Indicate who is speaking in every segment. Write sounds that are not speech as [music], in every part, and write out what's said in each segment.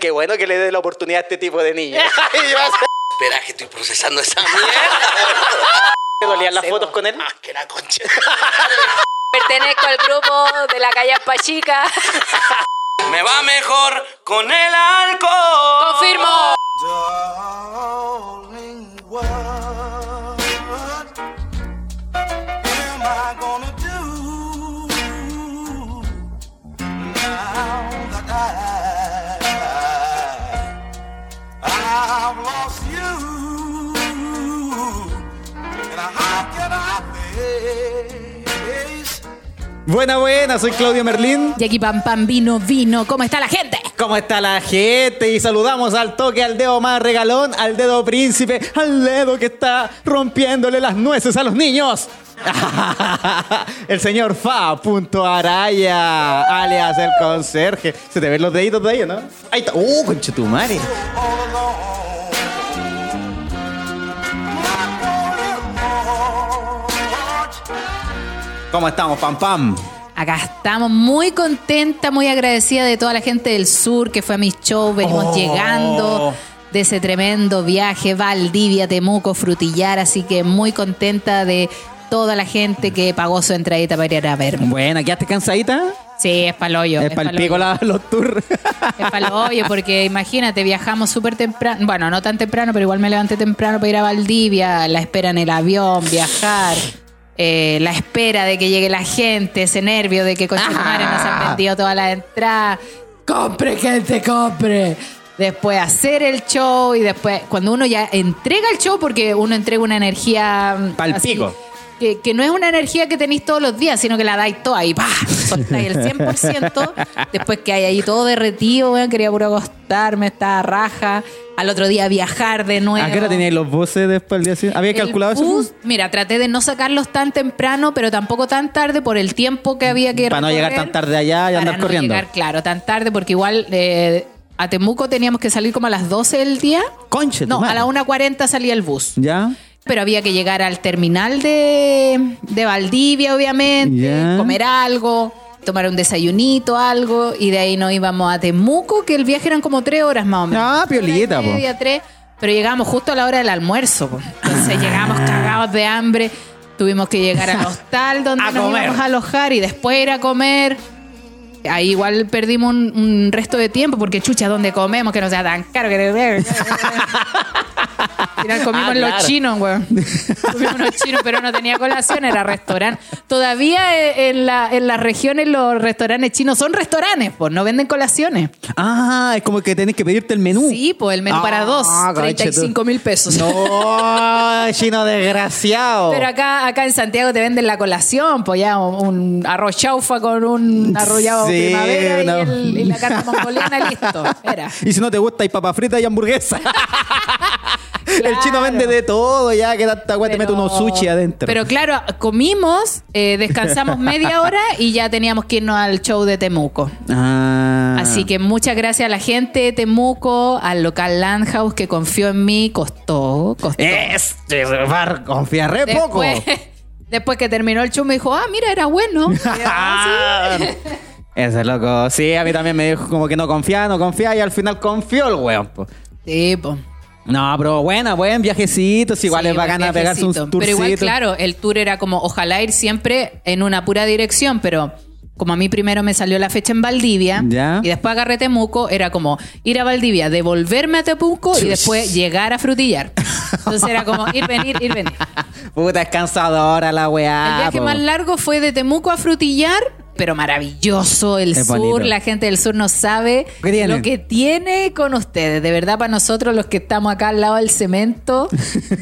Speaker 1: Qué bueno que le dé la oportunidad a este tipo de
Speaker 2: [laughs]
Speaker 1: niños. y yo así,
Speaker 2: Espera que estoy procesando esa mierda.
Speaker 1: ¿Te dolían las
Speaker 3: sí,
Speaker 1: fotos
Speaker 3: po.
Speaker 1: con él?
Speaker 2: Ah, que la concha.
Speaker 3: Pertenezco al grupo de la calle Pachica.
Speaker 2: Me va mejor con el alcohol.
Speaker 3: Confirmo.
Speaker 4: Darling, what am I gonna do now that I I've lost you? And how can I face?
Speaker 5: Buena, buena, soy Claudio Merlín.
Speaker 6: Y aquí pam pam vino vino. ¿Cómo está la gente?
Speaker 5: ¿Cómo está la gente? Y saludamos al toque, al dedo más regalón, al dedo príncipe, al dedo que está rompiéndole las nueces a los niños. [laughs] El señor Fa. punto Araya, alias el conserje. Se te ven los deditos de ahí, ¿no? Ahí está. ¡Uh, conchetumare!
Speaker 4: all alone. Not wanting much.
Speaker 5: ¿Cómo estamos, pam pam?
Speaker 6: Acá estamos muy contenta, muy agradecida de toda la gente del sur que fue a mis shows. Venimos
Speaker 5: Oh.
Speaker 6: llegando de ese tremendo viaje, Valdivia, Temuco, Frutillar. Así que muy contenta de toda la gente que pagó su entradita para ir a verme.
Speaker 5: Buena, ¿quedaste cansadita?
Speaker 6: Sí, es paloyo.
Speaker 5: Es pa'l
Speaker 6: pa'l hoyo.
Speaker 5: pico la- los tours.
Speaker 6: Es para obvio, porque imagínate, viajamos súper temprano. Bueno, no tan temprano, pero igual me levanté temprano para ir a Valdivia. La espera en el avión, viajar. eh, la espera de que llegue la gente, ese nervio de que con nos han vendido toda la entrada. [laughs] ¡Compre, gente, compre! Después hacer el show y después, cuando uno ya entrega el show, porque uno entrega una energía. mm,
Speaker 5: Pa'l
Speaker 6: así,
Speaker 5: pico.
Speaker 6: que, que no es una energía que tenéis todos los días, sino que la dais toda y ¡pah! Soltáis el 100%. Después que hay ahí todo derretido, weón, quería puro acostarme, estaba raja. Al otro día viajar de nuevo.
Speaker 5: ¿A qué hora teníais los buses después del día siguiente? ¿Había
Speaker 6: El
Speaker 5: calculado
Speaker 6: bus,
Speaker 5: eso?
Speaker 6: Mira, traté de no sacarlos tan temprano, pero tampoco tan tarde por el tiempo que había que
Speaker 5: pues, Para no llegar
Speaker 6: recorrer,
Speaker 5: tan tarde allá y
Speaker 6: para
Speaker 5: andar
Speaker 6: no
Speaker 5: corriendo.
Speaker 6: llegar, claro, tan tarde, porque igual eh, a Temuco teníamos que salir como a las 12 del día.
Speaker 5: Conche, tu
Speaker 6: No,
Speaker 5: madre.
Speaker 6: a las 1.40 salía el bus
Speaker 5: ¿Ya?
Speaker 6: pero había que llegar al terminal de, de Valdivia, obviamente,
Speaker 5: Ya.
Speaker 6: comer algo, tomar un desayunito, algo, y de ahí nos íbamos a Temuco, que el viaje eran como tres horas más o menos.
Speaker 5: Ah, piolita,
Speaker 6: Una y
Speaker 5: po.
Speaker 6: media, tres, pero llegamos justo a la hora del almuerzo, po.
Speaker 5: Ah.
Speaker 6: entonces llegamos cagados de hambre, tuvimos que llegar
Speaker 5: [laughs]
Speaker 6: al hostal donde
Speaker 5: A
Speaker 6: nos
Speaker 5: comer.
Speaker 6: íbamos a alojar y después ir a comer. Ahí igual perdimos un, un resto de tiempo porque chucha, ¿dónde comemos? Que no sea tan caro. Que...
Speaker 5: [laughs]
Speaker 6: Al final comimos
Speaker 5: Ah,
Speaker 6: en
Speaker 5: claro.
Speaker 6: los chinos, weón. Comimos en los chinos, pero no tenía colación, era restaurante. Todavía eh, en, la, en las regiones los restaurantes chinos son restaurantes, pues no venden colaciones.
Speaker 5: Ah, es como que tenés que pedirte el menú.
Speaker 6: Sí, pues el menú
Speaker 5: Ah,
Speaker 6: para dos,
Speaker 5: conche
Speaker 6: 35 mil pesos.
Speaker 5: No, chino
Speaker 6: [laughs]
Speaker 5: desgraciado.
Speaker 6: Pero acá, acá en Santiago te venden la colación, pues ya un, un arroz chaufa con un arrollado
Speaker 5: Sí,
Speaker 6: primavera
Speaker 5: una-
Speaker 6: y, el- y la carta mongoliana, listo. Era.
Speaker 5: Y si no te gusta, hay papa frita y hamburguesa. [laughs] El chino
Speaker 6: Claro.
Speaker 5: vende de todo, ya que tanta agua te mete
Speaker 6: Pero-
Speaker 5: unos sushi adentro.
Speaker 6: Pero claro, comimos, eh,
Speaker 5: [laughs]
Speaker 6: descansamos media hora y ya teníamos que irnos al show de Temuco.
Speaker 5: Ah.
Speaker 6: Así que muchas gracias a la gente de Temuco, al local Landhouse que confió en mí, costó, costó.
Speaker 5: Este bar confía re poco.
Speaker 6: después, después que terminó el show me dijo, ah, mira, era
Speaker 5: [laughs]
Speaker 6: bueno. Y yo, [laughs] "Ah,
Speaker 5: Ese loco, sí, a mí también me dijo como que no confía, no confía y al final confió el weón. po.
Speaker 6: sí, Sí, po.
Speaker 5: No, pero buena, buen viajecito, si igual
Speaker 6: Sí,
Speaker 5: es
Speaker 6: buen
Speaker 5: bacana pegarse un
Speaker 6: viajecito.
Speaker 5: tourcito.
Speaker 6: Pero igual, claro, el tour era como ojalá ir siempre en una pura dirección, pero como a mí primero me salió la fecha en Valdivia
Speaker 5: Ya.
Speaker 6: y después agarré Temuco, era como ir a Valdivia, devolverme a Temuco y después llegar a Frutillar. Entonces era como ir, venir, ir, venir.
Speaker 5: [laughs] Puta, es cansadora la weá.
Speaker 6: El viaje
Speaker 5: po.
Speaker 6: más largo fue de Temuco a Frutillar, pero maravilloso el
Speaker 5: Es
Speaker 6: sur.
Speaker 5: bonito.
Speaker 6: La gente del sur no sabe
Speaker 5: ¿Qué tienen?
Speaker 6: lo que tiene con ustedes. De verdad, para nosotros los que estamos acá al lado del
Speaker 5: [laughs]
Speaker 6: cemento,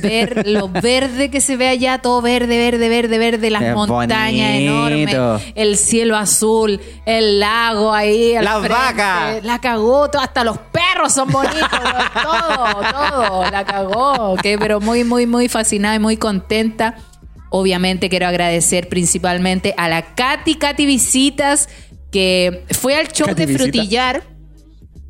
Speaker 6: ver lo verde que se ve allá, todo verde, verde, verde, verde, las
Speaker 5: Es
Speaker 6: montañas
Speaker 5: bonito.
Speaker 6: enormes, el cielo azul, el lago ahí, al
Speaker 5: Las
Speaker 6: frente,
Speaker 5: vacas.
Speaker 6: la cagó, todo, hasta los perros son bonitos, [laughs] weón, todo, todo, la cagó. ok, pero muy, muy, muy fascinada y muy contenta. Obviamente quiero agradecer principalmente a la Katy, Katy Visitas, que fue al show
Speaker 5: Katy
Speaker 6: de
Speaker 5: Visitas.
Speaker 6: Frutillar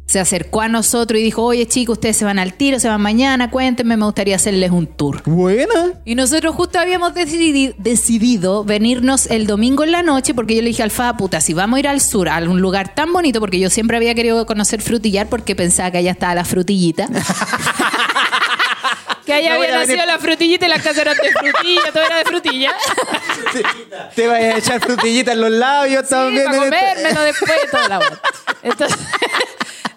Speaker 6: se acercó a nosotros y dijo, oye chicos, ustedes se van al tiro, se van mañana, cuéntenme, me gustaría hacerles un tour.
Speaker 5: Buena.
Speaker 6: Y nosotros justo habíamos decidi- decidido venirnos el domingo en la noche porque yo le dije al Fa, puta, si vamos a ir al sur, a un lugar tan bonito, porque yo siempre había querido conocer frutillar porque pensaba que allá estaba la
Speaker 5: [laughs]
Speaker 6: frutillita. que allá
Speaker 5: Me voy
Speaker 6: había
Speaker 5: a venir-
Speaker 6: nacido la frutillita y las casas eran de frutilla, todo era de frutilla.
Speaker 5: Te, te vas a echar frutillitas en los labios
Speaker 6: [laughs] Sí,
Speaker 5: [laughs] también.
Speaker 6: para
Speaker 5: en este-
Speaker 6: comérmelo después de toda la bola. Entonces, [laughs]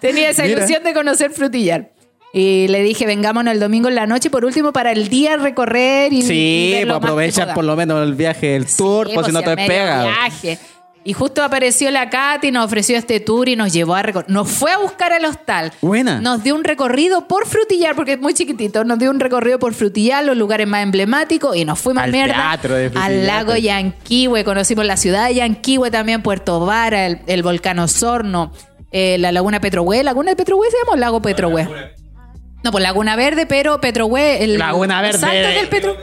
Speaker 6: tenía esa
Speaker 5: Mira.
Speaker 6: ilusión de conocer frutillar. Y le dije, vengámonos el domingo en la noche, por último, para el día recorrer y, y
Speaker 5: Sí,
Speaker 6: ver
Speaker 5: pues
Speaker 6: lo más que
Speaker 5: aprovecha
Speaker 6: podamos.
Speaker 5: por lo menos el viaje, el tour,
Speaker 6: Sí, pues
Speaker 5: por si no
Speaker 6: al
Speaker 5: te
Speaker 6: medio
Speaker 5: pega.
Speaker 6: viaje. Y justo apareció la Katy y nos ofreció este tour y nos llevó a recor- Nos fue a buscar al hostal.
Speaker 5: Buena.
Speaker 6: Nos dio un recorrido por Frutillar, porque es muy chiquitito. Nos dio un recorrido por Frutillar, los lugares más emblemáticos, y nos fuimos
Speaker 5: Al
Speaker 6: mierda,
Speaker 5: teatro de Frutillar. pues.
Speaker 6: al lago Yanquihue. Conocimos la ciudad de Yanquihue también, Puerto Vara, el, el volcán Osorno, eh, la laguna Petrohue. ¿Laguna de Petrohue se llama o lago Petrohue? No, pues Laguna Verde, pero Petrohue. El,
Speaker 5: Laguna Verde.
Speaker 6: Santos del Petro.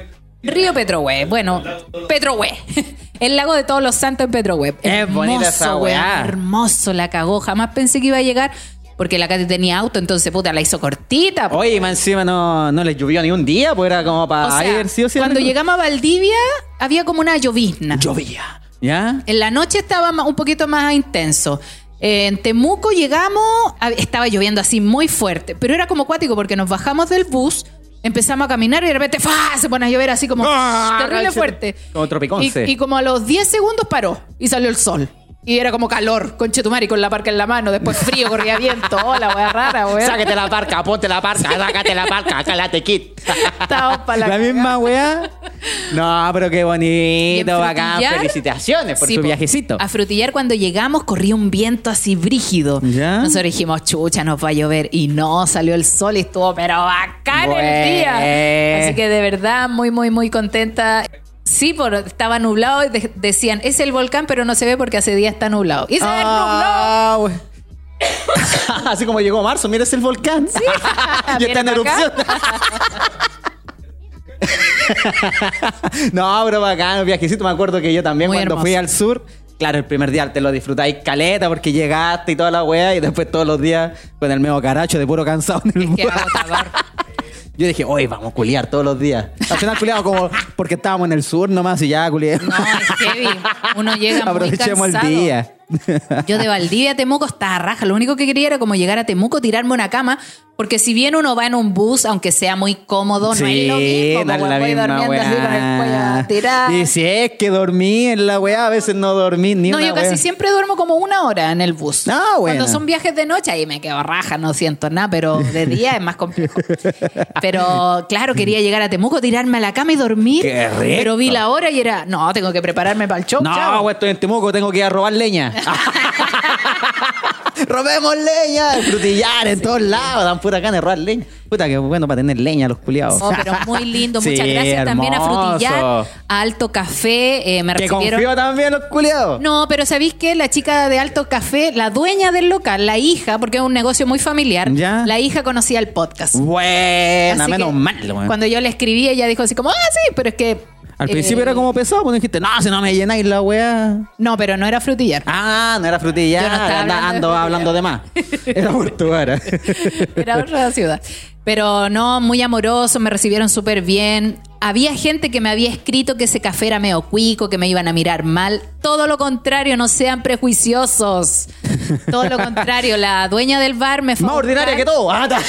Speaker 6: Río Petrohue. Bueno, Petrohue. [laughs] El lago de todos los santos en Petrohue.
Speaker 5: Es bonita esa
Speaker 6: Hermoso, weón,
Speaker 5: weá.
Speaker 6: Hermoso, la cagó. Jamás pensé que iba a llegar porque la Katy tenía auto, entonces puta, la hizo cortita. po.
Speaker 5: Oye, y más encima no, no les llovió ni un día, pues era como para
Speaker 6: O sea,
Speaker 5: ir sí o sí.
Speaker 6: cuando
Speaker 5: algo.
Speaker 6: llegamos a Valdivia, había como una llovizna.
Speaker 5: Llovía. ¿Ya?
Speaker 6: En la noche estaba ma- un poquito más intenso. Eh, En Temuco llegamos, a- estaba lloviendo así muy fuerte, pero era como cuático porque nos bajamos del bus, empezamos a caminar y de repente ¡fa! se pone a llover así como
Speaker 5: Ah,
Speaker 6: terrible
Speaker 5: cállate.
Speaker 6: fuerte.
Speaker 5: Como tropiconce.
Speaker 6: Y, y como a los 10 segundos paró y salió el sol. Y era como calor, con Chetumari con la parca en la mano, después frío, corría viento, [laughs] hola, wea rara, wea.
Speaker 5: Sáquete la parca, ponte la parca, sácate la parca, calate kit.
Speaker 6: Estábamos pa'
Speaker 5: La,
Speaker 6: la
Speaker 5: misma weá. No, pero qué
Speaker 6: Y en
Speaker 5: bonito, bacán.
Speaker 6: Frutillar-
Speaker 5: Felicitaciones Eh, por
Speaker 6: Sí,
Speaker 5: su
Speaker 6: po.
Speaker 5: viajecito.
Speaker 6: A Frutillar cuando llegamos corría un viento así brígido.
Speaker 5: ¿Ya?
Speaker 6: Nosotros dijimos, chucha, nos va a llover. Y no, salió el sol y estuvo pero bacán
Speaker 5: Bué.
Speaker 6: el día. Así que de verdad, muy, muy, muy contenta. Sí, por, estaba nublado y de- decían, es el volcán, pero no se ve porque hace día está nublado. Y se ve nublado.
Speaker 5: Ah, we- [laughs] Así como llegó marzo, mira es el volcán. [laughs]
Speaker 6: [laughs]
Speaker 5: y está
Speaker 6: Viene
Speaker 5: en
Speaker 6: para acá. [laughs]
Speaker 5: erupción. no, pero bacán, viajecito. Me acuerdo que yo también
Speaker 6: Muy
Speaker 5: cuando
Speaker 6: hermoso.
Speaker 5: fui al sur, claro, el primer día te lo disfrutáis caleta porque llegaste y toda la weá, y después todos los días con el medio caracho de puro cansado en
Speaker 6: [laughs] Es
Speaker 5: el
Speaker 6: que
Speaker 5: bus.
Speaker 6: agotador.
Speaker 5: Yo dije, hoy vamos a culiar todos los días. Al final culiamos como porque estábamos en el sur nomás y ya culié.
Speaker 6: No, es heavy. Uno llega muy
Speaker 5: [laughs] Aprovechemos el
Speaker 6: cansado.
Speaker 5: día.
Speaker 6: Yo de Valdivia a Temuco estaba raja. Lo único que quería era como llegar a Temuco, tirarme una cama. Porque si bien uno va en un bus, aunque sea muy cómodo, no es lo mismo.
Speaker 5: dale
Speaker 6: como
Speaker 5: la
Speaker 6: voy
Speaker 5: misma
Speaker 6: durmiendo así con el
Speaker 5: weá.
Speaker 6: cuello tirado.
Speaker 5: Y si es que dormí en la weá, a veces no dormí ni
Speaker 6: No,
Speaker 5: una
Speaker 6: yo casi
Speaker 5: weá.
Speaker 6: siempre duermo como una hora en el bus.
Speaker 5: Ah, bueno.
Speaker 6: Cuando son viajes de noche, ahí me quedo raja, no siento nada, pero de día es más complejo. Pero claro, quería llegar a Temuco, tirarme a la cama y dormir.
Speaker 5: Qué rico.
Speaker 6: Pero vi la hora y era, no, tengo que prepararme para el show.
Speaker 5: No,
Speaker 6: chao.
Speaker 5: weá, estoy en Temuco, tengo que ir a
Speaker 6: [laughs]
Speaker 5: robar leña. Robemos leña, frutillar en todos lados, dan pura gana de robar leña. Puta, que bueno para tener leña los culiados.
Speaker 6: No, pero muy
Speaker 5: [laughs]
Speaker 6: lindo. Muchas
Speaker 5: Sí,
Speaker 6: gracias también a
Speaker 5: hermoso.
Speaker 6: Frutillar, a Alto Café. eh, me
Speaker 5: Que
Speaker 6: recibieron.
Speaker 5: confío también los culiados.
Speaker 6: No, pero ¿sabéis que La chica de Alto Café, la dueña del local, la hija, porque es un negocio muy familiar,
Speaker 5: Ya.
Speaker 6: la hija conocía el podcast.
Speaker 5: Buena,
Speaker 6: Así
Speaker 5: menos
Speaker 6: que
Speaker 5: mal, weón.
Speaker 6: Cuando yo le escribí, ella dijo así como, ah, sí, pero es que.
Speaker 5: Al
Speaker 6: eh,
Speaker 5: principio era como pesado, cuando dijiste, no, si no me llenáis la weá.
Speaker 6: No, pero no era frutillar.
Speaker 5: Ah, no era frutilla.
Speaker 6: Yo no estaba
Speaker 5: anda-
Speaker 6: hablando
Speaker 5: ando
Speaker 6: de
Speaker 5: hablando de más.
Speaker 6: [laughs]
Speaker 5: Era portuguesa.
Speaker 6: Era otra ciudad. Pero no, muy amoroso, me recibieron súper bien. Había gente que me había escrito que ese café era medio cuico, que me iban a mirar mal. Todo lo contrario, no sean prejuiciosos. Todo lo contrario, la dueña del bar me fue
Speaker 5: [laughs] más
Speaker 6: a
Speaker 5: ordinaria
Speaker 6: buscar-
Speaker 5: que todo. Ah, ta-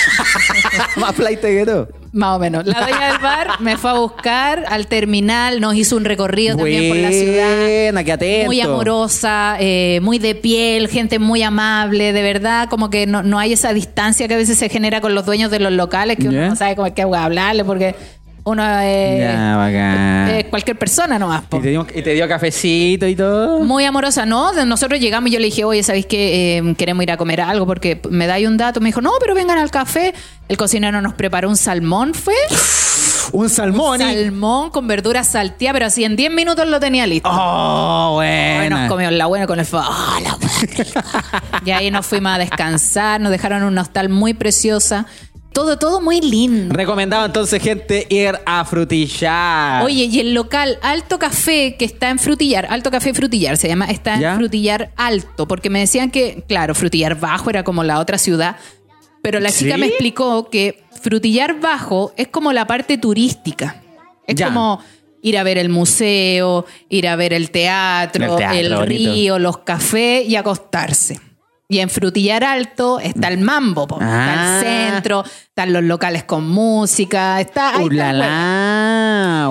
Speaker 5: [laughs] más flight que todo.
Speaker 6: Más o menos. La dueña del bar me fue a buscar al terminal, nos hizo un recorrido también por la ciudad.
Speaker 5: Buena, que atento.
Speaker 6: Muy amorosa, eh, muy de piel, gente muy amable, de verdad, como que no, no hay esa distancia que a veces se genera con los dueños de los locales, que uno
Speaker 5: Ya.
Speaker 6: no sabe cómo es que voy a hablarle, porque uno es
Speaker 5: Ya, bacán.
Speaker 6: cualquier persona nomás. po.
Speaker 5: y, te dio, y te dio cafecito y todo.
Speaker 6: Muy amorosa, ¿no? De- Nosotros llegamos y yo le dije, oye, ¿sabéis que queremos ir a comer algo? Porque me dais un dato. Me dijo, no, pero vengan al café. El cocinero nos preparó un salmón, ¿fue?
Speaker 5: Un salmón. y-
Speaker 6: Salmón con verduras salteadas, pero así en 10 minutos lo tenía listo.
Speaker 5: Oh,
Speaker 6: Ay,
Speaker 5: buena.
Speaker 6: nos comió la buena con el fa. ¡Ah, la buena! y ahí nos fuimos a descansar, nos dejaron en una hostal muy preciosa. Todo, todo muy lindo.
Speaker 5: Recomendado entonces, gente, ir a frutillar.
Speaker 6: Oye, y el local Alto Café que está en Frutillar, Alto Café Frutillar se llama, está en
Speaker 5: ¿Ya?
Speaker 6: Frutillar Alto, porque me decían que, claro, Frutillar Bajo era como la otra ciudad, pero la chica
Speaker 5: ¿Sí?
Speaker 6: me explicó que Frutillar Bajo es como la parte turística. Es
Speaker 5: Ya.
Speaker 6: como ir a ver el museo, ir a ver el teatro,
Speaker 5: El
Speaker 6: el,
Speaker 5: teatro, bonito.
Speaker 6: río, los cafés y acostarse. Y en Frutillar Alto está el mambo, po.
Speaker 5: Ah.
Speaker 6: está el centro, están los locales con música, está...
Speaker 5: Uh,
Speaker 6: ahí está el juego.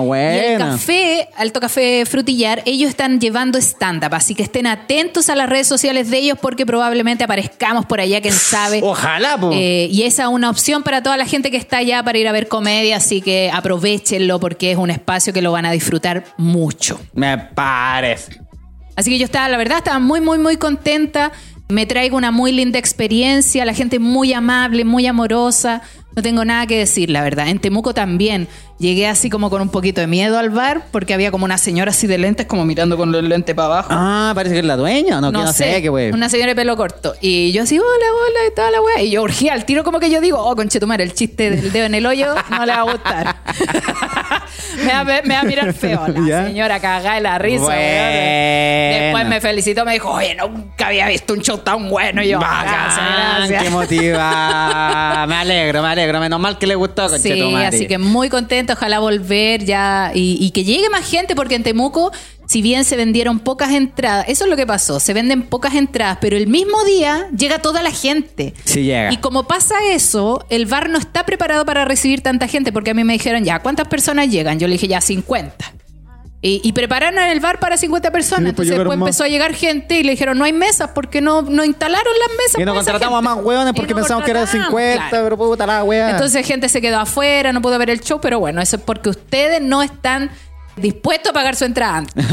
Speaker 5: Ulala,
Speaker 6: Y el
Speaker 5: bueno.
Speaker 6: café, Alto Café Frutillar, ellos están llevando stand-up, así que estén atentos a las redes sociales de ellos porque probablemente aparezcamos por allá, quién sabe.
Speaker 5: Ojalá, po.
Speaker 6: Eh, y esa es una opción para toda la gente que está allá para ir a ver comedia, así que aprovechenlo porque es un espacio que lo van a disfrutar mucho.
Speaker 5: Me parece.
Speaker 6: Así que yo estaba, la verdad, estaba muy, muy, muy contenta. Me traigo una muy linda experiencia, la gente muy amable, muy amorosa. No tengo nada que decir, la verdad. En Temuco también llegué así como con un poquito de miedo al bar porque había como una señora así de lentes como mirando con los lentes para abajo.
Speaker 5: Ah, parece que es la dueña. No, que no sé, qué pues. wey.
Speaker 6: Una señora de pelo corto. Y yo así, hola, hola, y toda la wea. Y yo urgía al tiro como que yo digo, oh, conchetumar, el chiste del dedo en el hoyo no le va a gustar. [laughs] me, va, a ver- me va a mirar feo. La
Speaker 5: ¿Ya?
Speaker 6: señora cagada de la risa.
Speaker 5: Bueno.
Speaker 6: weón. Después me felicitó, me dijo, oye, nunca había visto un show tan bueno. Y yo, "Ah,
Speaker 5: Bacán,
Speaker 6: gracias,
Speaker 5: qué
Speaker 6: gracias. [laughs]
Speaker 5: motiva. Me alegro, me alegro. Menos mal que le gustó con
Speaker 6: Sí, así que muy contenta, ojalá volver ya y, y que llegue más gente, porque en Temuco, si bien se vendieron pocas entradas, eso es lo que pasó, se venden pocas entradas, pero el mismo día llega toda la gente.
Speaker 5: Sí llega.
Speaker 6: Y como pasa eso, el bar no está preparado para recibir tanta gente, porque a mí me dijeron, ya, ¿cuántas personas llegan? Yo le dije, ya, 50. Y, y prepararon el bar para 50 personas.
Speaker 5: Y
Speaker 6: Entonces después
Speaker 5: después pues, llegaron más.
Speaker 6: empezó a llegar gente y le dijeron, no hay mesas porque no, no instalaron las mesas.
Speaker 5: Y nos
Speaker 6: para esa
Speaker 5: contratamos a
Speaker 6: gente".
Speaker 5: más hueones
Speaker 6: Y
Speaker 5: porque
Speaker 6: nos
Speaker 5: pensamos que eran
Speaker 6: contratamos,
Speaker 5: 50,
Speaker 6: claro.
Speaker 5: pero puta la wea.
Speaker 6: Entonces gente se quedó afuera, no pudo ver el show, pero bueno, eso es porque ustedes no están dispuestos a pagar su entrada antes.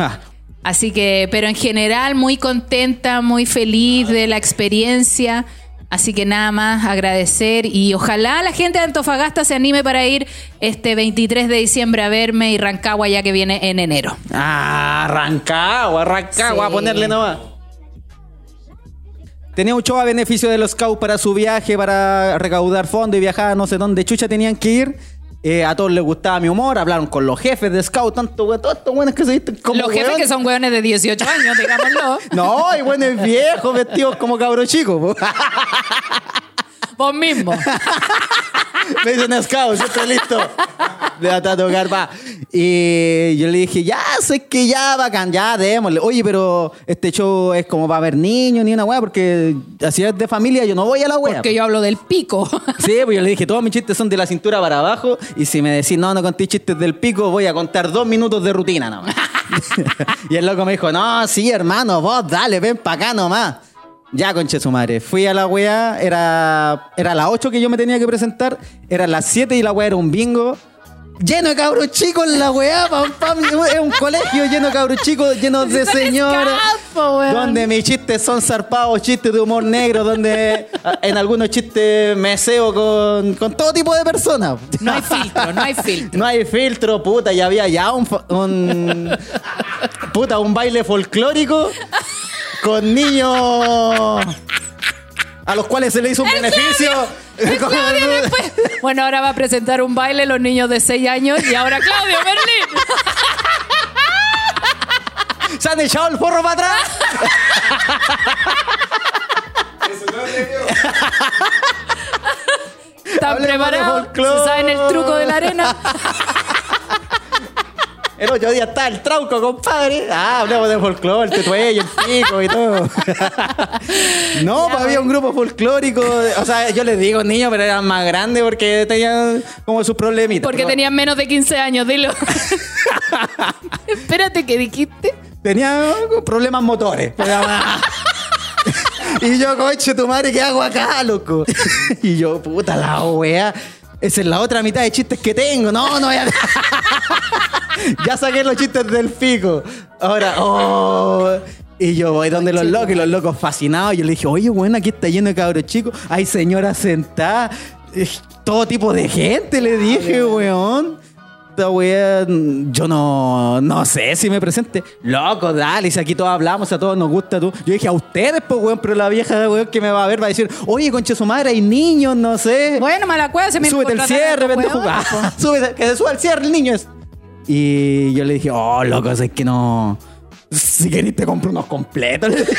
Speaker 6: Así que, pero en general muy contenta, muy feliz de la experiencia. Así que nada más agradecer y ojalá la gente de Antofagasta se anime para ir este 23 de diciembre a verme y Rancagua ya que viene en enero.
Speaker 5: Ah, Rancagua, Rancagua,
Speaker 6: Sí.
Speaker 5: ponerle nomás. Tenía un show a beneficio de los scouts para su viaje, para recaudar fondos y viajar a no sé dónde chucha tenían que ir. Eh, a todos les gustaba mi humor, hablaron con los jefes de scout, tanto we- todos estos buenos que se visten como
Speaker 6: Los jefes
Speaker 5: weón.
Speaker 6: que son hueones de 18 años, digámoslo.
Speaker 5: No, y buenos viejos vestidos como cabros chicos. po.
Speaker 6: Vos mismo.
Speaker 5: Me dicen scout, yo estoy listo. Me va a tocar, va. Y yo le dije, ya, sé que ya, bacán, ya, démosle. Oye, pero este show es como para ver niños ni una wea, porque así es de familia, yo no voy a la wea.
Speaker 6: Porque yo hablo del pico.
Speaker 5: Sí, pues yo le dije, todos mis chistes son de la cintura para abajo, y si me decís, no, no conté chistes del pico, voy a contar dos minutos de rutina nomás. [laughs] y el loco me dijo, no, sí, hermano, vos dale, ven para acá nomás. Ya, conche su madre. Fui a la weá, era, era a las 8 que yo me tenía que presentar, era las 7 y la weá era un bingo. Lleno de cabros chicos la weá, pam, pam. Es un colegio lleno de cabros chicos, lleno de
Speaker 6: Son
Speaker 5: señoras.
Speaker 6: scouts, po, weón.
Speaker 5: Donde mis chistes son zarpados, chistes de humor negro, donde a- en algunos chistes meseo con, con todo tipo de personas.
Speaker 6: No hay filtro, no hay filtro.
Speaker 5: No hay filtro, puta, ya había ya un, fa- un- puta, un baile folclórico con niños a los cuales se le hizo un beneficio. Con- [laughs]
Speaker 6: Claudio después. Bueno, ahora va a presentar un baile los niños de 6 años y ahora Claudio Berlín.
Speaker 5: se han echado el forro para atrás.
Speaker 6: ¿Están
Speaker 5: Hablemos de
Speaker 6: preparados?
Speaker 5: folclore.
Speaker 6: ¿Se saben el truco de la arena?
Speaker 5: El otro día está el trauco, compadre. Ah, hablamos de folclore, el tetuello, el pico y [laughs] todo. no, pues había un grupo folclórico. O sea, yo les digo niños, pero eran más grandes porque tenían como sus problemitas.
Speaker 6: Porque
Speaker 5: Pero
Speaker 6: tenían menos de 15 años,
Speaker 5: [laughs]
Speaker 6: dilo. Espérate, ¿qué dijiste?
Speaker 5: Tenían problemas motores. y yo, coche, tu madre, ¿qué hago acá, loco? [laughs] y yo, puta la wea. Esa es la otra mitad de chistes que tengo. No, no voy a... ya saqué los chistes del pico. Ahora, oh. Y yo voy donde los locos, y los locos fascinados. Yo le dije, oye, bueno, aquí está lleno de cabros chicos. Hay señoras sentadas. eh, Todo tipo de gente, le dije, weón. esta weá, yo no, no sé si me presente. Loco, dale, si aquí todos hablamos, a todos nos gusta tú. Yo dije, a ustedes, pues, weón, pero la vieja, weón, que me va a ver va a decir, oye, concha su madre, hay niños, no sé.
Speaker 6: Bueno, mala cueva, se me
Speaker 5: Súbete el
Speaker 6: contrataron
Speaker 5: cierre,
Speaker 6: como
Speaker 5: pendejo.
Speaker 6: huevona, po.
Speaker 5: [laughs] Súbete, que se suba el cierre, el niño es. Y yo le dije, oh, loco, es que no. Si querés, te compro unos completos. [laughs] Le dije,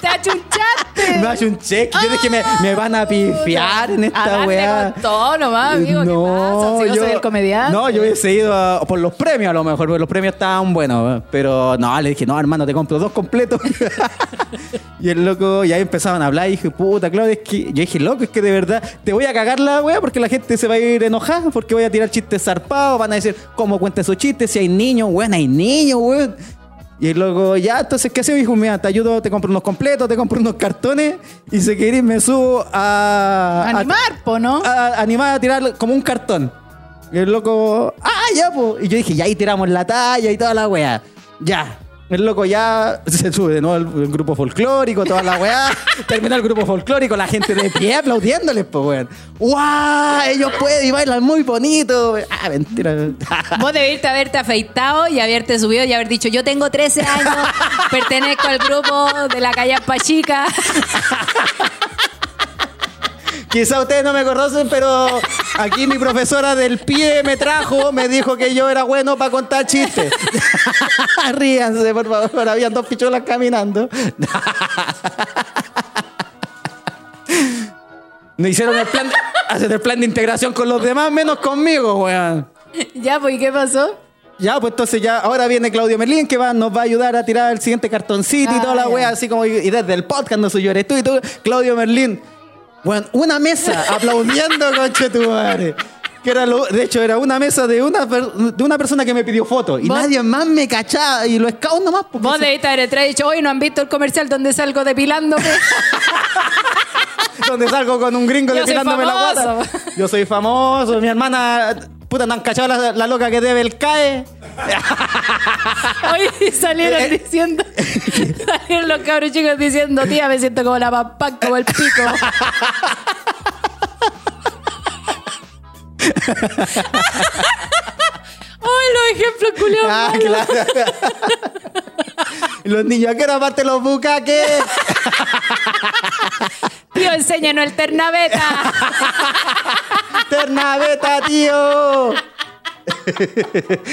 Speaker 6: ¡Te achunchaste!
Speaker 5: no hay un cheque. Yo dije, me, me van a pifiar en
Speaker 6: A
Speaker 5: esta
Speaker 6: darle
Speaker 5: weá.
Speaker 6: Ah, con todo nomás, amigo, ¿qué pasa? Si yo soy el comediante.
Speaker 5: No, yo hubiese ido a- por los premios a lo mejor, porque los premios estaban buenos. Pero no, le dije, no, hermano, te compro dos completos. [laughs] y el loco, y ahí empezaban a hablar. Y dije, puta, Claudio, es que. Yo dije, loco, es que de verdad te voy a cagar la wea porque la gente se va a ir enojada, porque voy a tirar chistes zarpados. Van a decir, ¿cómo cuenta esos chistes? Si hay niños, weón, hay niños, weón. Y el loco, ya, entonces, ¿qué hacemos? Dijo, mira, te ayudo, te compro unos completos, te compro unos cartones. Y si querés, me subo a. a-
Speaker 6: Animar, po, ¿no?
Speaker 5: a- animada a tirar como un cartón. Y el loco, ah, ya, po. Y yo dije, ya ahí tiramos la talla y toda la weá. Ya. El loco ya [laughs] se sube de nuevo al al grupo folclórico, toda la weá. Termina el grupo folclórico, la gente de pie aplaudiéndoles, po, weón. ¡Guau! Ellos pueden y bailan muy bonito. Ah, mentira. [laughs]
Speaker 6: Vos debiste haberte afeitado y haberte subido y haber dicho, yo tengo 13 años, pertenezco al grupo de la calle Pachica.
Speaker 5: Quizá ustedes no me conocen, pero aquí mi profesora del pie me trajo, me dijo que yo era bueno para contar chistes. [laughs] Ríanse, por favor, habían dos picholas caminando. [laughs] No hicieron el plan, hacen el plan de integración con los demás, menos conmigo, weón.
Speaker 6: [laughs] ya, pues, ¿y qué pasó?
Speaker 5: Ya, pues entonces ya, ahora viene Claudio Merlín que va, nos va a ayudar a tirar el siguiente cartoncito y
Speaker 6: Ah,
Speaker 5: toda la
Speaker 6: ya.
Speaker 5: wea, así como, y desde el podcast, no soy yo, eres tú y tú, Claudio Merlín. Bueno,
Speaker 6: [laughs]
Speaker 5: una mesa aplaudiendo, conche tu madre. Que era lo- de hecho, era una mesa de una, per- de una persona que me pidió foto y
Speaker 6: ¿Vos?
Speaker 5: nadie más me cachaba y lo escaos nomás. pues, porque
Speaker 6: Vos
Speaker 5: se-
Speaker 6: debiste haber entrado y dicho, hoy no han visto el comercial donde salgo depilándome.
Speaker 5: donde salgo con un
Speaker 6: [laughs]
Speaker 5: gringo
Speaker 6: Yo soy
Speaker 5: depilándome la guata.
Speaker 6: famoso.
Speaker 5: Yo soy famoso, mi hermana, puta, no han cachado la, la loca que debe el CAE. [laughs]
Speaker 6: hoy
Speaker 5: Eh,
Speaker 6: salieron diciendo, salieron los cabros chicos diciendo, tía, me siento como la papá, como el
Speaker 5: [laughs]
Speaker 6: pico. ¡Ay, los ejemplos culiados!
Speaker 5: Ah, claro. [laughs] los niños, que era parte los bucaques?
Speaker 6: Tío, enséñanos el ternaveta.
Speaker 5: Ternaveta,
Speaker 6: [laughs]
Speaker 5: tío.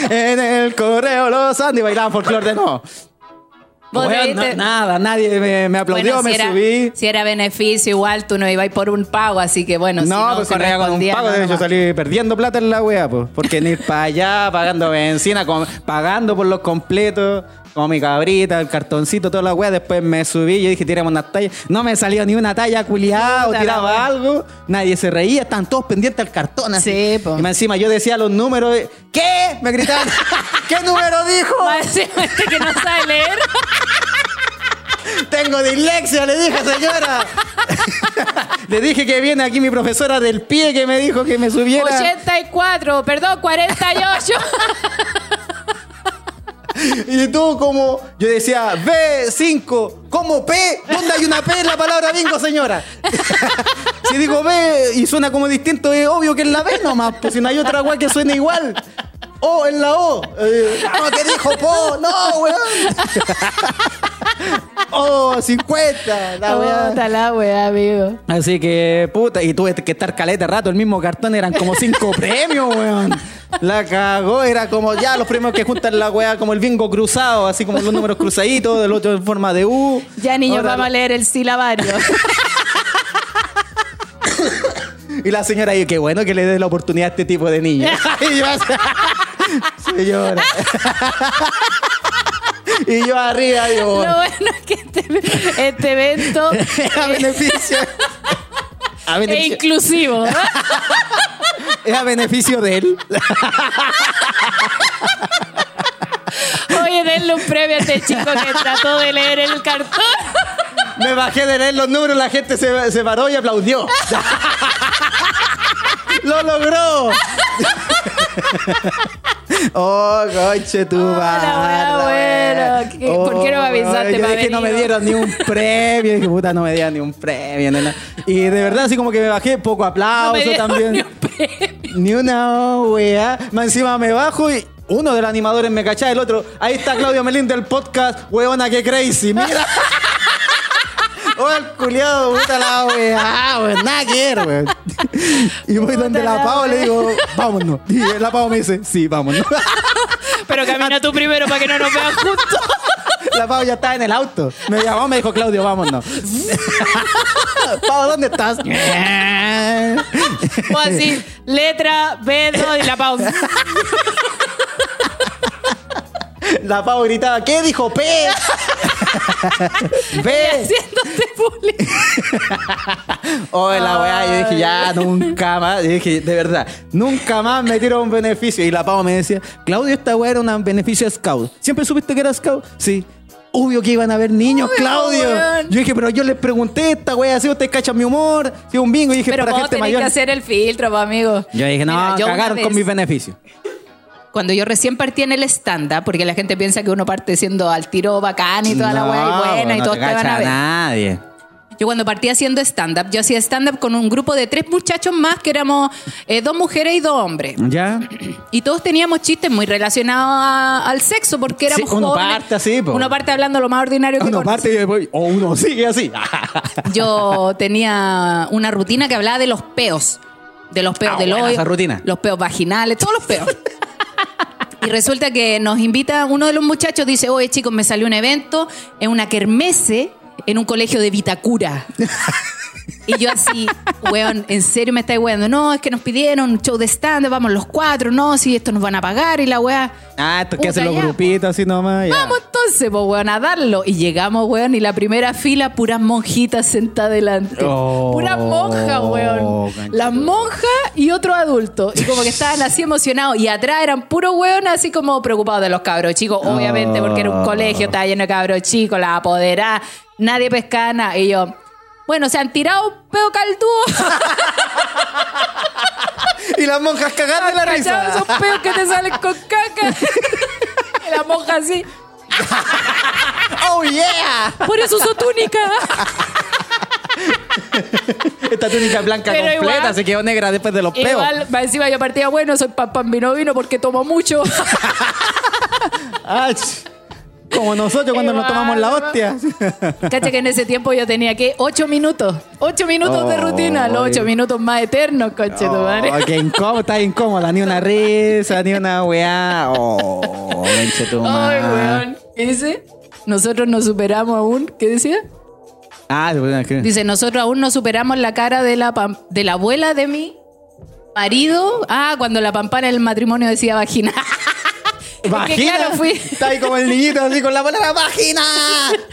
Speaker 5: en el correo los Andes bailaban folclore de no.
Speaker 6: Vos
Speaker 5: Weón,
Speaker 6: debiste-
Speaker 5: no- nada, nadie me, me aplaudió,
Speaker 6: Bueno,
Speaker 5: me
Speaker 6: si era,
Speaker 5: subí.
Speaker 6: Si era beneficio, igual tú no ibas por un pago, así que bueno, si
Speaker 5: no,
Speaker 6: no
Speaker 5: pues si me iba con un
Speaker 6: correspondía,
Speaker 5: pago,
Speaker 6: no,
Speaker 5: de hecho
Speaker 6: nomás.
Speaker 5: salí perdiendo plata en la wea, pues. Porque ni ir para allá, pagando benzina, com- pagando por los completos, con mi cabrita, el cartoncito, toda la wea. Después me subí y dije, tiramos una talla. No me salió ni una talla culiada o
Speaker 6: Puta la
Speaker 5: tiraba
Speaker 6: wea.
Speaker 5: algo. Nadie se reía, estaban todos pendientes al cartón así.
Speaker 6: Sí, po.
Speaker 5: Y más encima yo decía los números. y- ¿Qué? Me gritaban,
Speaker 6: [laughs]
Speaker 5: ¿qué número dijo?
Speaker 6: Más [laughs] encima este que no sabe leer.
Speaker 5: Tengo dislexia, le dije,
Speaker 6: [laughs]
Speaker 5: señora. [laughs] le dije que viene aquí mi profesora del pie que me dijo que me subiera.
Speaker 6: 84, perdón, 48.
Speaker 5: [laughs] Y tú como, yo decía, B5, ¿cómo P? ¿Dónde hay una P en la palabra bingo, señora? [laughs] si digo B y suena como distinto, es obvio que es la B nomás, pues si no hay otra guay que suene igual. O en la O. Eh, no, que dijo Po, no, weón. [laughs] o 50, la weá.
Speaker 6: Puta la weá, amigo.
Speaker 5: Así que, puta, y tuve que estar caleta de rato. El mismo cartón eran como cinco premios, weón. La cagó, era como ya los premios que juntan la weá, como el bingo cruzado, así como los números cruzaditos, del otro en forma de U.
Speaker 6: Ya niños,
Speaker 5: Ahora-
Speaker 6: vamos a leer el
Speaker 5: [laughs]
Speaker 6: silabario.
Speaker 5: Y la señora, y qué bueno que le dé la oportunidad a este tipo de niños. [laughs] y yo así, señora. [laughs] y yo arriba, digo,
Speaker 6: Lo
Speaker 5: [laughs]
Speaker 6: bueno es que este, este evento
Speaker 5: a beneficio. A
Speaker 6: es
Speaker 5: beneficio.
Speaker 6: inclusivo.
Speaker 5: Es a beneficio de él.
Speaker 6: Oye, denle un premio a este chico que trató de leer el cartón.
Speaker 5: Me bajé de leer los números, la gente se, se paró y aplaudió. ¡Lo logró! [laughs] Oh, coche, tu
Speaker 6: la
Speaker 5: barra,
Speaker 6: wea buena.
Speaker 5: wea.
Speaker 6: ¿Qué- por qué no me avisaste
Speaker 5: Yo
Speaker 6: pa'
Speaker 5: dije, no me
Speaker 6: venir?
Speaker 5: dieron ni un premio. Dije, puta, no me dieron ni un premio. nena. Y de verdad, así como que me bajé, poco
Speaker 6: No
Speaker 5: aplauso
Speaker 6: me dieron
Speaker 5: también.
Speaker 6: ni un premio.
Speaker 5: Ni una wea. Más encima me bajo y uno de los animadores me cachaba, el otro. Ahí está Claudio Melín del podcast, weona que
Speaker 6: [laughs]
Speaker 5: crazy, mira. Oh, el culiado, puta la wea, Ah, weón, nada que ver, weón. Y voy donde la
Speaker 6: la
Speaker 5: Pau le digo, vámonos. Y la Pau me dice, sí, vámonos.
Speaker 6: Pero camina tú primero para que no nos vean juntos.
Speaker 5: La Pau ya estaba en el auto. Me llamó, me dijo, Claudio, vámonos. [laughs] Pau, ¿dónde estás?
Speaker 6: O así, letra, dedo y la
Speaker 5: [laughs]
Speaker 6: pausa.
Speaker 5: La Pau gritaba, ¿qué dijo P? P.
Speaker 6: Haciéndote bullying.
Speaker 5: Oh, la weá, yo dije, ya, nunca más. Yo dije, de verdad, nunca más me tiro un beneficio. Y la Pau me decía, Claudio, esta weá era un beneficio scout. ¿Siempre supiste que era scout? Sí. Obvio que iban a haber niños,
Speaker 6: Obvio,
Speaker 5: Claudio.
Speaker 6: weón.
Speaker 5: Yo dije, pero yo les pregunté esta weá, si ustedes cachan mi humor, si es un bingo. Y dije,
Speaker 3: Pero
Speaker 5: para
Speaker 3: vos
Speaker 5: gente
Speaker 3: tenés
Speaker 5: mayor.
Speaker 3: que hacer el filtro, pa, amigo.
Speaker 5: Yo dije, no,
Speaker 3: Mira, yo una
Speaker 5: cagaron con
Speaker 3: vez-
Speaker 5: mis beneficios.
Speaker 6: Cuando yo recién partí en el stand-up, porque la gente piensa que uno parte siendo al tiro bacán y toda la
Speaker 5: No,
Speaker 6: weá y buena y
Speaker 5: no
Speaker 6: todos
Speaker 5: te
Speaker 6: te van
Speaker 5: cacha
Speaker 6: a ver.
Speaker 5: nadie.
Speaker 6: Yo cuando partí haciendo stand-up, yo hacía stand-up con un grupo de tres muchachos más que éramos eh, dos mujeres y dos hombres.
Speaker 5: ¿Ya? [clears throat]
Speaker 6: Y todos teníamos chistes muy relacionados a- al sexo porque
Speaker 5: Sí,
Speaker 6: éramos
Speaker 5: uno
Speaker 6: jóvenes.
Speaker 5: parte así, po.
Speaker 6: Uno parte hablando lo más ordinario que
Speaker 5: Uno
Speaker 6: conoce.
Speaker 5: parte y después, o uno sigue así. [laughs]
Speaker 6: [laughs] Yo tenía una rutina que hablaba de los peos. De los peos
Speaker 5: Ah,
Speaker 6: del
Speaker 5: buena
Speaker 6: hoyo.
Speaker 5: esa rutina.
Speaker 6: Los peos vaginales, todos los
Speaker 5: [laughs]
Speaker 6: peos. y resulta que nos invita uno de los muchachos, dice, oye chicos, me salió un evento en una kermese en un colegio de Vitacura. Y yo así, weón, en serio me estáis weando. No, es que nos pidieron un show de stand, vamos los cuatro, no, si esto nos van a pagar y la weá.
Speaker 5: Ah, esto que
Speaker 6: Puta,
Speaker 5: hacen los
Speaker 6: ya, pues.
Speaker 5: grupitos así nomás. ya.
Speaker 6: Vamos entonces, pues, weón, a darlo. Y llegamos, weón, y la primera fila, puras monjitas sentadas delante.
Speaker 5: Oh,
Speaker 6: puras monjas, weón.
Speaker 5: concha
Speaker 6: Las
Speaker 5: tu madre.
Speaker 6: monjas y otro adulto. Y como que estaban así emocionados. Y atrás eran puros weón, así como preocupados de los cabros chicos, obviamente, porque era un
Speaker 5: Oh.
Speaker 6: colegio, estaba lleno de cabros chicos, la apoderada, nadie pescaba nada. Y yo, bueno, se han tirado un pedo caldudo. [laughs]
Speaker 5: [laughs] Y las monjas cagando de la
Speaker 6: ¿Cachai?
Speaker 5: risa.
Speaker 6: Esos pedos que te salen con caca. [laughs] y la monja así.
Speaker 5: [laughs] ¡Oh, yeah!
Speaker 6: Por eso uso túnica.
Speaker 5: Esta túnica blanca
Speaker 6: Pero
Speaker 5: completa
Speaker 6: igual-
Speaker 5: se quedó negra después de los peos.
Speaker 6: Igual, más encima yo partía, bueno, soy pan, pan vino vino porque tomo
Speaker 5: [laughs]
Speaker 6: mucho.
Speaker 5: Ach, como nosotros cuando
Speaker 6: Igual,
Speaker 5: nos tomamos la
Speaker 6: igual. [laughs]
Speaker 5: hostia.
Speaker 6: Cacha que en ese tiempo yo tenía que ocho minutos. Ocho minutos de
Speaker 5: Oh,
Speaker 6: rutina, los ocho
Speaker 5: oye.
Speaker 6: minutos más eternos, coche tu madre.
Speaker 5: Oh, qué incómodo, está incómoda, ni una risa, ni una weá. Oh, conche tu
Speaker 6: [laughs] Ay,
Speaker 5: madre.
Speaker 6: weón. ¿Qué dice? Nosotros nos superamos aún. ¿Qué decía?
Speaker 5: Ah, se pueden escribir.
Speaker 6: Dice, nosotros aún no superamos la cara de la, pam- de la abuela de mi marido. Ah, cuando la pampana en el matrimonio decía vagina. [laughs] Es que
Speaker 5: ¡Vagina!
Speaker 6: claro, fui.
Speaker 5: Está ahí como el niñito así con la palabra ¡Vagina!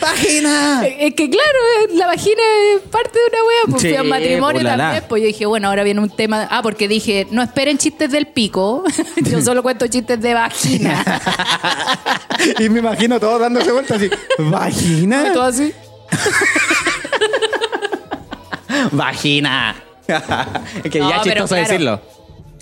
Speaker 5: ¡Vagina!
Speaker 6: Es que claro, eh, la vagina es parte de una wea, pues
Speaker 5: Sí,
Speaker 6: fui a un matrimonio
Speaker 5: ulala.
Speaker 6: también, pues yo dije, bueno, ahora viene un tema, ah, porque dije, no esperen chistes del pico, [laughs] yo solo cuento chistes de
Speaker 5: [laughs]
Speaker 6: vagina.
Speaker 5: y me imagino todos dándose vueltas así. ¿Vagina?
Speaker 6: Todo así.
Speaker 5: ¡Vagina! [laughs] Es que
Speaker 6: No,
Speaker 5: ya es
Speaker 6: pero
Speaker 5: chistoso
Speaker 6: claro.
Speaker 5: decirlo.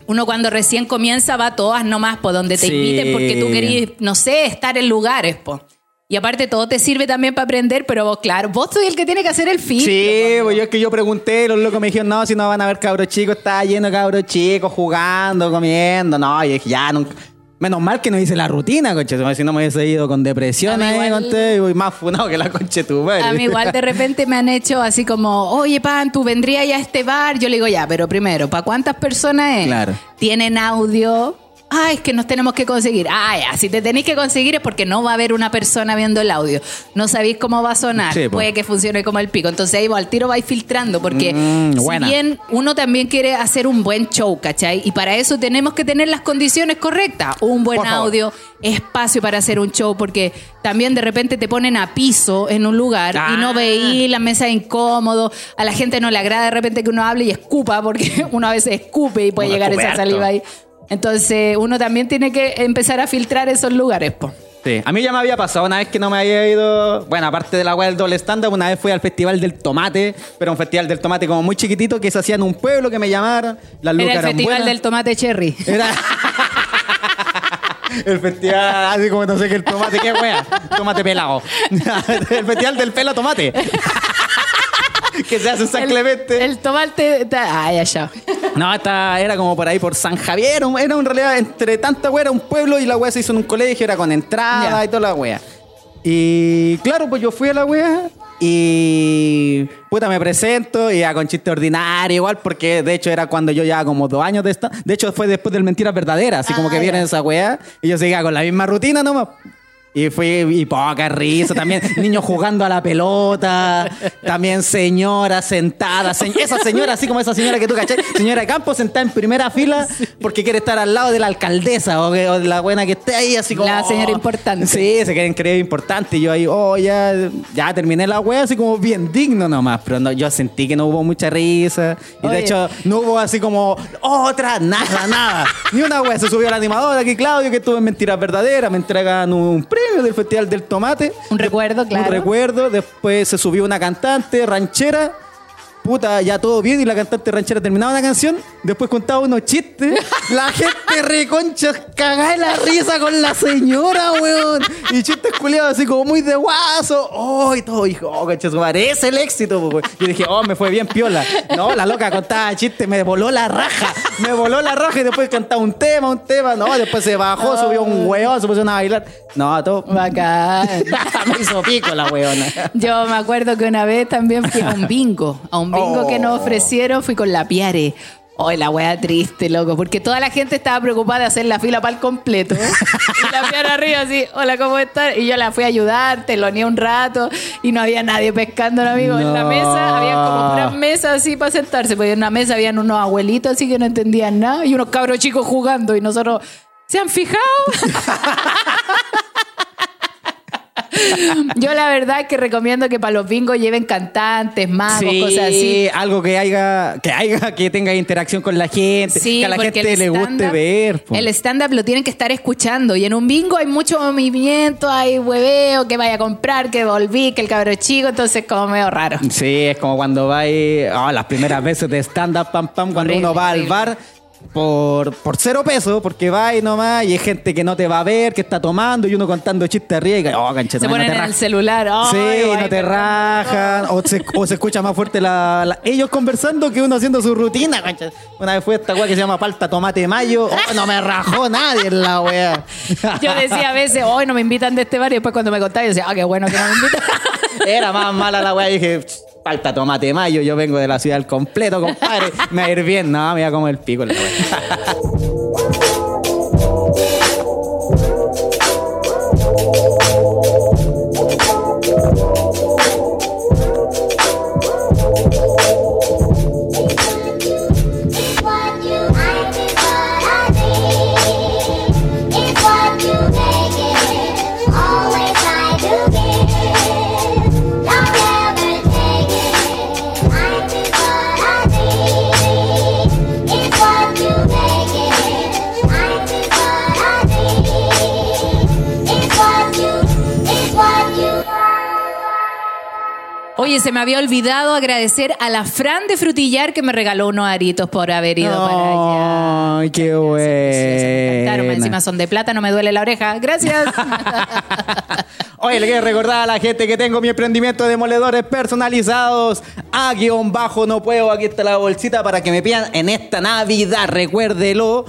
Speaker 6: Uno cuando recién comienza va a todas nomás, pues donde te
Speaker 5: Sí.
Speaker 6: inviten, porque tú querís, no sé, estar en lugares, pues. Y aparte todo te sirve también para aprender, pero vos, claro, vos soy el que tiene que hacer el filtro.
Speaker 5: Sí, pues yo es que yo pregunté, los locos me dijeron, no, si no van a ver cabros chicos, está lleno de cabros chicos jugando, comiendo. No, yo dije, ya, nunca. Menos mal que no hice la rutina, conche, tu madre, si no me hubiese ido con depresión
Speaker 6: A mí
Speaker 5: ahí,
Speaker 6: igual-
Speaker 5: conche, y voy más funado que la conche tu madre.
Speaker 6: A mí igual de repente me han hecho así como, oye, Pan, tú vendrías ya a este bar. Yo le digo, ya, pero primero, ¿para cuántas personas es?
Speaker 5: Claro.
Speaker 6: ¿Tienen audio? Ah, es que nos tenemos que conseguir. Ah, ya, si te tenéis que conseguir es porque no va a haber una persona viendo el audio. No sabéis cómo va a sonar.
Speaker 5: Sí, po.
Speaker 6: Puede que funcione como el pico. Entonces ahí vos al tiro vais filtrando porque
Speaker 5: Mm,
Speaker 6: si
Speaker 5: buena.
Speaker 6: bien uno también quiere hacer un buen show, ¿cachai? Y para eso tenemos que tener las condiciones correctas. Un buen
Speaker 5: Por favor.
Speaker 6: audio, espacio para hacer un show porque también de repente te ponen a piso en un lugar y no
Speaker 5: Ah.
Speaker 6: veí la mesa incómodo, a la gente no le agrada de repente que uno hable y escupa, porque [laughs] uno a veces escupe y puede
Speaker 5: Uno
Speaker 6: llegar
Speaker 5: escupe
Speaker 6: esa
Speaker 5: harto.
Speaker 6: saliva ahí. Entonces uno también tiene que empezar a filtrar esos lugares, po.
Speaker 5: Sí, a mí ya me había pasado una vez que no me había ido. Bueno, aparte de la web del doble stand-up, una vez fui al Festival del Tomate, pero un festival del tomate como muy chiquitito que se hacía en un pueblo que me llamaron. Las lucas
Speaker 6: Era el
Speaker 5: eran
Speaker 6: festival
Speaker 5: buenas.
Speaker 6: del tomate cherry.
Speaker 5: Era. El festival, así como no sé qué, el tomate, qué wea. Tomate pelado. [laughs] El festival del pela tomate. [laughs] que se hace en [laughs] San Clemente.
Speaker 6: El tomate. está- Ay, allá.
Speaker 5: No, esta era como por ahí, por San Javier. un- Era en realidad, entre tanta wea, era un pueblo y la wea se hizo en un colegio, era con entrada
Speaker 6: Ya.
Speaker 5: y toda la wea. Y claro, pues yo fui a la wea y. Puta, me presento y ya con chiste ordinario, igual, porque de hecho era cuando yo ya como dos años de esta. De hecho, fue después del Mentiras Verdaderas, así como
Speaker 6: Ah,
Speaker 5: que vienen
Speaker 6: ya.
Speaker 5: esa wea y yo seguía con la misma rutina nomás. Y fui, y poca
Speaker 6: [laughs]
Speaker 5: risa también. Niños jugando a la pelota. También señora sentada. se- esa señora, así como esa señora que tú caché. Señora de campo sentada en primera fila porque quiere estar al lado de la alcaldesa o, que- o de la buena que esté ahí, así como.
Speaker 6: La señora
Speaker 5: "Oh".
Speaker 6: importante.
Speaker 5: Sí, se quieren creer importante. Y yo ahí, oh, ya, ya terminé la wea, así como bien digno nomás. Pero no, yo sentí que no hubo mucha risa. Y de
Speaker 6: Oye.
Speaker 5: hecho, no hubo así como otra, nada, nada. Ni una wea. Se subió el animador aquí, Claudio, que estuvo en Mentiras Verdaderas. Me entregan un premio del Festival del Tomate.
Speaker 6: Un recuerdo, claro.
Speaker 5: Un recuerdo. Después se subió una cantante ranchera. Puta, ya todo bien y la cantante ranchera terminaba la canción. Después contaba unos chistes. La gente reconcha cagada de la risa con la señora, weón. Y chistes culiados así como muy de guaso. Oh, y todo. Dijo, oh, concha, su madre, es el éxito, po, weón. Yo dije, oh, me fue bien piola. No, la loca contaba chistes, me voló la raja. Me voló la raja y después cantaba un tema, un tema. No, después se bajó, subió un weón, se pusieron a bailar. No, todo.
Speaker 6: Bacán.
Speaker 5: [laughs] me hizo pico la weona.
Speaker 6: Yo me acuerdo que una vez también fui a un bingo, a un bingo que nos ofrecieron, fui con la Piare. Hoy la wea triste, loco, porque toda la gente estaba preocupada de hacer la fila para el completo. Y la Piare arriba así, hola, ¿cómo estás? Y yo la fui a ayudar, teloneé un rato y no había nadie pescando, un amigo, en la
Speaker 5: No.
Speaker 6: mesa. Había como puras mesas así para sentarse, porque en una mesa habían unos abuelitos así que no entendían nada y unos cabros chicos jugando y nosotros, ¿se han fijado? Yo la verdad es que recomiendo que para los bingos lleven cantantes, magos, cosas así.
Speaker 5: algo que haya, que haya, que tenga interacción con la gente,
Speaker 6: [laughs] Sí,
Speaker 5: que a la
Speaker 6: porque
Speaker 5: gente
Speaker 6: el
Speaker 5: le guste
Speaker 6: stand-up-
Speaker 5: ver. po.
Speaker 6: El stand-up lo tienen que estar escuchando. Y en un bingo hay mucho movimiento, hay hueveo, que vaya a comprar, que volví, que el cabro chico. Entonces, como medio raro.
Speaker 5: Sí, es como cuando va ahí, ah, las primeras veces de stand-up, pam, pam, cuando
Speaker 6: Horrible,
Speaker 5: uno va al
Speaker 6: horrible.
Speaker 5: bar por, por cero pesos, porque va ahí nomás y hay gente que no te va a ver, que está tomando y uno contando chistes ricos, oh, cancha,
Speaker 6: Se
Speaker 5: no
Speaker 6: ponen
Speaker 5: te
Speaker 6: en el
Speaker 5: rajas.
Speaker 6: celular. Ay,
Speaker 5: Sí,
Speaker 6: ay,
Speaker 5: no te
Speaker 6: perdón.
Speaker 5: rajan. O se, o se escucha más fuerte la, la- ellos conversando que uno haciendo su rutina. concha. Una vez fue esta weá que se llama Palta Tomate Mayo. Oh, no me rajó nadie en la weá.
Speaker 6: [laughs] Yo decía a veces, hoy no me invitan de este bar. Y después cuando me contaba, yo decía, ah, qué bueno que no me invitan.
Speaker 5: Era más mala la weá. Dije, Palta Tomate Mayo. Yo vengo de la ciudad al completo, compadre. Me va a ir bien. No, me va como el pico en la weá.
Speaker 7: It's what you like, it's what I need. It's what you make it. Always try to give. Don't ever take it. Life is what I need. It's what you make it. Life is what I need. It's what you. It's what you.
Speaker 6: [laughs] Oye, se me había olvidado agradecer a la Fran de Frutillar que me regaló unos aritos por haber ido para allá.
Speaker 5: Ay, qué
Speaker 6: Claro, encima
Speaker 5: bueno.
Speaker 6: son de plata, no me duele la oreja. [laughs] Gracias.
Speaker 5: Oye, le quiero recordar a la gente que tengo mi emprendimiento de moledores personalizados. A guión bajo no puedo. Aquí está la bolsita para que me pidan en esta Navidad. Recuérdelo.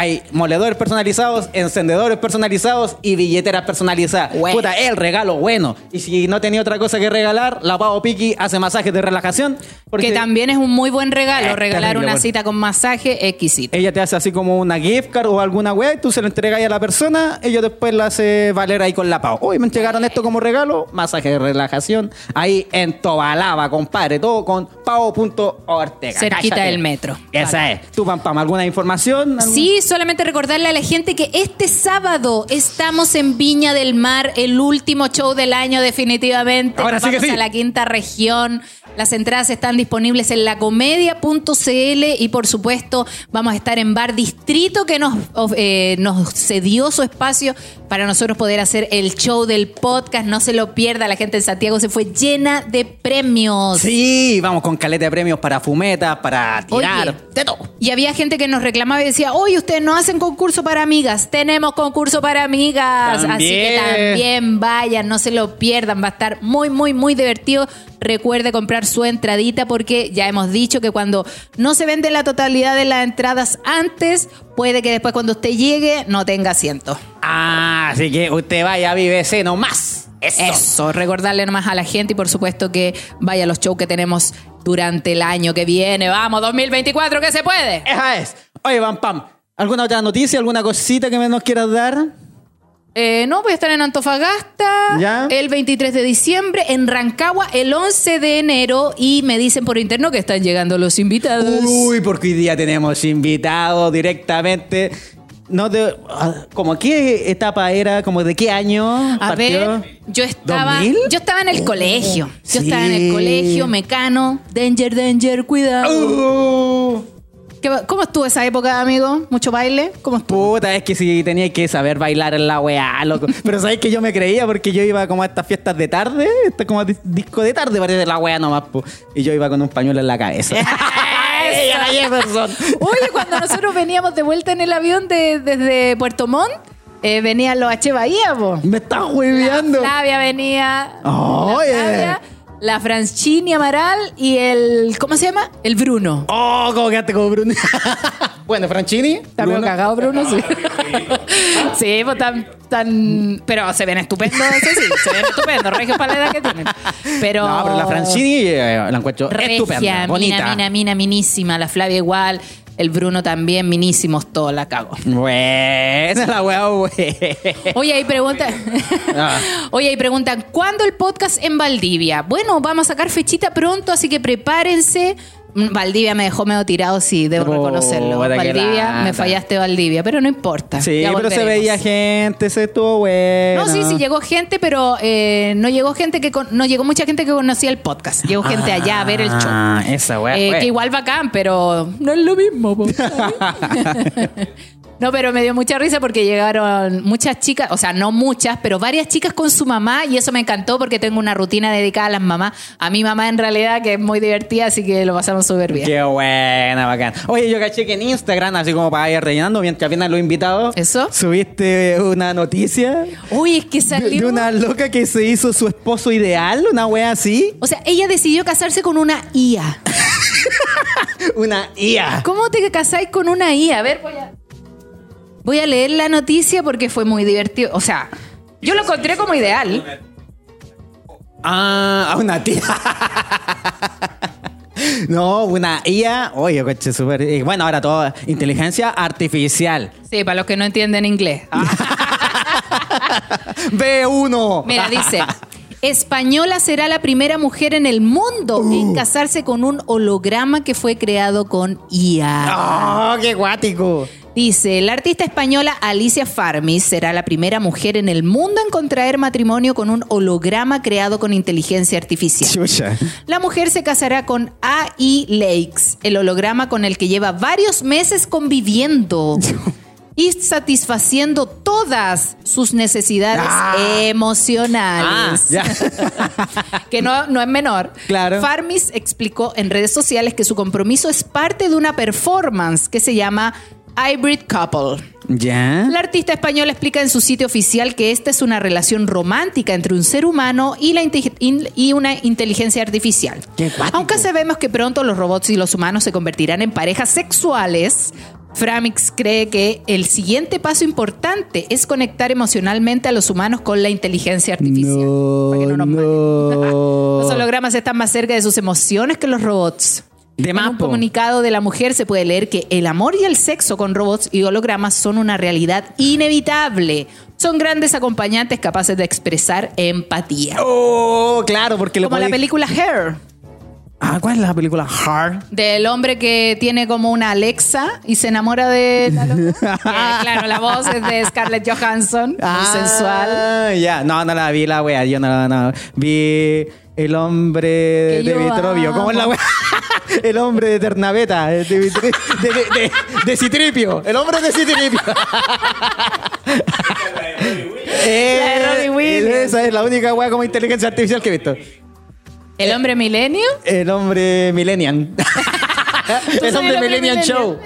Speaker 5: Hay moledores personalizados, encendedores personalizados y billeteras personalizadas.
Speaker 6: Bueno.
Speaker 5: Puta, el regalo bueno. Y si no tenía otra cosa que regalar, la Pavo Piki hace masajes de relajación.
Speaker 6: que también es un muy buen regalo,
Speaker 5: Eh,
Speaker 6: regalar
Speaker 5: terrible,
Speaker 6: una
Speaker 5: bueno.
Speaker 6: cita con masaje exquisito.
Speaker 5: Ella te hace así como una gift card o alguna web, tú se la entregas ahí a la persona, ella después la hace valer ahí con la pau. Uy, me entregaron esto como regalo, masaje de relajación, ahí en Tobalaba, compadre, todo con pavo.ortega.
Speaker 6: Cerquita
Speaker 5: Cállate.
Speaker 6: del metro.
Speaker 5: Esa
Speaker 6: Bacán.
Speaker 5: es. ¿Tú, Pam Pam, alguna información? ¿Algún-
Speaker 6: Sí, solamente recordarle a la gente que este sábado estamos en Viña del Mar, el último show del año definitivamente.
Speaker 5: Ahora
Speaker 6: Nos
Speaker 5: sí que
Speaker 6: vamos
Speaker 5: sí.
Speaker 6: a la quinta región. Las entradas están disponibles en lacomedia.cl y por supuesto vamos a estar en Bar Distrito que nos, of- eh, nos cedió su espacio para nosotros poder hacer el show del podcast. No se lo pierda, la gente en Santiago se fue llena de premios.
Speaker 5: Sí, vamos con caleta de premios para fumetas, para tirar.
Speaker 6: Oye, Y había gente que nos reclamaba y decía, oye, ustedes ustedes no hacen concurso para amigas, tenemos concurso para amigas. Así que
Speaker 5: También.
Speaker 6: también vayan, no se lo pierdan, va a estar muy, muy, muy divertido. Recuerde comprar su entradita porque ya hemos dicho que cuando no se vende la totalidad de las entradas antes, puede que después cuando usted llegue no tenga asiento.
Speaker 5: Ah, así que usted vaya a BBC nomás. Eso.
Speaker 6: Eso, recordarle nomás a la gente y por supuesto que vaya a los shows que tenemos durante el año que viene. Vamos, 2024, que se puede.
Speaker 5: Esa es. Oye, Van Pam, ¿alguna otra noticia, alguna cosita que me nos quieras dar?
Speaker 6: Eh, no, voy a estar en Antofagasta
Speaker 5: Ya.
Speaker 6: el 23 de diciembre, en Rancagua el 11 de enero y me dicen por interno que están llegando los invitados.
Speaker 5: Uy, porque hoy día tenemos invitados directamente. No te, ah, ¿Cómo qué etapa era? ¿Cómo de qué año
Speaker 6: A
Speaker 5: partió?
Speaker 6: ver, yo estaba,
Speaker 5: ¿2000?
Speaker 6: yo estaba en el colegio. Yo
Speaker 5: sí.
Speaker 6: estaba en el colegio, mecano, danger, danger, cuidado.
Speaker 5: Uh,
Speaker 6: ¿Qué va- ¿Cómo estuvo esa época, amigo? ¿Mucho baile? ¿Cómo
Speaker 5: [laughs]
Speaker 6: estuvo?
Speaker 5: puta, es que sí tenía que saber bailar en la weá, loco. Pero sabes que yo me creía porque yo iba como a estas fiestas de tarde, esta como dis- disco de tarde, parece la weá nomás, po. Y yo iba con un pañuelo en
Speaker 6: [laughs]
Speaker 5: la cabeza. Ella, la Jefferson.
Speaker 6: Oye, cuando nosotros veníamos de vuelta en el avión de- desde Puerto Montt, eh, venían los H Bahía, po.
Speaker 5: Me estás hueveando.
Speaker 6: Flavia venía.
Speaker 5: Oye.
Speaker 6: La, Flavia, la Franchini Amaral y el. ¿Cómo se llama? El Bruno.
Speaker 5: Oh, como quedaste como Bruno. [laughs] bueno, Franchini.
Speaker 6: Está medio
Speaker 5: Bruno.
Speaker 6: cagado, Bruno,
Speaker 5: [laughs]
Speaker 6: sí. sí, pues tan, tan. Pero se ven estupendos, eso sí, se ven estupendos, regios para la edad que tienen. Pero.
Speaker 5: No, pero la Francini eh, la encuentro
Speaker 6: Regia,
Speaker 5: estupenda,
Speaker 6: mina,
Speaker 5: bonita.
Speaker 6: mina, mina, minísima. La Flavia igual. El Bruno también, minísimos, todo la cago.
Speaker 5: Buena la weá,
Speaker 6: [laughs]
Speaker 5: wey.
Speaker 6: Oye, ahí pregunta.
Speaker 5: Ah.
Speaker 6: [laughs] Oye, ahí preguntan, ¿cuándo el podcast en Valdivia? Bueno, vamos a sacar fechita pronto, así que prepárense. Mm, Valdivia me dejó medio tirado, sí, debo
Speaker 5: Oh,
Speaker 6: reconocerlo.
Speaker 5: ahora que
Speaker 6: Valdivia,
Speaker 5: lata.
Speaker 6: me fallaste Valdivia, pero no importa.
Speaker 5: Sí,
Speaker 6: ya
Speaker 5: pero se
Speaker 6: volveremos.
Speaker 5: veía gente, se estuvo bueno.
Speaker 6: No, sí, sí, llegó gente, pero eh, no llegó gente que con- no llegó mucha gente que conocía el podcast. Llegó gente allá a ver el show.
Speaker 5: Ah, esa weá.
Speaker 6: Eh,
Speaker 5: fue.
Speaker 6: que igual bacán, pero no es lo mismo.
Speaker 5: [laughs]
Speaker 6: po. no, pero me dio mucha risa porque llegaron muchas chicas, o sea, no muchas, pero varias chicas con su mamá y eso me encantó porque tengo una rutina dedicada a las mamás. A mi mamá en realidad que es muy divertida, así que lo pasamos súper bien.
Speaker 5: Qué buena, bacán. Oye, yo caché que en Instagram, así como para ir rellenando, mientras vienen los invitados,
Speaker 6: ¿Eso?
Speaker 5: subiste una noticia
Speaker 6: Uy, es que
Speaker 5: de,
Speaker 6: salió...
Speaker 5: de una loca que se hizo su esposo ideal, una wea así,
Speaker 6: O sea, ella decidió casarse con una IA.
Speaker 5: una IA.
Speaker 6: ¿Cómo te casáis con una IA? A ver, voy a... Voy a leer la noticia porque fue muy divertido. O sea, yo lo encontré como ideal.
Speaker 5: Ah, a una tía. No, una IA, oye, coche, súper. y Bueno, ahora todo, inteligencia artificial.
Speaker 6: Sí, para los que no entienden inglés.
Speaker 5: B1.
Speaker 6: Mira, dice, española será la primera mujer en el mundo
Speaker 5: Uh.
Speaker 6: en casarse con un holograma que fue creado con IA.
Speaker 5: [laughs] ¡Oh, qué guático!
Speaker 6: Dice, la artista española Alicia Farmis será la primera mujer en el mundo en contraer matrimonio con un holograma creado con inteligencia artificial.
Speaker 5: Chucha.
Speaker 6: La mujer se casará con A.I. Lakes, el holograma con el que lleva varios meses conviviendo y satisfaciendo todas sus necesidades
Speaker 5: Ah.
Speaker 6: emocionales. [laughs]
Speaker 5: ya.
Speaker 6: que no, no es menor.
Speaker 5: Claro.
Speaker 6: Farmis explicó en redes sociales que su compromiso es parte de una performance que se llama Hybrid Couple.
Speaker 5: ¿Ya?
Speaker 6: La artista española explica en su sitio oficial que esta es una relación romántica entre un ser humano y, la inte- in- y una inteligencia artificial.
Speaker 5: Qué cuático.
Speaker 6: Aunque sabemos que pronto los robots y los humanos se convertirán en parejas sexuales, Framix cree que el siguiente paso importante es conectar emocionalmente a los humanos con la inteligencia artificial. Para que no nos maten. [laughs]
Speaker 5: no.
Speaker 6: Los hologramas están más cerca de sus emociones que los robots.
Speaker 5: De
Speaker 6: En
Speaker 5: más,
Speaker 6: un
Speaker 5: po.
Speaker 6: comunicado de la mujer se puede leer que el amor y el sexo con robots y hologramas son una realidad inevitable. Son grandes acompañantes capaces de expresar empatía.
Speaker 5: Oh, claro, porque lo
Speaker 6: Como la
Speaker 5: podéis-
Speaker 6: película Hair,
Speaker 5: Ah, ¿cuál es la película? Hard.
Speaker 6: del hombre que tiene como una Alexa y se enamora de... la loca.
Speaker 5: [laughs]
Speaker 6: Eh, claro, la voz es de Scarlett Johansson, muy sensual.
Speaker 5: Ah, Ya, no, no la vi la wea, yo no, no. Vi el hombre
Speaker 6: Que
Speaker 5: de
Speaker 6: yo
Speaker 5: Vitrobio, ¿cómo es la
Speaker 6: amo.
Speaker 5: wea? [laughs] El hombre de Ternaveta, eh, de, Vitri- de, de- de- de Citripio, el hombre
Speaker 6: [laughs]
Speaker 5: de Citripio. Eh,
Speaker 6: La de Robbie Williams.
Speaker 5: Esa es la única wea como inteligencia artificial que he visto.
Speaker 6: El hombre milenio.
Speaker 5: El
Speaker 6: [laughs]
Speaker 5: hombre Millennial.
Speaker 6: soy
Speaker 5: el
Speaker 6: el
Speaker 5: hombre
Speaker 6: hombre
Speaker 5: Millennial
Speaker 6: millennial.
Speaker 5: Show.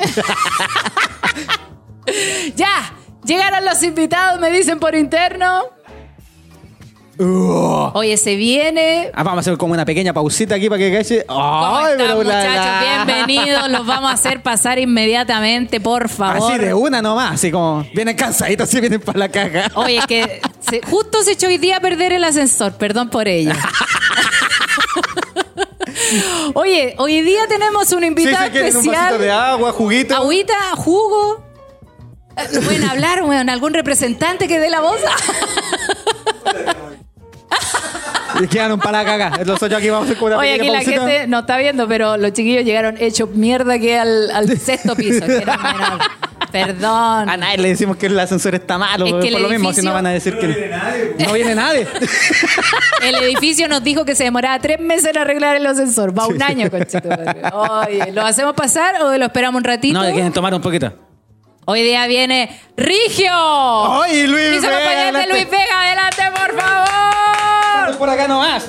Speaker 6: Ya, llegaron los invitados, me dicen por interno. Oye, se viene.
Speaker 5: Ah, vamos a hacer como una pequeña pausita aquí para que cache.
Speaker 6: ¿Cómo
Speaker 5: ¡Ay,
Speaker 6: están,
Speaker 5: pero la-
Speaker 6: muchachos?
Speaker 5: la-
Speaker 6: Bienvenidos. Los vamos a hacer pasar inmediatamente, por favor.
Speaker 5: Así de una nomás, así como. Vienen cansaditos, [laughs] así vienen para la caja.
Speaker 6: Oye, es que se- justo se echó hoy día a perder el ascensor, perdón por
Speaker 5: [laughs]
Speaker 6: ello. Oye, hoy día tenemos un
Speaker 5: Sí,
Speaker 6: invitado
Speaker 5: sí, quieren un
Speaker 6: especial.
Speaker 5: vasito de agua, juguito.
Speaker 6: Agüita,
Speaker 5: [laughs]
Speaker 6: jugo. Eh, Pueden hablar, weón, algún representante que dé la voz.
Speaker 5: Y quedaron para la caga. Nosotros aquí vamos a hacer como una
Speaker 6: Oye, aquí
Speaker 5: pequeña
Speaker 6: la
Speaker 5: pausita.
Speaker 6: gente no está viendo, pero los chiquillos llegaron hechos mierda que al, al sexto piso. que
Speaker 5: [laughs]
Speaker 6: era menor. Perdón.
Speaker 5: A nadie le decimos que el ascensor está malo,
Speaker 6: Es que el
Speaker 5: por lo mismo, si
Speaker 6: edificio-
Speaker 5: no van a decir que. No viene nadie. No
Speaker 6: [laughs]
Speaker 5: viene nadie.
Speaker 6: El edificio nos dijo que se demoraba tres meses en arreglar el ascensor. Va un año, conchito. Oye, ¿lo hacemos pasar o lo esperamos un ratito?
Speaker 5: no, le quieren tomar un poquito.
Speaker 6: Hoy día viene Rigio.
Speaker 5: ¡Ay, Luis
Speaker 6: Y su
Speaker 5: Vega,
Speaker 6: acompañante
Speaker 5: adelante!
Speaker 6: Luis Vega, adelante, por favor.
Speaker 5: Por acá nomás.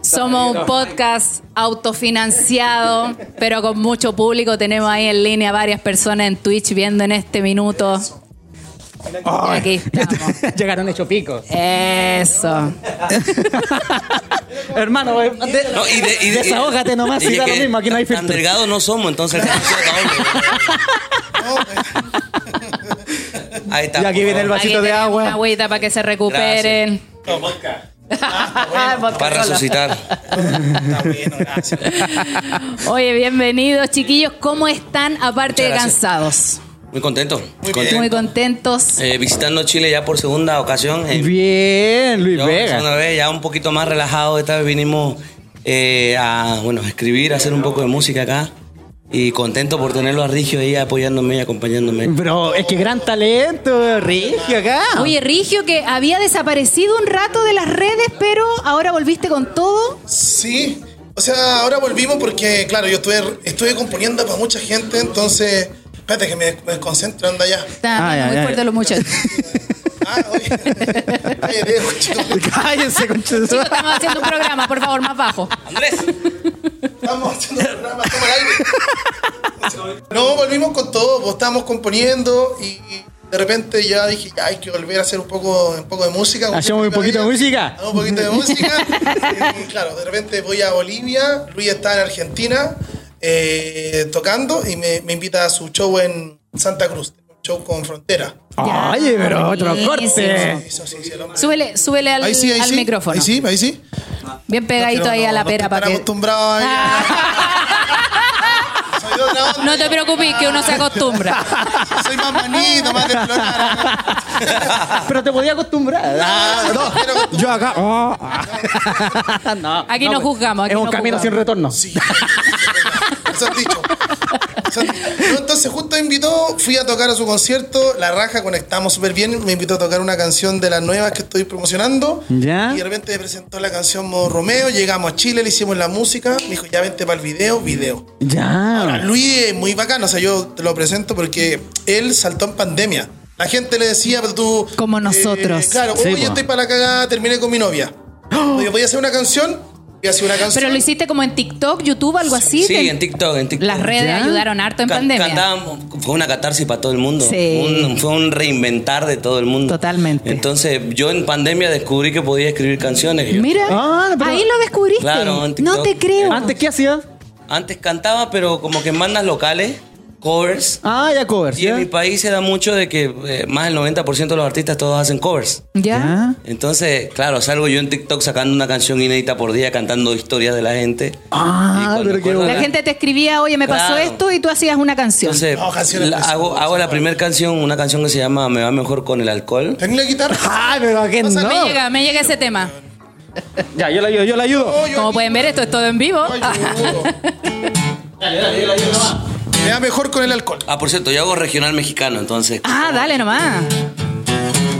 Speaker 6: Somos un podcast autofinanciado, pero con mucho público. Tenemos ahí en línea varias personas en Twitch viendo en este minuto. Aquí estamos.
Speaker 5: [laughs] Llegaron hecho pico.
Speaker 6: Eso.
Speaker 5: Hermano, eh, de-
Speaker 2: No, y de, y de-
Speaker 5: desahógate nomás,
Speaker 2: y
Speaker 5: si
Speaker 2: de
Speaker 5: da lo
Speaker 2: que
Speaker 5: mismo, aquí no hay
Speaker 2: tan- Tan
Speaker 5: filtro.
Speaker 2: delgado no somos, entonces. Ahí está.
Speaker 5: Y aquí
Speaker 2: por
Speaker 5: viene el
Speaker 2: favor.
Speaker 5: vasito
Speaker 6: Aquí
Speaker 5: de
Speaker 6: tenemos
Speaker 5: agua.
Speaker 6: Una agüita para que se recuperen. Vodka
Speaker 2: Para
Speaker 6: sola.
Speaker 2: resucitar.
Speaker 6: Oye, bienvenidos, chiquillos. ¿Cómo están? Aparte
Speaker 2: Muchas
Speaker 6: de
Speaker 2: gracias.
Speaker 6: cansados.
Speaker 2: Muy contento. contento.
Speaker 6: Muy contentos.
Speaker 2: Eh, visitando Chile ya por segunda ocasión. Eh,
Speaker 5: Bien, Luis
Speaker 2: yo,
Speaker 5: Vega.
Speaker 2: Una vez ya un poquito más relajado. Esta vez vinimos eh, a bueno, a escribir, a hacer un poco de música acá. Y contento por tenerlo a Rigio ahí apoyándome y acompañándome.
Speaker 5: Bro, es que gran talento, Rigio acá.
Speaker 6: Oye, Rigio, que había desaparecido un rato de las redes, pero ahora volviste con todo.
Speaker 8: Sí, o sea, ahora volvimos porque, claro, yo estuve, estuve componiendo para mucha gente, entonces, espérate que me, me desconcentro, anda ya.
Speaker 6: Está
Speaker 5: Ay, ay,
Speaker 6: muy
Speaker 5: ay.
Speaker 6: fuerte los muchachos.
Speaker 8: Ah, oye, [laughs] Ay, Diego, chico.
Speaker 5: Cállense, conchazo.
Speaker 6: Chicos, estamos haciendo un programa, por favor, más bajo.
Speaker 2: Andrés.
Speaker 8: estamos haciendo un programa, estamos al aire. No, volvimos con todo, pues, estábamos componiendo y de repente ya dije, ya hay que volver a hacer un poco, un poco de música.
Speaker 5: Hacemos un poquito de música.
Speaker 8: Hagamos un poquito de música. Y, claro, de repente voy a Bolivia, Luis está en Argentina eh, tocando y me, me invita a su show en Santa Cruz, un show con Frontera.
Speaker 6: [laughs] Ya,
Speaker 5: Oye, pero otro
Speaker 6: buenísimo.
Speaker 5: corte.
Speaker 8: Eso sí, sí, el hombre.
Speaker 6: Súbele, súbele al,
Speaker 8: Ahí sí, ahí
Speaker 6: al
Speaker 8: sí.
Speaker 6: micrófono.
Speaker 8: Ahí sí, ahí sí.
Speaker 6: Bien pegadito
Speaker 8: Pero
Speaker 6: ahí
Speaker 8: no,
Speaker 6: a la
Speaker 8: no estoy
Speaker 6: pera para
Speaker 8: tan
Speaker 6: que.
Speaker 8: acostumbrado ahí a- Soy de otra onda.
Speaker 6: Ah, No te preocupes, que uno se acostumbra.
Speaker 8: [laughs] Soy más manito, más de explorar.
Speaker 5: Pero te podía acostumbrar. Ah,
Speaker 8: no, pero acostumbrar.
Speaker 5: Yo acá. oh, ah. No,
Speaker 6: Aquí no
Speaker 5: pues,
Speaker 6: juzgamos, aquí
Speaker 5: es un
Speaker 6: no
Speaker 5: camino
Speaker 6: juzgamos.
Speaker 5: sin retorno.
Speaker 8: Eso han dicho. Eso han dicho. No, entonces justo invitó, fui a tocar a su concierto, La Raja, conectamos súper bien, me invitó a tocar una canción de las nuevas que estoy promocionando.
Speaker 5: Ya.
Speaker 8: Y de repente me presentó la canción Modo Romeo, llegamos a Chile, le hicimos la música, me dijo, ya vente para el video, video. Ahora,
Speaker 5: Ya.
Speaker 8: Luis es muy bacano, o sea, yo te lo presento porque él saltó en pandemia. La gente le decía, pero tú.
Speaker 6: Como
Speaker 8: eh,
Speaker 6: nosotros.
Speaker 8: claro,
Speaker 5: Sí,
Speaker 8: "Uy,
Speaker 5: po.
Speaker 8: yo estoy para la cagada, terminé con mi novia. Yo voy a hacer una canción, voy a hacer una canción.
Speaker 6: Pero lo hiciste como en TikTok, YouTube, algo así.
Speaker 2: Sí,
Speaker 6: Te-
Speaker 2: en TikTok, en TikTok.
Speaker 6: Las redes
Speaker 5: Ya.
Speaker 6: ayudaron harto en
Speaker 2: Ca-
Speaker 6: pandemia.
Speaker 2: cantábamos, fue una catarsis para todo el mundo.
Speaker 6: Sí.
Speaker 2: Un- fue un reinventar de todo el mundo.
Speaker 6: Totalmente.
Speaker 2: Entonces, yo en pandemia descubrí que podía escribir canciones. Yo-
Speaker 6: Mira,
Speaker 5: Ah, no, pero- Ah,
Speaker 6: ahí lo descubriste.
Speaker 2: Claro, en TikTok.
Speaker 6: no te creo.
Speaker 5: ¿Antes qué hacías?
Speaker 2: Antes cantaba, pero como que en bandas locales, covers.
Speaker 5: Ah, ya covers.
Speaker 2: Y en
Speaker 5: ¿ya?
Speaker 2: mi país se da mucho de que eh, más del 90% de los artistas todos hacen covers.
Speaker 6: ¿Ya?
Speaker 5: Ya.
Speaker 2: Entonces, claro, salgo yo en TikTok sacando una canción inédita por día, cantando historias de la gente. Y
Speaker 5: Ah,
Speaker 2: cuando
Speaker 5: pero qué
Speaker 2: acuerdo
Speaker 5: bueno.
Speaker 6: La gente te escribía, oye, me pasó
Speaker 2: Claro.
Speaker 6: esto y tú hacías una canción.
Speaker 2: Entonces,
Speaker 8: No, canciones
Speaker 2: la-
Speaker 8: de-
Speaker 2: hago, hago la primera canción, una canción que se llama Me va mejor con el alcohol.
Speaker 8: ¿Tenés la guitarra?
Speaker 5: Ah, pero ¿a qué no?
Speaker 6: me llega, me llega ese tema.
Speaker 5: Ya, yo la ayudo, yo la ayudo.
Speaker 8: No, yo-
Speaker 6: Como pueden ver, esto es todo en vivo.
Speaker 8: Ay, yo- Me da mejor con el alcohol.
Speaker 2: Ah, por cierto, yo hago regional mexicano, entonces.
Speaker 6: [laughs] Ah, dale nomás.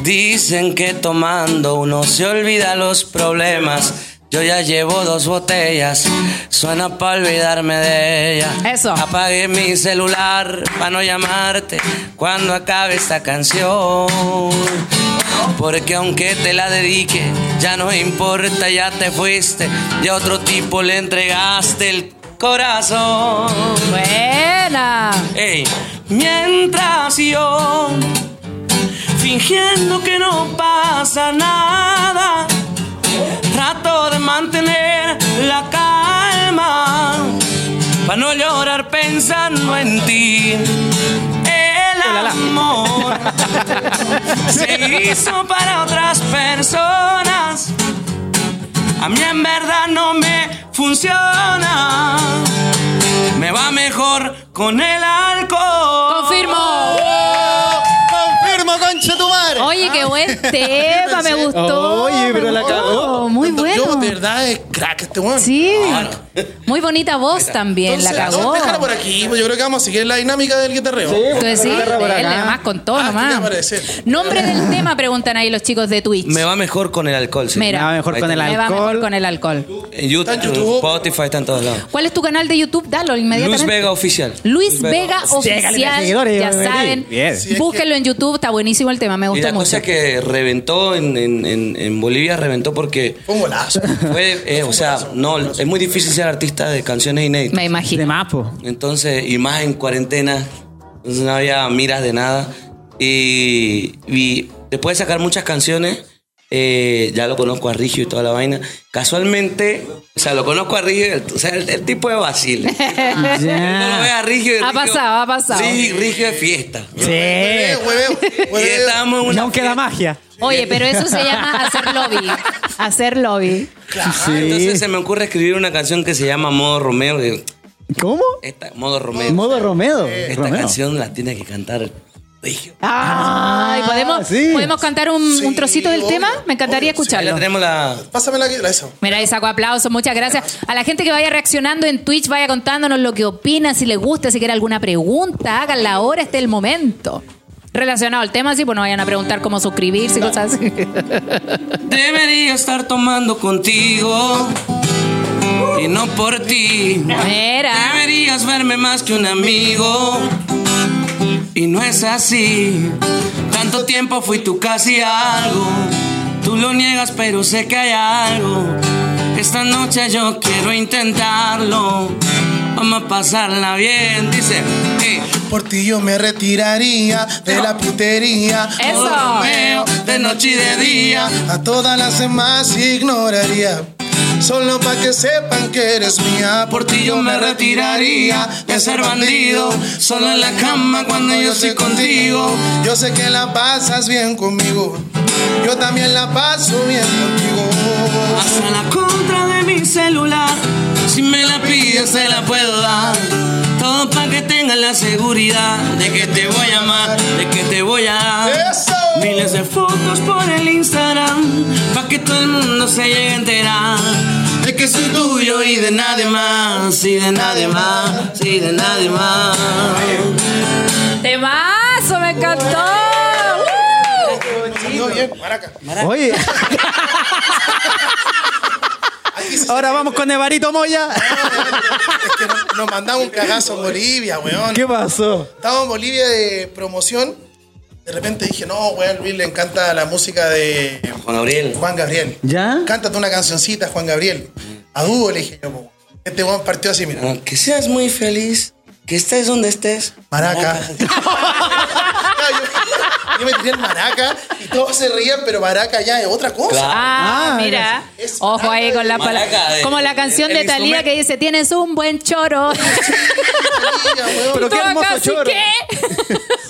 Speaker 2: Dicen que tomando uno se olvida los problemas. Yo ya llevo dos botellas, suena para olvidarme de ella.
Speaker 6: Eso.
Speaker 2: Apagué mi celular para no llamarte cuando acabe esta canción. Porque aunque te la dedique, ya no importa, ya te fuiste. Y a otro tipo le entregaste el corazón.
Speaker 6: Buena.
Speaker 2: Ey, Mientras yo, fingiendo que no pasa nada, trato de mantener la calma, para no llorar pensando en ti. El amor se hizo para otras personas. A mí en verdad no me funciona. Me va mejor con el alcohol.
Speaker 3: Confirmo.
Speaker 8: ¡Confirmo, concha tu madre!
Speaker 6: Oye, qué
Speaker 2: [laughs]
Speaker 6: buen tema, me
Speaker 8: Oye,
Speaker 6: gustó.
Speaker 5: pero
Speaker 6: me
Speaker 5: la
Speaker 6: gustó,
Speaker 5: cagó.
Speaker 6: Muy
Speaker 8: Tanto-
Speaker 6: bueno.
Speaker 8: Yo, de verdad, es crack este
Speaker 2: [laughs]
Speaker 8: weón.
Speaker 6: Sí. Muy bonita voz también,
Speaker 8: Entonces,
Speaker 6: la
Speaker 8: no,
Speaker 6: cagó.
Speaker 8: déjala por aquí, pues yo creo que vamos a seguir la dinámica del guitarreo.
Speaker 6: Entonces Pues sí,
Speaker 5: Agarra por
Speaker 6: él,
Speaker 5: acá.
Speaker 6: además con todo
Speaker 8: Ah,
Speaker 6: nomás.
Speaker 8: quería aparecer.
Speaker 6: Nombre del tema, preguntan ahí los chicos de Twitch.
Speaker 2: Me va mejor con el alcohol, sí.
Speaker 6: Mira,
Speaker 5: Me va mejor
Speaker 2: Ahí
Speaker 5: con el
Speaker 2: está.
Speaker 6: Me va mejor
Speaker 5: alcohol.
Speaker 6: con el alcohol.
Speaker 2: En YouTube,
Speaker 8: Está en YouTube.
Speaker 2: Spotify, está en todos lados.
Speaker 6: ¿Cuál es tu canal de YouTube? Dalo inmediatamente.
Speaker 2: Luis Vega Oficial.
Speaker 6: Luis Vega
Speaker 5: más
Speaker 6: Oficial,
Speaker 5: seguidores,
Speaker 6: ya
Speaker 5: Vení.
Speaker 6: saben.
Speaker 5: Bien. Sí,
Speaker 8: es que-
Speaker 6: Búsquenlo en YouTube, está buenísimo el tema, me
Speaker 2: Y
Speaker 6: gustó
Speaker 2: la
Speaker 6: mucho.
Speaker 2: cosa que reventó en, en- en- en Bolivia, reventó porque
Speaker 8: Un golazo.
Speaker 2: fue, eh, o sea, no, es muy difícil ser artista de canciones inéditas.
Speaker 6: Me imagino.
Speaker 5: De Mapo.
Speaker 2: Entonces, y más en cuarentena, entonces no había miras de nada. Y, y después de sacar muchas canciones, eh, ya lo conozco a Rigio y toda la vaina. Casualmente, o sea, lo conozco a Rigio, el- o sea, el, el tipo de vacil.
Speaker 6: [laughs]
Speaker 2: No lo ve a Rigio. y
Speaker 6: Ha
Speaker 2: Rigio-
Speaker 6: pasado, ha pasado.
Speaker 2: Sí, Rigio es fiesta.
Speaker 5: Sí.
Speaker 8: Hueveo,
Speaker 6: [laughs]
Speaker 8: hueveo,
Speaker 2: Y
Speaker 5: Pues,
Speaker 8: hueveo.
Speaker 2: estábamos en
Speaker 5: Y
Speaker 2: una
Speaker 5: aunque la magia.
Speaker 6: [laughs] Oye, pero eso se llama hacer lobby. Hacer lobby.
Speaker 5: Sí.
Speaker 2: Ah, Entonces se me ocurre escribir una canción que se llama Modo Romeo. que-
Speaker 5: ¿Cómo?
Speaker 2: Esta, Modo Romeo.
Speaker 5: Modo Romeo.
Speaker 2: Esta
Speaker 5: Romeo.
Speaker 2: canción la tiene que cantar Rigio.
Speaker 6: Ay, ¿podemos,
Speaker 5: Ah, sí.
Speaker 6: ¿podemos cantar un, un
Speaker 8: Sí,
Speaker 6: trocito del
Speaker 8: obvio,
Speaker 6: tema? Me encantaría
Speaker 8: obvio,
Speaker 2: Ahí la
Speaker 6: escucharlo.
Speaker 2: tenemos la...
Speaker 8: Pásame la la- esa.
Speaker 6: Mira, ahí saco aplausos, muchas gracias. A la gente que vaya reaccionando en Twitch, vaya contándonos lo que opina, si les gusta, si quiere alguna pregunta, háganla ahora, este es el momento. Relacionado al tema, sí, pues no vayan a preguntar cómo suscribirse y cosas así.
Speaker 2: Debería estar tomando contigo y no por ti.
Speaker 6: Mira,
Speaker 2: Deberías verme más que un amigo y no es así. Tanto tiempo fui tú casi algo. Tú lo niegas, pero sé que hay algo. Esta noche yo quiero intentarlo. Vamos a pasarla bien, dice. Hey.
Speaker 8: Por ti yo me retiraría de la putería.
Speaker 6: Eso.
Speaker 8: Modo Romeo, de noche y de día. A todas las demás ignoraría. Solo para que sepan que eres mía.
Speaker 2: Por ti yo me retiraría de ser bandido. Solo en la cama cuando yo estoy contigo.
Speaker 8: Yo sé que la pasas bien conmigo. Yo también la paso bien contigo.
Speaker 2: Hasta la contra de mi celular. Si me la pides, se la puedo dar. Todo para que tengas la seguridad de que te voy a amar, de que te voy a dar.
Speaker 8: ¡Eso!
Speaker 2: Miles de fotos por el Instagram, pa' que todo el mundo se llegue a enterar. De que soy tuyo y de nadie más, y de nadie más, y de nadie más.
Speaker 6: temazo, me encantó. ¡Uh!
Speaker 8: No, bien, maraca.
Speaker 5: Oye. Ahora vamos con Evarito Moya.
Speaker 8: Es que nos- nos mandamos un cagazo a Bolivia, weón.
Speaker 5: [laughs] ¿Qué pasó?
Speaker 8: Estaba en Bolivia de promoción. De repente dije, no, weón, Luis le encanta la música de
Speaker 2: Juan Gabriel.
Speaker 8: Juan Gabriel.
Speaker 5: ¿Ya?
Speaker 8: Cántate una cancioncita, Juan Gabriel. A dúo le dije yo, po. Este weón partió así, mira.
Speaker 2: Ah, Que seas muy feliz, que estés donde estés.
Speaker 8: Maraca. [laughs] yo, yo me tiré el maraca y todos se reían, pero maraca ya es otra cosa.
Speaker 2: Claro.
Speaker 6: Ah, mira.
Speaker 8: es-
Speaker 6: Ojo ahí con la palabra.
Speaker 2: Maraca, eh,
Speaker 6: Como la canción
Speaker 8: el
Speaker 6: de Talía
Speaker 8: instrumento.
Speaker 6: que dice, tienes un buen choro.
Speaker 8: Mira, weón.
Speaker 5: Pero qué
Speaker 6: Todo
Speaker 5: hermoso
Speaker 6: acá, ¿sí
Speaker 5: choro.
Speaker 6: qué?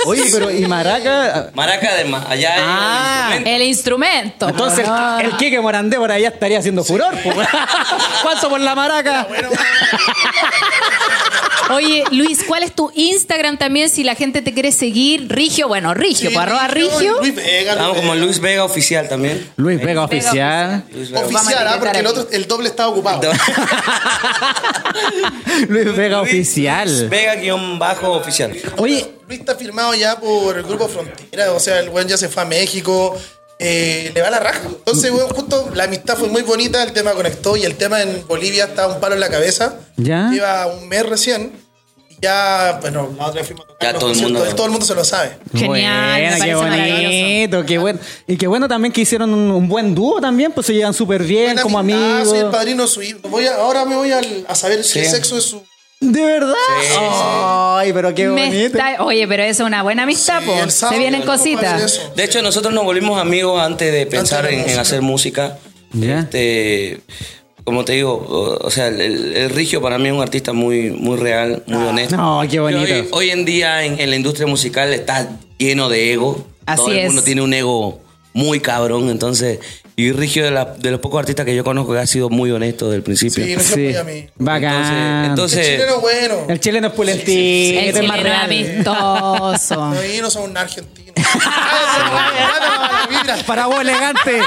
Speaker 5: Oye, pero y Maraca.
Speaker 2: Maraca de ma- allá. en-
Speaker 5: Ah.
Speaker 6: El instrumento.
Speaker 5: Entonces
Speaker 6: Ah.
Speaker 5: el Quique Morandé por allá estaría haciendo furor. po. [laughs] ¿Cuánto por la Maraca?
Speaker 2: [laughs]
Speaker 6: Oye, Luis, ¿cuál es tu Instagram también si la gente te quiere seguir? Rigio, bueno, Rigio,
Speaker 8: Sí,
Speaker 6: pues, arroba Rigio.
Speaker 8: Rigio, Luis Vega.
Speaker 2: Estamos como
Speaker 8: Vega.
Speaker 2: Luis Vega oficial también.
Speaker 5: Luis Vega oficial.
Speaker 2: Luis Vega.
Speaker 8: Oficial, ah, porque el otro, el doble estaba ocupado.
Speaker 5: [laughs] [laughs] Luis Vega
Speaker 2: Luis- Luis
Speaker 5: oficial.
Speaker 2: Vega guión bajo oficial.
Speaker 5: Oye,
Speaker 8: Luis está firmado ya por el grupo Frontera, o sea, el weón ya se fue a México, eh, le va la raja. Entonces, weón, justo la amistad fue muy bonita, el tema conectó y el tema en Bolivia está un palo en la cabeza.
Speaker 5: Ya.
Speaker 8: Lleva un mes recién. y Ya, bueno, la otra vez fuimos a tocar
Speaker 2: Ya
Speaker 8: los
Speaker 2: todo el mundo-
Speaker 8: conciertos, todo el mundo se lo sabe.
Speaker 6: Genial, me
Speaker 5: Buena, qué
Speaker 6: parece maravilloso.
Speaker 5: bonito, qué bueno. Y qué bueno también que hicieron un, un buen dúo también, pues se llevan súper bien
Speaker 8: Buena
Speaker 5: como
Speaker 8: amistad, ah,
Speaker 5: amigos.
Speaker 8: Soy el padrino de su hijo. Voy a- ahora me voy al- a saber
Speaker 2: Sí.
Speaker 8: el sexo de su
Speaker 5: ¿De verdad? Ay, pero qué
Speaker 6: Me
Speaker 5: bonito.
Speaker 6: está- oye, pero eso es una buena amistad,
Speaker 8: Sí,
Speaker 6: po.
Speaker 8: el sábado
Speaker 6: Se vienen
Speaker 8: vamos a hacer
Speaker 6: cositas.
Speaker 8: eso.
Speaker 2: De hecho, nosotros nos volvimos amigos antes de pensar
Speaker 8: de la
Speaker 2: en, en
Speaker 8: música.
Speaker 2: hacer música.
Speaker 5: Ya.
Speaker 2: Este, como te digo, o, o sea, el, el- el Rigio para mí es un artista muy, muy real, muy honesto.
Speaker 5: no, qué
Speaker 2: Y
Speaker 5: bonito.
Speaker 2: Hoy, hoy en día en, en la industria musical está lleno de ego.
Speaker 6: Así
Speaker 2: Todo el
Speaker 6: es.
Speaker 2: mundo tiene un ego muy cabrón, entonces... Y Rigio de, la- de los pocos artistas que yo conozco que ha sido muy honesto desde el principio.
Speaker 8: Sí, no se
Speaker 5: Sí.
Speaker 8: apoya a mí.
Speaker 5: Bacán.
Speaker 2: Entonces,
Speaker 8: El
Speaker 2: entonces
Speaker 8: chileno bueno.
Speaker 5: el chileno es pulentito,
Speaker 6: El
Speaker 5: es más
Speaker 6: chileno
Speaker 5: real.
Speaker 6: amistoso.
Speaker 8: [laughs] Ahí no son un [laughs] argentino.
Speaker 5: [laughs]
Speaker 8: Ah, no, no, no, no,
Speaker 5: Para vos, elegante.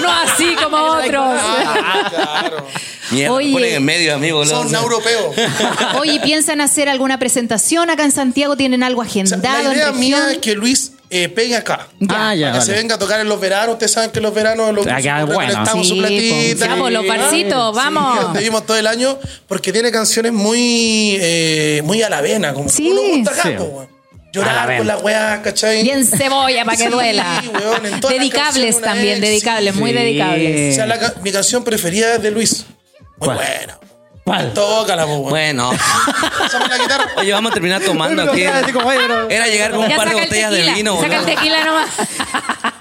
Speaker 6: No así como otros.
Speaker 8: mira. Ah, Claro.
Speaker 2: mierda, me
Speaker 6: oye.
Speaker 2: ponen en medio, amigo. boludo.
Speaker 8: Son europeos.
Speaker 6: [laughs] Oye, ¿piensan hacer alguna presentación acá en Santiago? ¿Tienen algo
Speaker 8: O sea, la
Speaker 6: agendado en
Speaker 8: idea mía
Speaker 6: región?
Speaker 8: es que Luis eh, pegue acá.
Speaker 5: Ah, ya,
Speaker 8: que se
Speaker 5: vale.
Speaker 8: venga a tocar en los veranos. Ustedes saben que en los veranos los
Speaker 5: Acá,
Speaker 8: nosotros
Speaker 5: bueno. pues,
Speaker 8: recolectamos
Speaker 6: Sí,
Speaker 8: su platita. pues,
Speaker 6: po. Ya, po, los barcitos, vamos.
Speaker 8: que donde vivimos todo el año. Porque tiene canciones muy, eh, muy a la vena. Como
Speaker 6: Sí.
Speaker 8: uno gusta acá,
Speaker 5: Sí.
Speaker 8: po, weón.
Speaker 5: A la
Speaker 8: Llorar
Speaker 5: vena.
Speaker 8: con las weas, ¿cachai?
Speaker 6: Y en cebolla para que
Speaker 8: Sí,
Speaker 6: duela.
Speaker 8: weón, en todas las canciones
Speaker 6: dedicables
Speaker 8: una
Speaker 6: también,
Speaker 8: ex.
Speaker 6: dedicables, muy
Speaker 5: Sí.
Speaker 8: O
Speaker 6: dedicables.
Speaker 8: sea, la ca- mi canción preferida es de Luis. Muy
Speaker 5: Eh. ¿Cuál?
Speaker 8: buena.
Speaker 5: ¿Cuál?
Speaker 8: Tócala, po, weón.
Speaker 2: Bueno, [laughs]
Speaker 8: Pásame la
Speaker 5: [laughs]
Speaker 8: guitarra.
Speaker 2: oye, vamos a terminar tomando
Speaker 5: Pero
Speaker 2: aquí.
Speaker 5: claro, así como, oye, pero-
Speaker 2: Era llegar con un
Speaker 6: Ya
Speaker 2: par de
Speaker 6: saca el
Speaker 2: botellas de
Speaker 6: tequila,
Speaker 2: vino,
Speaker 6: saca el
Speaker 2: boludo.
Speaker 6: tequila nomás.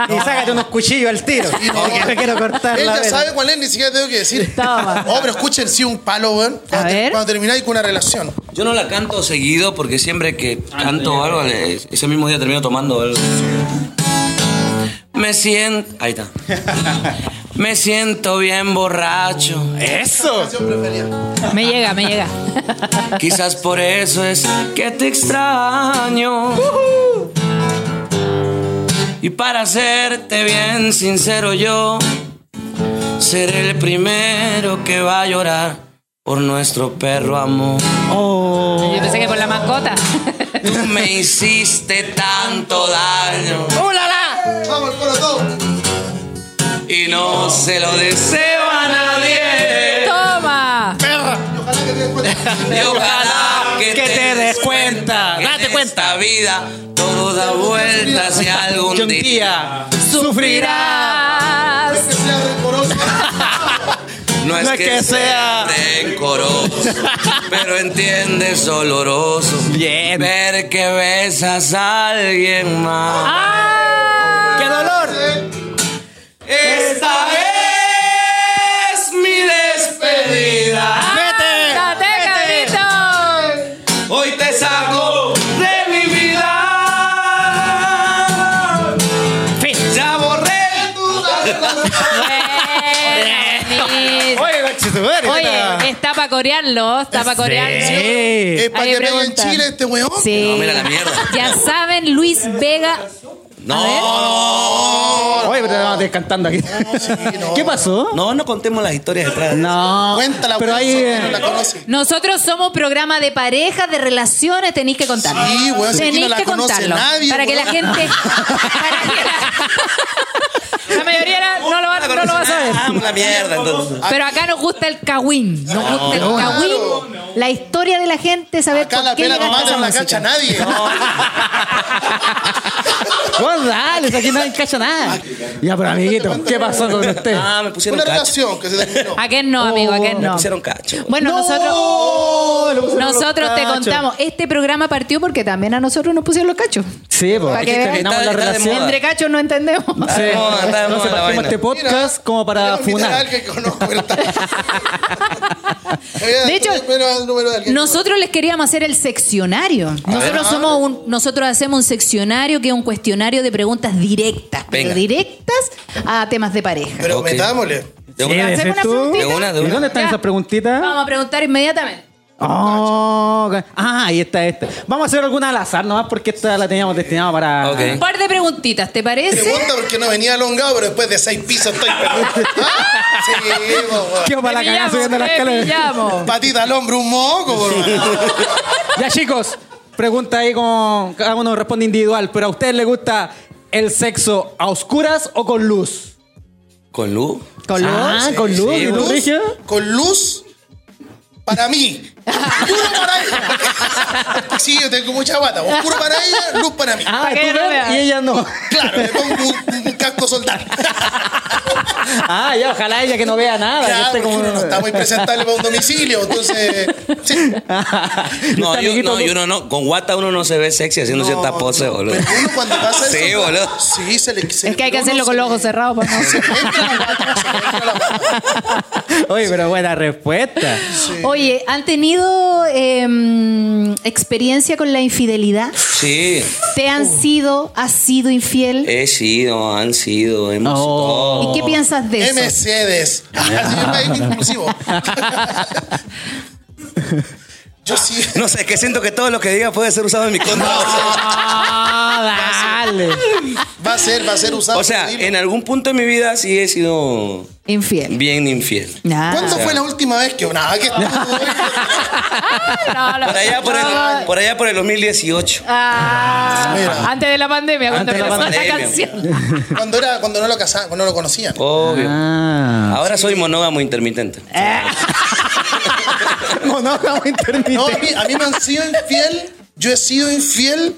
Speaker 5: Y sácate unos cuchillos al tiro.
Speaker 8: Sí, no.
Speaker 5: Porque me quiero cortar
Speaker 8: Él
Speaker 5: la
Speaker 8: ya
Speaker 5: vena.
Speaker 8: sabe cuál es, ni siquiera tengo que decir.
Speaker 6: Toma.
Speaker 8: Oh, pero escuchen, sí, un palo, weón. Cuando,
Speaker 6: ver.
Speaker 8: cuando termináis con una relación.
Speaker 2: Yo no la canto seguido porque siempre que canto algo, le- ese mismo día termino tomando algo. Me siento.
Speaker 5: [laughs]
Speaker 2: Ahí está. Me siento bien borracho.
Speaker 5: Eso.
Speaker 8: Canción preferida.
Speaker 6: Me llega, me llega.
Speaker 2: Quizás por eso es que te extraño. Y para serte bien sincero yo, seré el primero que va a llorar por nuestro perro amor.
Speaker 6: Yo pensé que por la mascota.
Speaker 2: Tú me hiciste tanto daño
Speaker 6: ¡Uh,
Speaker 8: Vamos, coro todo.
Speaker 2: y no se lo deseo a nadie.
Speaker 6: ¡Toma!
Speaker 8: Y ojalá que te des cuenta.
Speaker 2: Y ojalá que,
Speaker 5: Que te des cuenta,
Speaker 2: que
Speaker 5: date
Speaker 2: en
Speaker 5: cuenta.
Speaker 2: Esta vida todo da vueltas y
Speaker 5: Y
Speaker 2: algún
Speaker 5: un
Speaker 2: día
Speaker 5: día sufrirá.
Speaker 8: Que sea rencoroso.
Speaker 2: no es, que, sea rencoroso, pero entiendes doloroso
Speaker 5: Bien.
Speaker 2: ver que besas a alguien más.
Speaker 5: ¡Qué dolor!
Speaker 2: Esta es mi despedida.
Speaker 5: ¡Vete!
Speaker 6: ¡Date, Carlito!
Speaker 2: Hoy te saco de mi vida. Ya borré tu
Speaker 6: Bueno, mis-
Speaker 5: Oye, coche, tu madre,
Speaker 6: Oye,
Speaker 5: neta.
Speaker 6: está para corearlo, está para corearlo.
Speaker 5: Sí.
Speaker 8: Es para
Speaker 6: Ahí
Speaker 8: que pegue en
Speaker 6: pregunta.
Speaker 8: Chile este weón.
Speaker 6: Sí.
Speaker 2: No, mira la mierda.
Speaker 6: Ya saben, Luis Vega.
Speaker 2: No,
Speaker 5: Oye, pero te vamos descantando aquí.
Speaker 8: no.
Speaker 5: ¿Qué pasó?
Speaker 2: no, no contemos las historias detrás.
Speaker 5: No.
Speaker 8: Cuéntala,
Speaker 5: Pero
Speaker 8: weón,
Speaker 5: ahí.
Speaker 8: que no
Speaker 5: eh,
Speaker 8: la conoce.
Speaker 6: Nosotros somos programa de parejas, de relaciones, tenéis que contarlo.
Speaker 8: Sí, weón, si aquí
Speaker 6: tenéis
Speaker 8: no la
Speaker 6: que
Speaker 8: conoce
Speaker 6: contarlo.
Speaker 8: nadie,
Speaker 6: para que la
Speaker 8: weón.
Speaker 6: [laughs] gente. Para que la, la mayoría la- no lo va, no lo va a saber.
Speaker 2: Vamos a Ah, la mierda, entonces.
Speaker 6: Pero acá nos gusta el cagüín. Nos gusta el
Speaker 8: Claro.
Speaker 6: cagüín. La historia de la gente, saber
Speaker 8: Acá
Speaker 6: por
Speaker 8: la
Speaker 6: qué
Speaker 8: pela no
Speaker 6: llegaste a
Speaker 8: mata,
Speaker 6: esa
Speaker 8: no la
Speaker 6: música.
Speaker 8: cacha nadie.
Speaker 5: Vos dale, si aquí no encaja nada. Ya, pero amiguito, ¿qué pasó con usted?
Speaker 2: Ah, me pusieron
Speaker 8: Una
Speaker 2: cacho.
Speaker 8: relación que se terminó.
Speaker 6: ¿A qué no, amigo? ¿A qué
Speaker 2: Me
Speaker 6: no?
Speaker 2: pusieron cacho.
Speaker 6: Bueno, nosotros.
Speaker 5: ¡Oh! Le pusieron
Speaker 6: Nosotros
Speaker 5: los
Speaker 6: te
Speaker 5: cachos.
Speaker 6: contamos, este programa partió porque también a nosotros nos pusieron los cachos.
Speaker 5: Sí, pues,
Speaker 6: Para
Speaker 5: porque
Speaker 6: que vean.
Speaker 5: terminamos la
Speaker 2: Está- está de
Speaker 5: relación.
Speaker 2: moda.
Speaker 6: Entre cachos no entendemos.
Speaker 5: Sí.
Speaker 2: de moda, está de moda
Speaker 5: Entonces
Speaker 2: la
Speaker 5: partimos
Speaker 2: vaina.
Speaker 5: este podcast
Speaker 8: Mira,
Speaker 5: como para
Speaker 8: Quiero invitar a
Speaker 5: funar.
Speaker 8: alguien que conozco, ¿verdad?
Speaker 6: De hecho,
Speaker 8: Primero el número de alguien que
Speaker 6: [laughs] Nosotros les queríamos hacer el seccionario. Nosotros
Speaker 8: ver.
Speaker 6: somos un, nosotros hacemos un seccionario que es un cuestionario de preguntas directas, pero
Speaker 2: Venga.
Speaker 6: directas a temas de pareja.
Speaker 8: Pero
Speaker 2: Ok.
Speaker 8: metámosle.
Speaker 2: De
Speaker 5: Sí,
Speaker 2: una-
Speaker 5: de-
Speaker 6: ¿Hacemos una
Speaker 5: ¿tú?
Speaker 6: preguntita?
Speaker 2: de una, de
Speaker 5: ¿Y
Speaker 2: una.
Speaker 5: dónde están
Speaker 6: Ya.
Speaker 5: esas preguntitas?
Speaker 6: Vamos a preguntar inmediatamente.
Speaker 5: Oh, ok. ah, ahí está este. Vamos a hacer alguna al azar nomás porque esta la teníamos destinada para.
Speaker 2: Ok.
Speaker 6: Un par de preguntitas, ¿te parece?
Speaker 8: Pregunta porque no venía alongado, pero después de seis pisos estoy perdido. Ah, Sí, po,
Speaker 5: ¿Qué para la
Speaker 6: Te
Speaker 5: cagada
Speaker 6: pillamos,
Speaker 5: subiendo las
Speaker 6: te
Speaker 5: escaleras?
Speaker 6: pillamos.
Speaker 8: po. Patita al hombro, un moco, po, hermano.
Speaker 5: Ya, chicos, pregunta ahí como cada uno responde individual, pero a ustedes les gusta el sexo a oscuras o con luz?
Speaker 2: ¿Con luz?
Speaker 5: Con luz. Ah, con luz.
Speaker 2: sí,
Speaker 5: ¿Y tú,
Speaker 8: Luz,
Speaker 5: Rigio?
Speaker 8: Con luz, para mí, Puro para ella. Sí, yo tengo mucha guata. Oscuro para ella, luz para mí.
Speaker 5: Ah,
Speaker 6: ¿Para
Speaker 5: tú
Speaker 6: qué no
Speaker 5: ves
Speaker 6: me-
Speaker 5: y ella no.
Speaker 8: Claro, le pongo un, un casco soldado.
Speaker 5: Ah, ya, ojalá ella que no
Speaker 8: [laughs]
Speaker 5: vea nada. que
Speaker 8: Claro,
Speaker 5: esté
Speaker 8: porque
Speaker 5: como-
Speaker 8: uno
Speaker 5: [laughs]
Speaker 8: no está muy presentable para un domicilio. Entonces, sí.
Speaker 6: Ah.
Speaker 2: No,
Speaker 5: Este
Speaker 2: yo,
Speaker 5: amiguito
Speaker 2: no,
Speaker 5: tú-
Speaker 2: yo no, no, con guata uno no se ve sexy haciendo
Speaker 8: No,
Speaker 2: ciertas poses,
Speaker 8: no,
Speaker 2: boludo.
Speaker 8: Pero uno cuando pasa eso.
Speaker 2: Sí, boludo.
Speaker 8: Sí, se le. se
Speaker 6: Es que hay que
Speaker 8: le- uno
Speaker 6: hacerlo con
Speaker 8: se
Speaker 6: los ojos
Speaker 8: le-
Speaker 6: cerrados para no.
Speaker 8: se le entra la guata, se le entra la guata.
Speaker 5: Oye, pero buena respuesta.
Speaker 6: Oye, ¿han tenido em, experiencia con la infidelidad?
Speaker 2: Sí,
Speaker 6: ¿Te han
Speaker 2: Oh.
Speaker 6: sido, has sido infiel?
Speaker 2: he sido, han sido, hemos
Speaker 5: Oh.
Speaker 6: ¿Y qué piensas de eso?
Speaker 8: MCDs.
Speaker 6: Ah.
Speaker 8: Así es
Speaker 6: [laughs]
Speaker 8: inclusivo. Yo sí.
Speaker 2: No sé, es que siento que todo lo que diga puede ser usado en mi contra.
Speaker 5: Ah, dale.
Speaker 8: Va a ser, va a ser usado.
Speaker 2: O sea,
Speaker 8: Dilo.
Speaker 2: en algún punto de mi vida sí he sido
Speaker 6: Infiel.
Speaker 2: bien infiel.
Speaker 6: Ah.
Speaker 8: ¿Cuándo fue la última vez que.? Nada, que.
Speaker 6: No, no.
Speaker 2: Por allá por el,
Speaker 6: No.
Speaker 2: por allá por el 2018.
Speaker 6: Ah,
Speaker 8: Mira.
Speaker 6: antes de la pandemia, cuando
Speaker 2: Antes de la
Speaker 6: empezó la,
Speaker 2: pandemia.
Speaker 6: canción.
Speaker 8: Cuando, era, cuando no lo casaban, cuando no lo conocían.
Speaker 2: Obvio.
Speaker 5: Ah.
Speaker 2: Ahora soy monógamo intermitente.
Speaker 5: Monógamo intermitente.
Speaker 8: No, a mí, a mí me han sido infiel. Yo he sido infiel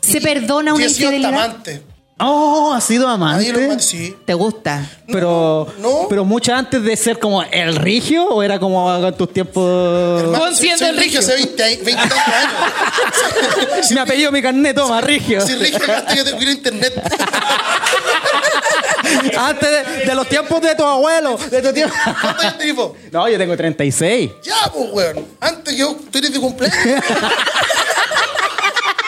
Speaker 6: ¿Se perdona
Speaker 8: y
Speaker 6: una
Speaker 8: he sido hasta
Speaker 6: infidelidad?
Speaker 8: amante.
Speaker 5: [laughs] Oh, ha sido
Speaker 8: Ahí lo
Speaker 5: amante.
Speaker 8: amante, sí.
Speaker 6: ¿Te gusta?
Speaker 5: Pero,
Speaker 8: No.
Speaker 5: pero mucho antes de ser como el rigio o era como en tus tiempos.
Speaker 8: Hermano, soy,
Speaker 6: Consciente
Speaker 8: soy
Speaker 6: del
Speaker 8: rigio hace 20, años- 20 años.
Speaker 5: Me apellido mi carnet, toma, rigio.
Speaker 8: Si rigio antes que te hubiera internet.
Speaker 5: Antes de, de los tiempos de tu abuelo, de tu tío.
Speaker 8: ¿Cuántos años tenés vos?
Speaker 5: No, yo tengo 36.
Speaker 8: Ya, pues, weón. Antes que yo, tú eres de cumpleaños.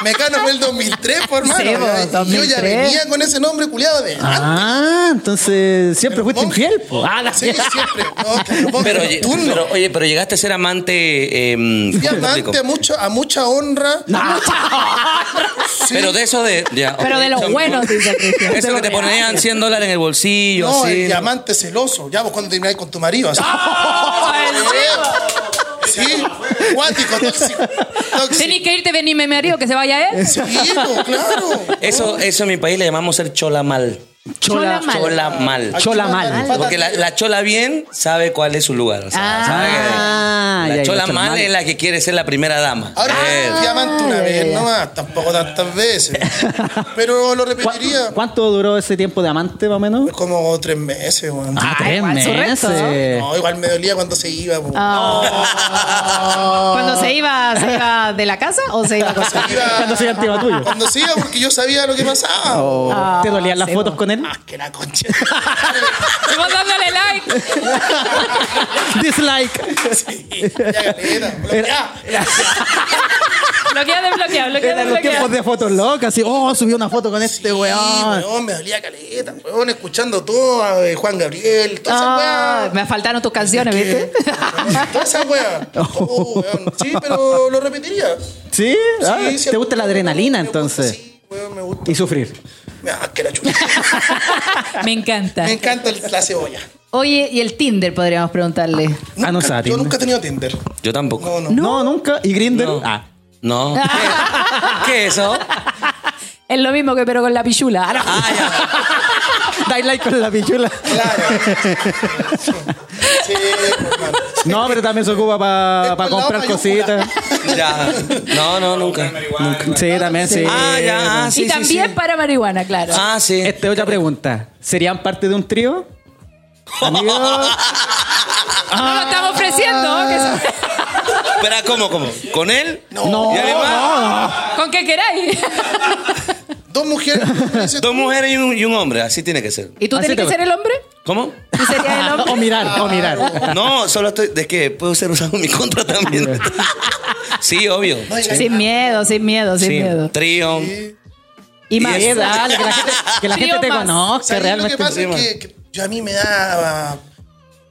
Speaker 8: Mecano fue el 2003, por hermano.
Speaker 6: Sí, pues,
Speaker 8: Ya, y Yo ya
Speaker 6: 2003.
Speaker 8: venía con ese nombre culiado de.
Speaker 5: Ah, entonces siempre fuiste
Speaker 8: vos-
Speaker 5: infiel. po. Ah, la- [laughs]
Speaker 8: Sí, siempre. No, que lo ponga
Speaker 2: Pero,
Speaker 8: en
Speaker 2: oye,
Speaker 8: turno.
Speaker 2: pero, oye, pero llegaste a ser amante. eh, ¿cómo
Speaker 8: Fui
Speaker 2: te explico?
Speaker 8: amante a, mucho, a mucha honra. Sí.
Speaker 2: Pero de eso de. ya,
Speaker 6: Pero
Speaker 2: ok,
Speaker 6: de los
Speaker 2: son-
Speaker 6: buenos,
Speaker 2: [laughs]
Speaker 6: dice Cristian.
Speaker 2: Eso que te ponían 100 dólares en el bolsillo,
Speaker 8: No,
Speaker 2: así.
Speaker 8: el diamante celoso. Ya vos cuando termináis con tu marido. Así.
Speaker 5: ¡Ah,
Speaker 8: [laughs] sí, cuático, tóxico. tóxico.
Speaker 6: Tenís que irte, vení, mi marido, que se vaya ¿eh? él.
Speaker 8: Sí, po, claro.
Speaker 2: Eso, eso en mi país le llamamos ser chola mal.
Speaker 5: Chola-
Speaker 6: Chola mal.
Speaker 2: Chola mal.
Speaker 5: Chola
Speaker 8: Aquí mandan
Speaker 5: mal.
Speaker 8: patas.
Speaker 2: Porque la, la chola bien sabe cuál es su lugar. o sea,
Speaker 6: Ah.
Speaker 2: sabe que
Speaker 5: ya,
Speaker 2: la
Speaker 5: ya,
Speaker 2: chola
Speaker 5: chola
Speaker 2: mal
Speaker 5: mal.
Speaker 2: es la que quiere ser la primera dama. Eh,
Speaker 8: Ahora,
Speaker 2: Eso.
Speaker 8: diamante una vez nomás, tampoco tantas veces. Pero lo
Speaker 5: ¿Cu-
Speaker 8: repetiría
Speaker 5: ¿Cuánto duró ese tiempo de amante, más o menos?
Speaker 8: como tres meses, weón.
Speaker 5: Ah, tres
Speaker 6: igual, su resto,
Speaker 5: meses.
Speaker 8: No, igual me dolía cuando se iba, po.
Speaker 5: Ah,
Speaker 6: ¿Cuando se iba, se iba de la casa o se iba con
Speaker 5: [laughs]
Speaker 8: Se iba-
Speaker 5: Cuando se iba tuyo. Oh.
Speaker 8: Cuando se iba, porque yo sabía lo que pasaba.
Speaker 5: ¿Te dolían las
Speaker 6: sí,
Speaker 5: fotos
Speaker 6: po.
Speaker 8: [laughs]
Speaker 5: con él?
Speaker 8: Ah, que la concha.
Speaker 6: Estamos dándole like.
Speaker 8: [laughs]
Speaker 5: Dislike.
Speaker 8: Ya, caleta, bloqueá.
Speaker 6: Bloquea, desbloquea, bloquea,
Speaker 5: Eran los
Speaker 6: desbloquea.
Speaker 5: tiempos de fotos locas. Así, oh, subí una foto con este
Speaker 8: Sí,
Speaker 5: weón.
Speaker 8: weón, me dolía caleta, weón, escuchando todo, a eh, Juan Gabriel, toda
Speaker 6: Ah, me faltaron tus canciones, ¿viste?
Speaker 5: [laughs]
Speaker 8: esa weá. Toda esa weá. Oh, weón. Sí, pero lo repetiría.
Speaker 5: ¿Sí? Ah,
Speaker 8: Sí,
Speaker 5: ¿Te
Speaker 8: siempre-
Speaker 5: gusta la adrenalina
Speaker 8: me gusta,
Speaker 5: entonces?
Speaker 8: Sí, weón, me gusta.
Speaker 5: Y sufrir.
Speaker 8: Ah, que
Speaker 5: [laughs]
Speaker 8: la chucha.
Speaker 6: Me encanta.
Speaker 8: Me encanta el- la cebolla.
Speaker 6: Oye, ¿y el Tinder podríamos preguntarle?
Speaker 5: Ah, no
Speaker 8: Nunca-
Speaker 5: sabe
Speaker 8: Yo
Speaker 5: Tinder.
Speaker 8: nunca he tenido Tinder.
Speaker 2: Yo tampoco.
Speaker 8: No, no.
Speaker 5: No, nunca. ¿Y Grinder?
Speaker 2: No.
Speaker 5: Ah. [laughs]
Speaker 2: No. ¿Qué, ¿Qué es eso?
Speaker 6: Es lo mismo que pero con la pichula. Ah, no.
Speaker 5: Dai like con la
Speaker 8: [laughs]
Speaker 5: pichula. [laughs]
Speaker 8: Claro. pues, Sí, pues, hermano.
Speaker 5: No, pero también se ocupa para
Speaker 8: Es por la
Speaker 5: comprar
Speaker 8: mayúscula. [laughs]
Speaker 5: cositas.
Speaker 2: Ya. No, no, nunca. Nunca.
Speaker 5: Sí, también, sí.
Speaker 2: Ah, ya. Ah, sí,
Speaker 6: y
Speaker 2: sí,
Speaker 6: también
Speaker 2: sí.
Speaker 6: para marihuana, claro.
Speaker 2: Ah, sí.
Speaker 5: Esta Este, otra pregunta. ¿Serían parte de un [laughs] trío? Amigos.
Speaker 6: No lo estamos ofreciendo. ¿eh? que se- [laughs]
Speaker 2: Espera, ¿cómo, cómo? ¿Con él?
Speaker 5: No,
Speaker 2: ¿Y además?
Speaker 6: Con que queráis.
Speaker 8: Dos mujeres.
Speaker 2: Dos mujeres y un, y un hombre, así tiene que ser.
Speaker 6: ¿Y tú
Speaker 5: Así
Speaker 6: tenés
Speaker 5: te
Speaker 6: que
Speaker 5: voy.
Speaker 6: ser el hombre?
Speaker 2: ¿Cómo?
Speaker 6: ¿Tú serías el
Speaker 5: [laughs]
Speaker 6: hombre?
Speaker 5: [laughs] O mirar, o mirar.
Speaker 2: No, solo estoy. Es que puedo ser usado en mi contra
Speaker 8: [laughs]
Speaker 2: también. Sí, obvio.
Speaker 6: Sin miedo, sin miedo, sin
Speaker 2: Sí.
Speaker 6: miedo.
Speaker 2: Trío.
Speaker 6: Y más.
Speaker 5: Sí, dale, que la gente, que la
Speaker 6: Trío
Speaker 5: gente te
Speaker 6: más.
Speaker 5: conozca
Speaker 8: ¿Sabes lo
Speaker 5: realmente.
Speaker 8: que pasa? Es que, que yo a mí me da. ah,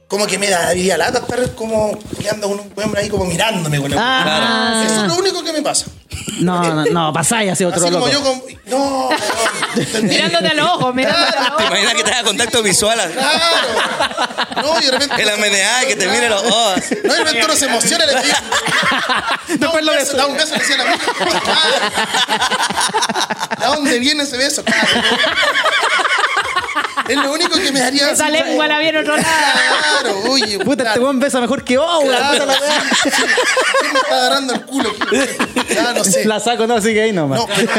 Speaker 8: Como que me daría lata estar como mirando a un hombre ahí como mirándome. Con la-
Speaker 5: Ah,
Speaker 8: Eso es lo único que me pasa.
Speaker 5: no, no, no, pasáis hacia otro
Speaker 8: Así
Speaker 5: loco.
Speaker 8: como yo como. No, no,
Speaker 6: Mirándote a los ojos, mirándote a
Speaker 5: [laughs]
Speaker 6: los
Speaker 2: ¿Te
Speaker 6: ojos.
Speaker 2: imaginas que te haga contacto visual?
Speaker 8: Claro. No, y de repente.
Speaker 2: En la MDA, que te mire los ojos.
Speaker 8: No, y de repente uno se emociona y le
Speaker 5: [laughs]
Speaker 8: pide. Después lo beso. Da un beso y le decía a la amiga.
Speaker 5: [laughs]
Speaker 8: "Claro". ¿De dónde viene ese beso? Claro. Es lo único que me haría.
Speaker 6: Esa lengua la vi en otro lado.
Speaker 8: Claro, oye.
Speaker 5: Puta, este weón besa mejor que vos, weón.
Speaker 8: claro,
Speaker 5: Puta la weá.
Speaker 8: sí, sí. ¿Quién me está agarrando el culo? Ya, no sé.
Speaker 5: La saco, no, así que ahí nomás.
Speaker 8: No, pero,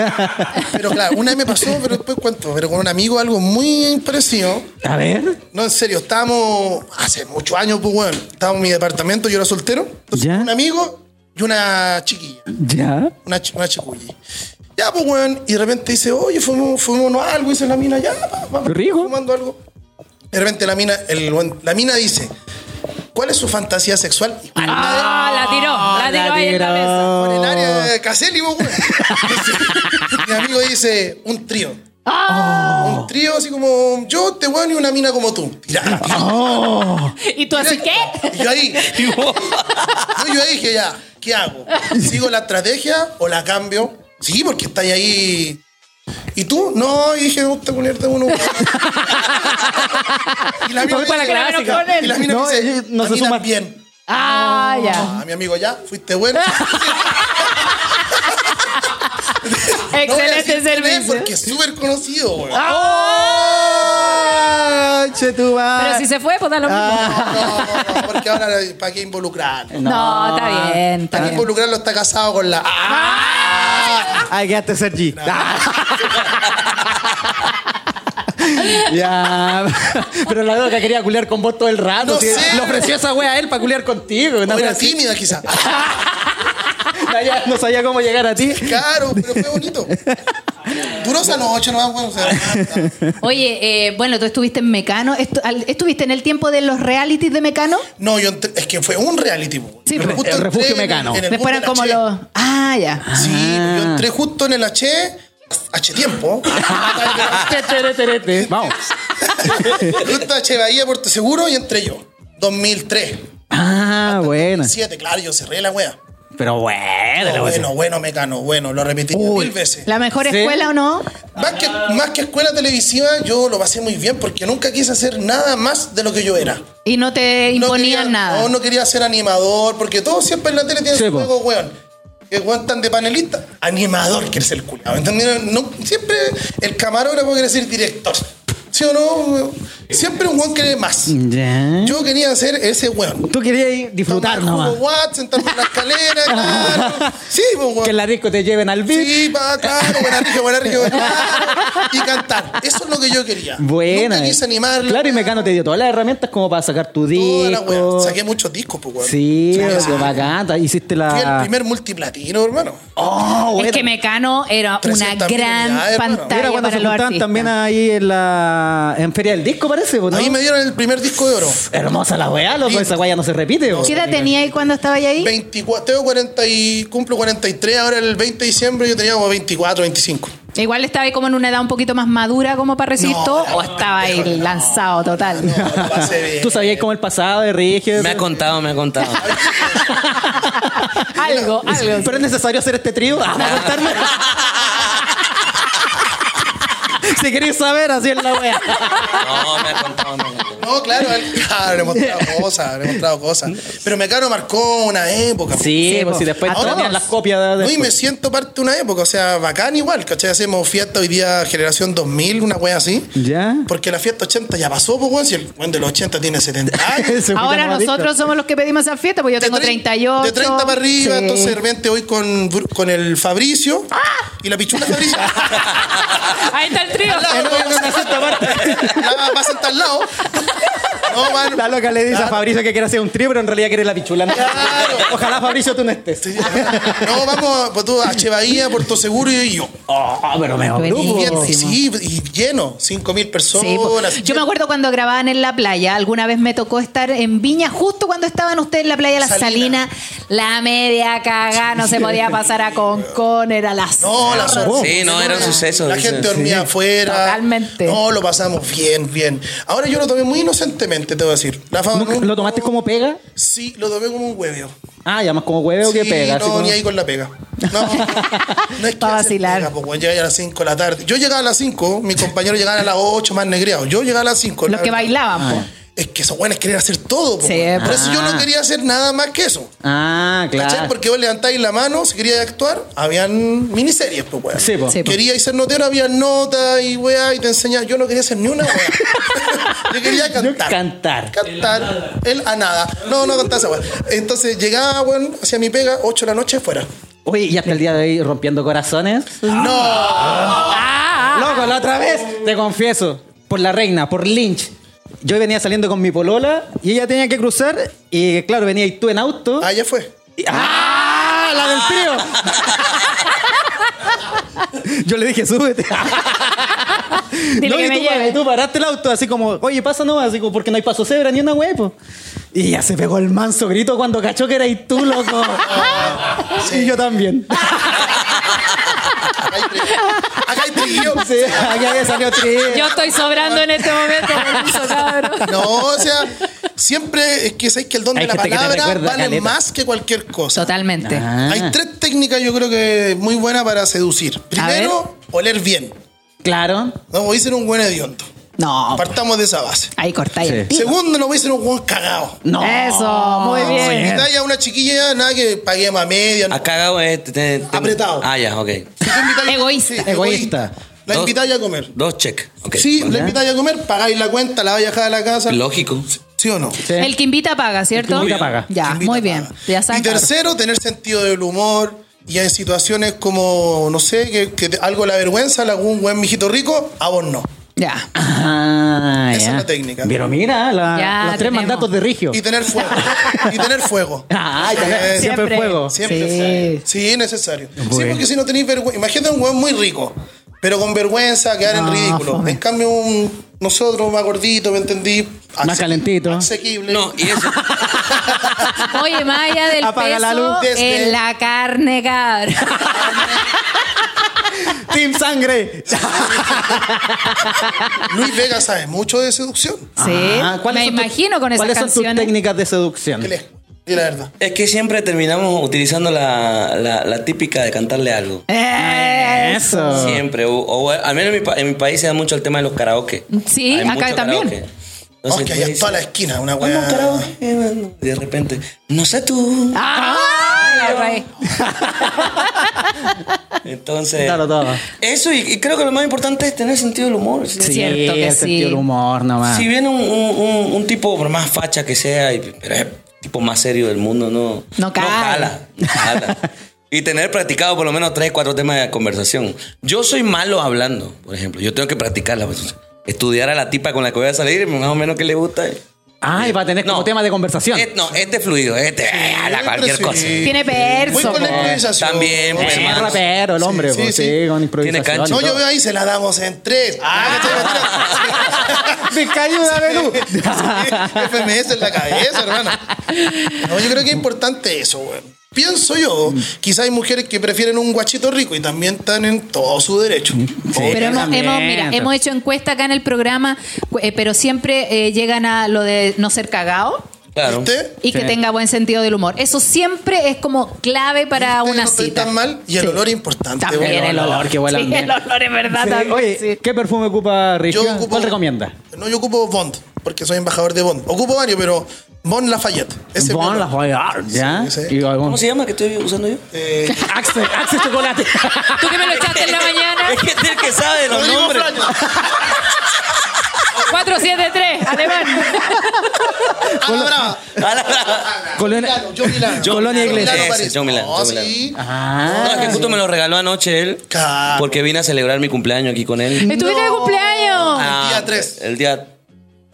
Speaker 8: pero claro, una vez me pasó, pero después cuento, pero con un amigo algo muy parecido.
Speaker 5: [laughs] A ver,
Speaker 8: No, en serio, estábamos hace muchos años, pues bueno, estábamos en mi departamento, yo era soltero. Entonces,
Speaker 5: ¿Ya?
Speaker 8: un amigo y una chiquilla,
Speaker 5: ya.
Speaker 8: una, chi- una chiculla. Ya, pues bueno, y de repente dice, oye, fuimos, fuimos algo, dice la mina, ya, vamos,
Speaker 5: Qué rico.
Speaker 8: fumando algo. De repente la mina, el, buen- la mina dice, ¿cuál es su fantasía sexual? Y
Speaker 6: Ah, la tiró, la tiró ahí en la mesa.
Speaker 5: Ah.
Speaker 8: por el área de Caselli, pues, weón. [laughs] Entonces, Mi amigo dice, un trío.
Speaker 5: Ah.
Speaker 8: Un trío así como yo, te weón y una mina como tú. Tira.
Speaker 6: ¿Y tú así qué?
Speaker 8: Y yo ahí. No, yo ahí dije ya, ¿qué hago? ¿Sigo la estrategia o la cambio? Sí, porque está ahí. ¿Y tú? No, y dije, "Oh, me gusta ponerte uno. y la mina
Speaker 5: Voy para la
Speaker 8: dice-
Speaker 5: clásica.
Speaker 8: Y la mina
Speaker 5: No,
Speaker 8: me dice,
Speaker 5: ellos no
Speaker 8: "La
Speaker 5: se
Speaker 8: mina
Speaker 5: suman".
Speaker 8: bien.
Speaker 6: Ah, ya.
Speaker 8: A mi amigo ya, fuiste bueno. No voy a
Speaker 6: Excelente
Speaker 8: decir quién es
Speaker 6: servicio.
Speaker 8: Porque es súper conocido, weón.
Speaker 5: ¡Ah! Che, tu madre.
Speaker 6: Pero si se fue, pues da lo mismo.
Speaker 8: No, no, no, porque ahora para qué involucrarlo.
Speaker 6: No, está bien, está
Speaker 8: Para qué
Speaker 6: bien.
Speaker 8: involucrarlo está casado con la. ¡Ah!
Speaker 5: Ay, quedaste Sergi. [laughs] Ya. Pero la loca quería culiar con vos todo el rato.
Speaker 8: No
Speaker 5: sí.
Speaker 8: sé.
Speaker 5: Le ofreció esa wea a él para culiar contigo.
Speaker 8: O
Speaker 5: No,
Speaker 8: era
Speaker 5: así.
Speaker 8: tímida quizás.
Speaker 5: No, ya no sabía cómo llegar a ti.
Speaker 8: Claro, pero fue bonito. Duró esa noche, no bueno, o sea,
Speaker 6: Oye, eh, bueno, tú estuviste en Mecano. Estu- al- ¿Estuviste en el tiempo de los realities de Mecano?
Speaker 8: No, yo entré- es que fue un reality. po.
Speaker 6: Sí,
Speaker 8: Justo
Speaker 6: pues.
Speaker 5: El
Speaker 8: entré
Speaker 5: refugio
Speaker 8: en
Speaker 5: mecano.
Speaker 8: en el
Speaker 6: Después eran
Speaker 8: mundo
Speaker 6: como
Speaker 8: del
Speaker 6: los. Ah, ya.
Speaker 8: H. Sí, yo entré justo en el H.
Speaker 6: [laughs]
Speaker 8: H tiempo.
Speaker 5: Vamos.
Speaker 8: justo H Bahía, Puerto Seguro y entré yo. 2003.
Speaker 5: Ah, buena.
Speaker 8: 7, claro, yo cerré la wea.
Speaker 5: Pero bueno. la wea.
Speaker 8: bueno, bueno, mecano, bueno, lo repetí
Speaker 5: Uy.
Speaker 8: mil veces.
Speaker 6: ¿La mejor
Speaker 5: Sí.
Speaker 6: escuela o no?
Speaker 8: Más que, más que escuela televisiva, yo lo pasé muy bien porque nunca quise hacer nada más de lo que yo era.
Speaker 6: Y no te
Speaker 8: No
Speaker 6: imponían
Speaker 8: quería-
Speaker 6: nada.
Speaker 8: No, no quería ser animador, porque todos siempre en la tele tienen
Speaker 5: Sí,
Speaker 8: su
Speaker 5: po.
Speaker 8: juego, weón. Que weón tan de panelista. Animador quiere ser el culo. ¿Entendieron? No, siempre el camarógrafo quiere ser director. ¿Sí o no? weón? Siempre un weón quiere más.
Speaker 5: Ya.
Speaker 8: Yo quería ser ese weón.
Speaker 5: Tú querías ir disfrutar
Speaker 8: Tomar
Speaker 5: nomás.
Speaker 8: jugo Watt, sentarme en
Speaker 5: [laughs]
Speaker 8: la escalera, claro. Sí, po, weón.
Speaker 5: Que en la disco te lleven al beat.
Speaker 8: Sí, pa, claro, buena rica, buena rica, buena rica. Y cantar. Eso es lo que yo quería.
Speaker 5: Buena.
Speaker 8: Nunca
Speaker 5: eh.
Speaker 8: quise animarlo.
Speaker 5: Claro, y Mecano te dio todas las herramientas como para sacar tu
Speaker 8: Toda la weá.
Speaker 5: disco.
Speaker 8: Saqué muchos discos, pues, weón.
Speaker 5: Sí,
Speaker 8: Saqué-
Speaker 5: qué bacán. ta- Hiciste
Speaker 8: Fui el
Speaker 5: la.
Speaker 8: primer multiplatino, hermano.
Speaker 5: Oh,
Speaker 6: es
Speaker 5: bueno.
Speaker 6: que Mecano era una
Speaker 8: 300.000
Speaker 6: gran
Speaker 8: unidades, hermano.
Speaker 6: pantalla
Speaker 5: Era cuando
Speaker 6: para
Speaker 5: se
Speaker 6: los
Speaker 5: juntaban
Speaker 6: artistas.
Speaker 5: también ahí en la. En Feria del Disco, parece, ¿no?
Speaker 8: Ahí me dieron el primer disco de oro.
Speaker 5: Hermosa la weá, loco.
Speaker 8: Sí.
Speaker 5: Esa weá ya no se repite, po.
Speaker 6: ¿Qué edad tenía ahí cuando estaba ahí?
Speaker 8: 24, tengo 40 y cumplo 43, ahora el 20 de diciembre yo tenía como
Speaker 5: [laughs]
Speaker 8: 24, 25.
Speaker 6: Igual estaba ahí como en una edad un poquito más madura como para resistir
Speaker 8: No,
Speaker 6: todo
Speaker 8: era
Speaker 6: o
Speaker 8: un
Speaker 6: estaba ahí
Speaker 8: pendejo, no.
Speaker 6: lanzado total.
Speaker 8: No, la pasé bien.
Speaker 5: Tú sabías cómo el pasado de Rigio.
Speaker 2: Me ha contado, me ha contado.
Speaker 6: algo, algo.
Speaker 5: Pero es necesario hacer este trío. [laughs] Ah, para contarme. si queréis saber, así es la weá.
Speaker 2: No, me ha contado, me ha contado.
Speaker 8: No, claro, él- claro, le he mostrado cosas, le he mostrado cosas. Pero Mecano marcó una época.
Speaker 5: Sí,
Speaker 6: Sí,
Speaker 5: pues
Speaker 6: po.
Speaker 5: si después
Speaker 6: A
Speaker 5: te tenían
Speaker 6: todos.
Speaker 5: las copias de.
Speaker 8: No, y me siento parte de una época, o sea, bacán igual, ¿cachai? Hacemos fiesta hoy día generación 2000, una wea así.
Speaker 5: Ya. [laughs]
Speaker 8: Porque la fiesta 80 ya pasó, pues, weón, si el weón de los 80 tiene 70 años.
Speaker 5: Se
Speaker 6: Ahora
Speaker 5: escucha más
Speaker 6: nosotros somos los que pedimos esa fiesta, porque yo tengo
Speaker 8: De trein-
Speaker 6: 38.
Speaker 8: De 30 para arriba,
Speaker 6: Sí.
Speaker 8: entonces de repente voy con, Bru- con el Fabricio y la
Speaker 5: [laughs]
Speaker 8: pichula Fabricio.
Speaker 6: Ahí está el trío.
Speaker 8: Al lado,
Speaker 5: En una cierta parte.
Speaker 8: La- va a sentar al lado. No, man.
Speaker 5: La loca le dice a Fabricio que quiere hacer un trío, pero en realidad quiere la pichula.
Speaker 8: Claro.
Speaker 5: Ojalá Fabricio tú no estés.
Speaker 8: No, vamos pues, tú, a Chevahía, Puerto Seguro y yo.
Speaker 5: Oh, pero me
Speaker 8: Y bien,
Speaker 6: Buenísimo.
Speaker 8: sí, y lleno, 5.000 personas.
Speaker 6: Sí, po. pues. yo
Speaker 8: lleno.
Speaker 6: me acuerdo cuando grababan en la playa, alguna vez me tocó estar en Viña, justo cuando estaban ustedes en la playa de la Salina,
Speaker 8: Salina.
Speaker 6: la media cagada, no se podía pasar a Concón, era la
Speaker 8: No, la
Speaker 6: zorra.
Speaker 8: sorpresa.
Speaker 2: Sí, no, era un suceso,
Speaker 8: La
Speaker 2: dice,
Speaker 8: gente dormía
Speaker 2: sí.
Speaker 8: afuera.
Speaker 6: Totalmente.
Speaker 8: No, lo pasamos bien, bien. Ahora yo lo tomé muy inocentemente, te voy a decir. La fama
Speaker 5: ¿Nunca-
Speaker 8: nunca-
Speaker 5: ¿Lo tomaste como pega?
Speaker 8: Sí, lo tomé como un hueveo.
Speaker 5: Ah, ya más como hueveo que
Speaker 8: Sí,
Speaker 5: pega. así
Speaker 8: No,
Speaker 5: como-
Speaker 8: ni ahí con la pega. No, no es que
Speaker 6: Pa'
Speaker 8: hacer
Speaker 6: vacilar.
Speaker 8: pega, po, weón. Llegué a las 5 de la tarde. Yo llegaba a las 5, mis compañeros llegaban a las 8 más negreados. Yo llegaba a las 5.
Speaker 6: Los que bailaban, pues, po.
Speaker 8: es que esos buenos querían hacer todo. po,
Speaker 6: Sí,
Speaker 8: weón. Por
Speaker 5: ah.
Speaker 8: eso yo no quería hacer nada más que eso.
Speaker 5: Ah,
Speaker 8: ¿Cachai?
Speaker 5: claro.
Speaker 8: Porque vos levantáis la mano, si queríais actuar, habían miniseries, pues, weón.
Speaker 5: Sí, po.
Speaker 6: Sí, po.
Speaker 8: Queríais ser notero, había notas y weá, y te enseñaba. Yo no quería hacer ni una weá. [laughs] Yo quería
Speaker 5: Yo
Speaker 8: cantar.
Speaker 5: cantar.
Speaker 8: Cantar. Él a nada. No, no cantaba esa weá. Entonces llegaba, weón, hacía mi pega, 8 de la noche, fuera.
Speaker 5: Oye, y hasta el día de hoy rompiendo corazones. Ah, Loco, la otra vez, te confieso, por la reina, por Lynch. Yo venía saliendo con mi polola y ella tenía que cruzar y claro, venía y tú en auto.
Speaker 8: Ah, ya fue.
Speaker 5: Y- ¡Ah! ¡La [laughs] del trío! Yo le dije, súbete.
Speaker 6: [laughs] Dile que
Speaker 5: y
Speaker 6: me
Speaker 5: tú, pa-
Speaker 6: lleve.
Speaker 5: y tú paraste el auto así como, oye, pasa no, así como porque no hay paso cebra ni una hueá, po. Y ya se pegó el manso grito cuando cachó que erais tú, [laughs] loco. Y yo también.
Speaker 8: Acá hay trío. Acá hay trío.
Speaker 5: [laughs] Sí, aquí había salido trío.
Speaker 6: Yo estoy sobrando en este momento, permiso, [laughs] cabrón.
Speaker 8: No, o sea, siempre es que sabéis que el don
Speaker 5: Hay
Speaker 8: de la
Speaker 5: gente que te
Speaker 8: palabra
Speaker 5: recuerda,
Speaker 8: vale
Speaker 5: caleta.
Speaker 8: más que cualquier cosa.
Speaker 6: Totalmente.
Speaker 5: Ah,
Speaker 8: Hay tres técnicas, yo creo que muy buenas para seducir. Primero, oler bien.
Speaker 5: Claro.
Speaker 8: No voy a ser un buen hediondo.
Speaker 6: No.
Speaker 8: Partamos de esa base.
Speaker 6: Ahí cortáis el
Speaker 5: pues. Sí.
Speaker 6: tiro.
Speaker 8: Segundo, no voy a ser un buen cagado.
Speaker 5: No.
Speaker 6: Eso, muy bien.
Speaker 8: Si a una chiquilla, nada que paguemos a media. no.
Speaker 2: Ha cagado este. te- te-
Speaker 8: Apretado.
Speaker 2: Ah, ya, ok.
Speaker 8: Si tú invitáis-
Speaker 6: Egoísta.
Speaker 5: [laughs] Egoísta.
Speaker 8: La
Speaker 2: Dos-
Speaker 8: invitáis a comer.
Speaker 2: Dos check.
Speaker 5: Eh,
Speaker 2: ok.
Speaker 8: Sí, la invitáis a comer, pagáis la cuenta, la vais a dejar a la casa.
Speaker 2: Lógico.
Speaker 8: ¿Sí o no?
Speaker 5: Sí.
Speaker 6: El que invita paga, ¿cierto?
Speaker 5: El que invita paga.
Speaker 6: Ya,
Speaker 8: Invita
Speaker 6: muy
Speaker 8: a
Speaker 6: bien.
Speaker 8: pagar.
Speaker 6: Ya saben,
Speaker 8: Y tercero, tener sentido del humor. Y en situaciones como, no sé, que, que te- algo la vergüenza, le hago un buen mijito rico, a vos no.
Speaker 6: Ya.
Speaker 5: Ah,
Speaker 8: Esa
Speaker 5: ya.
Speaker 8: es la técnica.
Speaker 5: Pero mira, la-
Speaker 6: Ya,
Speaker 5: los tres
Speaker 6: tenemos.
Speaker 5: mandatos de Rigio.
Speaker 8: Y tener fuego. y
Speaker 6: [laughs]
Speaker 8: tener fuego.
Speaker 5: Ah, ya, siempre,
Speaker 8: Eh,
Speaker 6: siempre.
Speaker 5: fuego.
Speaker 8: Siempre
Speaker 6: Sí.
Speaker 8: necesario. Sí, es necesario. Sí,
Speaker 5: Bueno.
Speaker 8: porque si no tenéis vergüenza. Imagínate un weón muy rico, pero con vergüenza quedar en
Speaker 6: No,
Speaker 8: ridículo.
Speaker 6: fome.
Speaker 8: En cambio, un, nosotros más gordito, ¿me entendí?
Speaker 5: Más calentito.
Speaker 8: Asequible.
Speaker 2: No, y eso.
Speaker 6: Oye, Maya del
Speaker 5: Apaga
Speaker 6: peso
Speaker 5: la luz
Speaker 8: desde-
Speaker 6: en la carne car.
Speaker 5: Team Sangre.
Speaker 8: Luis Vega sabe mucho de seducción.
Speaker 6: Sí.
Speaker 5: Ah, ¿cuáles
Speaker 6: Me
Speaker 5: son tus-
Speaker 6: imagino con esas
Speaker 5: ¿Cuáles son tus
Speaker 6: canciones.
Speaker 5: técnicas de seducción?
Speaker 8: Que le- Di la verdad.
Speaker 2: Es que siempre terminamos utilizando la, la, la típica de cantarle algo.
Speaker 5: Eso.
Speaker 2: Siempre. O, o al menos en mi, pa- en mi país se da mucho el tema de los karaoke.
Speaker 6: Sí,
Speaker 2: Hay
Speaker 6: acá
Speaker 2: mucho
Speaker 6: también.
Speaker 2: karaoke.
Speaker 8: Vamos
Speaker 2: Entonces,
Speaker 8: que
Speaker 2: tú
Speaker 8: allá en
Speaker 2: dices,
Speaker 8: toda la Ah. esquina, una
Speaker 2: "Vamos a un
Speaker 8: weá.
Speaker 2: karaoke, mano". Y de repente, no sé tú.
Speaker 6: Ah, la raíz.
Speaker 2: Entonces.
Speaker 5: Dalo todo.
Speaker 2: Eso, y, y creo que lo más importante es tener sentido del humor.
Speaker 6: Sí. Cierto que
Speaker 5: el
Speaker 6: sí.
Speaker 5: sentido del humor nomás.
Speaker 2: Si viene un, un- un- un tipo, por más facha que sea, y, pero es el tipo más serio del mundo, no,
Speaker 6: No cae.
Speaker 2: jala, no jala. Y tener practicado por lo menos tres, cuatro temas de conversación. Yo soy malo hablando, por ejemplo. Yo tengo que practicar la Estudiar a la tipa con la que voy a salir, más o menos que le gusta.
Speaker 5: Ah, y va a tener como
Speaker 2: No.
Speaker 5: tema de conversación.
Speaker 2: Eh, no, este fluido, este, eh, habla cualquier
Speaker 8: Sí.
Speaker 2: cosa.
Speaker 6: Tiene
Speaker 8: Voy
Speaker 6: verso.
Speaker 8: con la
Speaker 6: po.
Speaker 8: improvisación.
Speaker 2: También, pues,
Speaker 5: es
Speaker 2: hermano.
Speaker 5: rapero el hombre,
Speaker 8: eh, Sí,
Speaker 5: po,
Speaker 8: sí,
Speaker 5: sí,
Speaker 8: sí.
Speaker 5: con
Speaker 2: Tiene
Speaker 5: improvisación.
Speaker 2: cancha.
Speaker 8: No, yo veo ahí, se la damos en tres.
Speaker 2: [laughs]
Speaker 8: Ah,
Speaker 5: Me caí una menú.
Speaker 8: FMS en la cabeza, hermana. No, yo creo que es importante eso, güey. Pienso yo, quizás hay mujeres que prefieren un guachito rico y también están en todo su derecho.
Speaker 6: Pero hemos,
Speaker 5: También.
Speaker 6: hemos- mira, hemos hecho encuesta acá en el programa, cu- eh, pero siempre eh, llegan a lo de no ser cagado
Speaker 2: Claro.
Speaker 8: ¿Viste?
Speaker 6: y que
Speaker 5: Sí.
Speaker 6: tenga buen sentido del humor. Eso siempre es como clave para
Speaker 8: ¿Viste?
Speaker 6: una
Speaker 8: No estoy
Speaker 6: cita.
Speaker 8: tan mal y el
Speaker 6: Sí.
Speaker 8: olor es importante.
Speaker 6: También
Speaker 8: güey.
Speaker 6: el olor.
Speaker 5: que huelan
Speaker 6: Sí,
Speaker 5: bien.
Speaker 6: el olor es verdad
Speaker 5: Sí,
Speaker 6: también.
Speaker 5: Oye,
Speaker 6: sí.
Speaker 5: ¿qué perfume ocupa Rigio?
Speaker 8: Yo ocupo-
Speaker 5: ¿Cuál recomienda?
Speaker 8: No, yo ocupo Bond, porque soy embajador de Bond. Ocupo varios, pero Bond Lafayette. Ese
Speaker 5: Bon
Speaker 8: es mi
Speaker 5: la
Speaker 8: olor.
Speaker 5: joya. ¿Ya?
Speaker 8: Sí, sí.
Speaker 5: Y algún-
Speaker 2: ¿Cómo se llama que estoy usando yo?
Speaker 5: [laughs]
Speaker 8: Eh,
Speaker 5: Axe, Axe chocolate.
Speaker 6: Tú que me lo echaste en la mañana,
Speaker 2: [laughs]
Speaker 6: [laughs]
Speaker 2: Es que es el que sabe de los
Speaker 8: Rodrigo
Speaker 2: nombres.
Speaker 8: Flaño. Ah,
Speaker 6: 473, alemán.
Speaker 5: [laughs]
Speaker 8: A la brava.
Speaker 2: A Ah, la brava.
Speaker 5: Colonia-
Speaker 8: Milano, John Milano.
Speaker 5: John Colonia
Speaker 8: Milano,
Speaker 5: Iglesias.
Speaker 8: París.
Speaker 2: Ese, John Milano,
Speaker 8: No,
Speaker 2: John Milano.
Speaker 8: Oh, sí.
Speaker 5: [laughs] Ah,
Speaker 2: No, que justo me lo regaló anoche él.
Speaker 8: Claro.
Speaker 2: Porque vine a celebrar mi cumpleaños aquí con él.
Speaker 6: Estuviste de cumpleaños.
Speaker 2: Ah,
Speaker 8: día tres.
Speaker 2: El día.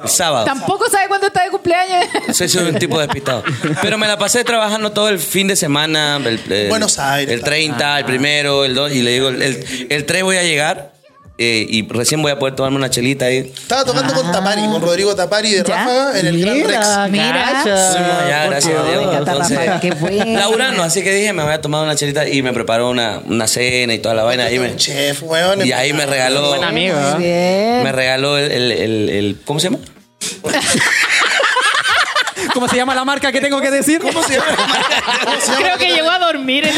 Speaker 2: el sábado.
Speaker 6: Tampoco sabe cuándo está de cumpleaños.
Speaker 2: Soy, soy un tipo despistado. Pero me la pasé trabajando todo el fin de semana. El, el-
Speaker 8: Buenos Aires.
Speaker 2: El 30, el primero, el 2. Y le digo, el, el, 3 voy a llegar. eh, y recién voy a poder tomarme una chelita ahí.
Speaker 8: Estaba tocando con Tapari, con Rodrigo Tapari de
Speaker 6: Ya.
Speaker 8: Ráfaga en el Gran Rex.
Speaker 5: Ah. mira,
Speaker 6: Mira.
Speaker 5: cacha.
Speaker 2: Sí, no, ya,
Speaker 5: Ah, Por
Speaker 2: gracias a
Speaker 5: favor.
Speaker 2: Dios.
Speaker 6: Me encanta
Speaker 2: Entonces,
Speaker 6: Rafael, qué bueno.
Speaker 2: Laurano, así que dije, me voy a tomar una chelita y me preparó una, una cena y toda la vaina. Y, me,
Speaker 8: Chef, weón.
Speaker 2: y ahí me regaló.
Speaker 5: Buen amigo.
Speaker 6: Muy bien.
Speaker 2: Me regaló el, el- el- el- ¿Cómo se llama?
Speaker 5: ¿Cómo se llama la marca que tengo que decir?
Speaker 8: ¿Cómo se llama? ¿Cómo se llama?
Speaker 6: Creo que llegó a dormir. el-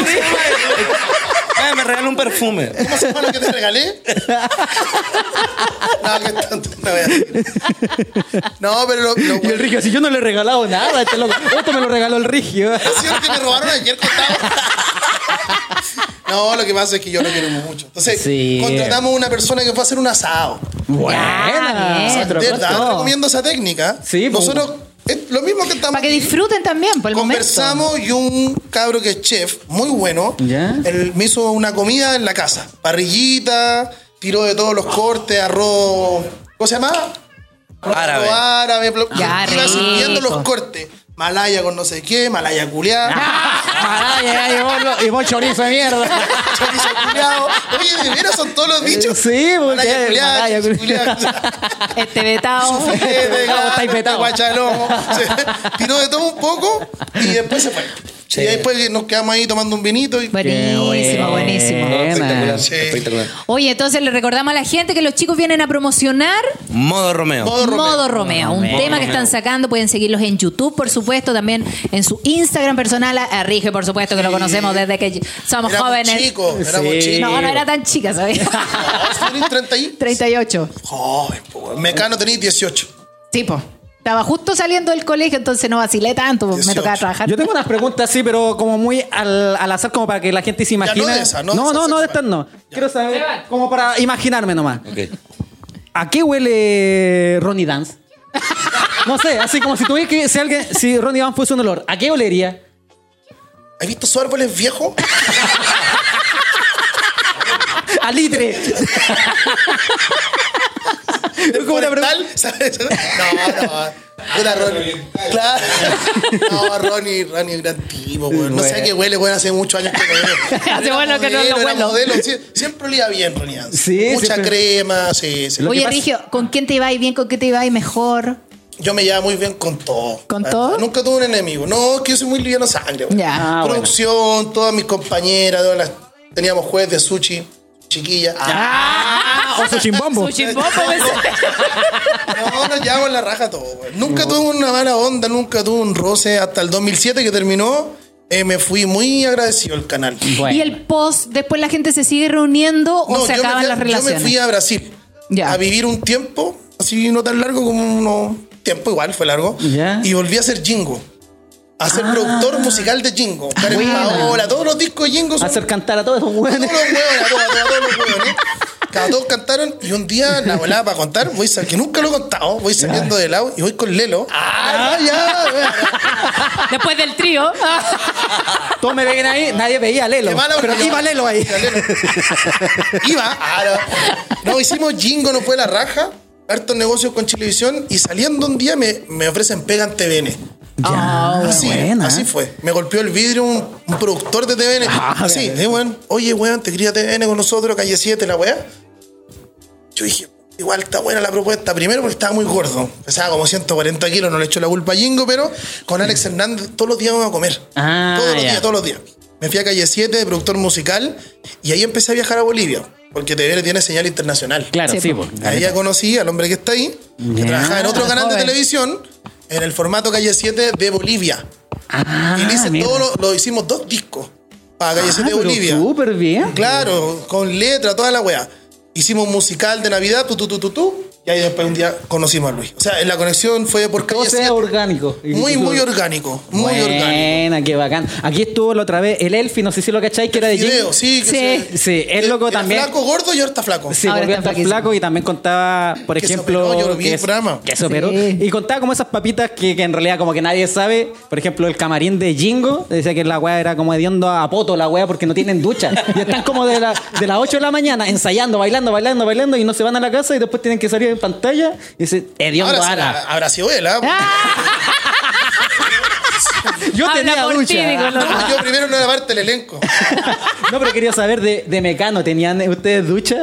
Speaker 2: Eh, me regaló un perfume.
Speaker 8: ¿Hace semana que te regalé? no, que tanto, no, voy a decir. no, pero lo, lo
Speaker 5: [laughs] Y el Rigio, si yo no le he regalado nada, este loco, esto me lo regaló el Rigio.
Speaker 8: ¿Es cierto que me robaron ayer contado? No, lo que pasa es que yo lo quiero mucho. Entonces,
Speaker 5: Sí.
Speaker 8: contratamos una persona que fue a hacer un asado.
Speaker 5: Buena,
Speaker 6: bien.
Speaker 5: otro
Speaker 8: De verdad,
Speaker 5: costo.
Speaker 8: recomiendo esa técnica.
Speaker 5: Sí, pues.
Speaker 8: Nosotros, es lo mismo que estamos.
Speaker 6: Para que
Speaker 8: aquí.
Speaker 6: disfruten también por el
Speaker 8: Conversamos y un cabro que es chef, muy bueno,
Speaker 5: ¿Ya?
Speaker 8: él me hizo una comida en la casa. Parrillita, tiró de todos los cortes, arroz. ¿Cómo se llama?
Speaker 2: Árabe.
Speaker 8: Arroz árabe, bla-
Speaker 6: Ya,
Speaker 8: iba sirviendo
Speaker 6: rico.
Speaker 8: los cortes. Malaya con no sé qué, malaya
Speaker 5: Ah,
Speaker 8: culiada,
Speaker 5: Maraya, Ah, ya llevó lo- llevó chorizo de mierda.
Speaker 8: chorizo culiado. Oye, de veras son todos los dichos.
Speaker 5: Eh, Sí, pues, porque
Speaker 8: Malaya culiada,
Speaker 5: malaya
Speaker 8: chorizo
Speaker 5: culiada. [laughs]
Speaker 8: culiado.
Speaker 6: momento. Este vetado.
Speaker 8: Eh,
Speaker 6: [laughs]
Speaker 5: Vamos,
Speaker 8: de
Speaker 5: está
Speaker 8: gato,
Speaker 5: impetado.
Speaker 8: guachalomo.
Speaker 5: [laughs]
Speaker 8: Se- Tiró de todo un poco y después se fue. Y después nos quedamos ahí tomando un vinito y
Speaker 6: Buenísimo, buenísimo.
Speaker 5: Buena.
Speaker 8: Sí.
Speaker 2: Espectacular.
Speaker 6: Oye, entonces le recordamos a la gente que los chicos vienen a promocionar
Speaker 2: Modo Romeo.
Speaker 8: Modo Romeo.
Speaker 6: Modo Romeo, un tema que están sacando. Pueden seguirlos en YouTube, por supuesto, también en su Instagram personal. A Rige, por supuesto, que lo conocemos desde que somos
Speaker 8: éramos
Speaker 6: jóvenes.
Speaker 8: chicos, éramos
Speaker 5: Sí.
Speaker 8: chicos.
Speaker 6: No, no era tan chica,
Speaker 8: [laughs]
Speaker 6: ¿sabes?
Speaker 8: No, tenés 30 y...
Speaker 6: 38.
Speaker 8: Joder, po, weón. Mecano tenía 18.
Speaker 6: Tipo. Estaba justo saliendo del colegio, entonces no vacilé tanto, me
Speaker 8: 18.
Speaker 6: tocaba trabajar.
Speaker 5: Yo tengo unas preguntas así, pero como muy al, al azar, como para que la gente se
Speaker 8: no
Speaker 5: imagine.
Speaker 8: de esa, no de
Speaker 5: no,
Speaker 8: esa
Speaker 5: no, no, de estas
Speaker 8: sexual.
Speaker 5: no. Quiero saber, como para imaginarme nomás.
Speaker 2: Ok.
Speaker 5: ¿A qué huele Ronnie Dance? No sé, así como si tuviera que, si alguien, si Ronnie Dance fuese un olor, ¿a qué olería?
Speaker 8: ¿Has visto esos árboles viejos?
Speaker 5: A
Speaker 8: [laughs]
Speaker 5: litre. Es como una pregunta.
Speaker 8: ¿Tal? [laughs] ¿Sabes? No, no. Puta, Ronnie. Claro. No, Ronnie, Ronnie, gran tipo, weón. No sé a qué huele, weón. Hace muchos años que no veo.
Speaker 6: [laughs] Hace
Speaker 8: Era
Speaker 6: bueno que no lo
Speaker 8: modelo, era
Speaker 6: huelo.
Speaker 8: modelo. Sie- Siempre olía bien, Ronnie. Hans.
Speaker 5: Sí,
Speaker 8: Mucha
Speaker 5: siempre.
Speaker 8: crema, sí, sí.
Speaker 5: Lo que
Speaker 6: Oye,
Speaker 5: pasa-
Speaker 6: Rigio, ¿con quién te iba bien? ¿Con qué te iba mejor?
Speaker 8: Yo me llevaba muy bien con todo.
Speaker 6: ¿Con todo?
Speaker 8: Nunca tuve un enemigo. No, es que yo soy muy liviano sangre, weón.
Speaker 6: Ya.
Speaker 5: Ah, bueno.
Speaker 8: producción, todas mis compañeras, todas las- teníamos juez de sushi, chiquilla. Ah,
Speaker 5: Ah, o su chimbombo.
Speaker 8: No, nos llevamos la raja todo, güey. Nunca tuve una mala onda, nunca tuve un roce. Hasta el 2007 que terminó, eh, me fui muy agradecido al canal.
Speaker 6: ¿Y el post, después la gente se sigue reuniendo o
Speaker 8: No,
Speaker 6: se
Speaker 8: yo me
Speaker 6: acaban
Speaker 8: fui a-
Speaker 6: las
Speaker 8: Yo me
Speaker 6: relaciones?
Speaker 8: fui a Brasil
Speaker 6: Ya.
Speaker 8: a vivir un tiempo, así no tan largo como uno tiempo igual, fue largo.
Speaker 5: Ya.
Speaker 8: Y volví a ser jingo. A
Speaker 6: Ah.
Speaker 8: ser productor musical de Jingo. Karen Paola, todos los discos de Jingo son
Speaker 5: Hacer cantar a todos esos hueones.
Speaker 8: todos los hueones, a todos, a todos, a todos los hueones. Cada dos cantaron y un día la volaba para contar, voy sal- que nunca lo he contado, voy saliendo de lado y voy con Lelo. ¡Ah, ya!
Speaker 6: Después del trío.
Speaker 5: Todos me ven ahí, nadie veía a Lelo.
Speaker 8: Qué mala
Speaker 5: Pero
Speaker 8: onda.
Speaker 5: iba Lelo ahí.
Speaker 8: Iba Lelo. Iba. ah, no. No, hicimos jingo, no fue la raja. Hartos negocios con Chilevisión y saliendo un día me, me ofrecen pega en TVN.
Speaker 5: Ya,
Speaker 8: Así,
Speaker 5: buena.
Speaker 8: así fue. Me golpeó el vidrio un, un productor de TVN.
Speaker 5: Ah,
Speaker 8: así, eh, weón. Oye, weón, te quería TVN con nosotros, calle 7, la weá. Yo dije, igual está buena la propuesta. Primero porque estaba muy gordo. Pesaba como 140 kilos, no le echo la culpa a Jingo, pero con Alex Hernández todos los días vamos a comer.
Speaker 5: Mm. Ah,
Speaker 8: todos los
Speaker 5: ya.
Speaker 8: días, todos los días. Me fui a calle 7 de productor musical y ahí empecé a viajar a Bolivia. Porque TVN tiene señal internacional.
Speaker 5: Claro,
Speaker 6: Sí,
Speaker 5: sí,
Speaker 6: po.
Speaker 5: po.
Speaker 8: Ahí ya conocí al hombre que está ahí, que trabajaba en otro canal de televisión, en el formato Calle 7 de Bolivia.
Speaker 5: Ah,
Speaker 8: y le hice
Speaker 5: mira.
Speaker 8: todo lo, lo hicimos dos discos para Calle
Speaker 5: Ah,
Speaker 8: 7 de
Speaker 5: pero
Speaker 8: Bolivia.
Speaker 5: Súper bien.
Speaker 8: Claro, con letra, toda la weá. Hicimos un musical de Navidad, tu, tu, tu, tu, tu, y ahí después un día conocimos a Luis. O sea, la conexión fue por
Speaker 5: Todo
Speaker 8: Calle
Speaker 5: sea
Speaker 8: 7.
Speaker 5: orgánico.
Speaker 8: Muy, muy orgánico, muy orgánico.
Speaker 5: Buena, qué bacán. Aquí estuvo la otra vez el Elfi, no sé si lo cacháis, que era de
Speaker 8: Video,
Speaker 5: Jingo.
Speaker 8: sí, que
Speaker 6: Sí.
Speaker 8: se-
Speaker 5: Sí, es loco
Speaker 8: era
Speaker 5: también.
Speaker 8: Flaco, gordo y ahora está flaco.
Speaker 5: Sí,
Speaker 6: Ahora
Speaker 5: volvió a
Speaker 6: está
Speaker 5: estar
Speaker 6: flaquísimo.
Speaker 5: flaco y también contaba, por
Speaker 8: Que se
Speaker 5: ejemplo,
Speaker 8: operó, yo lo vi
Speaker 5: que
Speaker 8: en
Speaker 5: es-
Speaker 8: programa.
Speaker 5: que se operó.
Speaker 6: Sí.
Speaker 5: Y contaba como esas papitas que, que en realidad como que nadie sabe. Por ejemplo, el camarín de Jingo decía que la weá era como hediondo a poto la weá porque no
Speaker 6: [laughs]
Speaker 5: tienen ducha. Y están como de, la- de las 8 de la mañana ensayando, bailando, bailando, bailando y no se van a la casa y después tienen que salir en pantalla y dice, hediondo
Speaker 8: Ahora
Speaker 5: ala.
Speaker 8: será- habrá sido él, ¿ah?
Speaker 5: Yo
Speaker 6: Ah, Habla
Speaker 5: tenía
Speaker 6: por ti, digo,
Speaker 5: ducha.
Speaker 8: [laughs]
Speaker 6: no.
Speaker 8: No, yo primero no era parte del elenco.
Speaker 5: [laughs] No, pero quería saber de, de Mecano, ¿tenían ustedes ducha?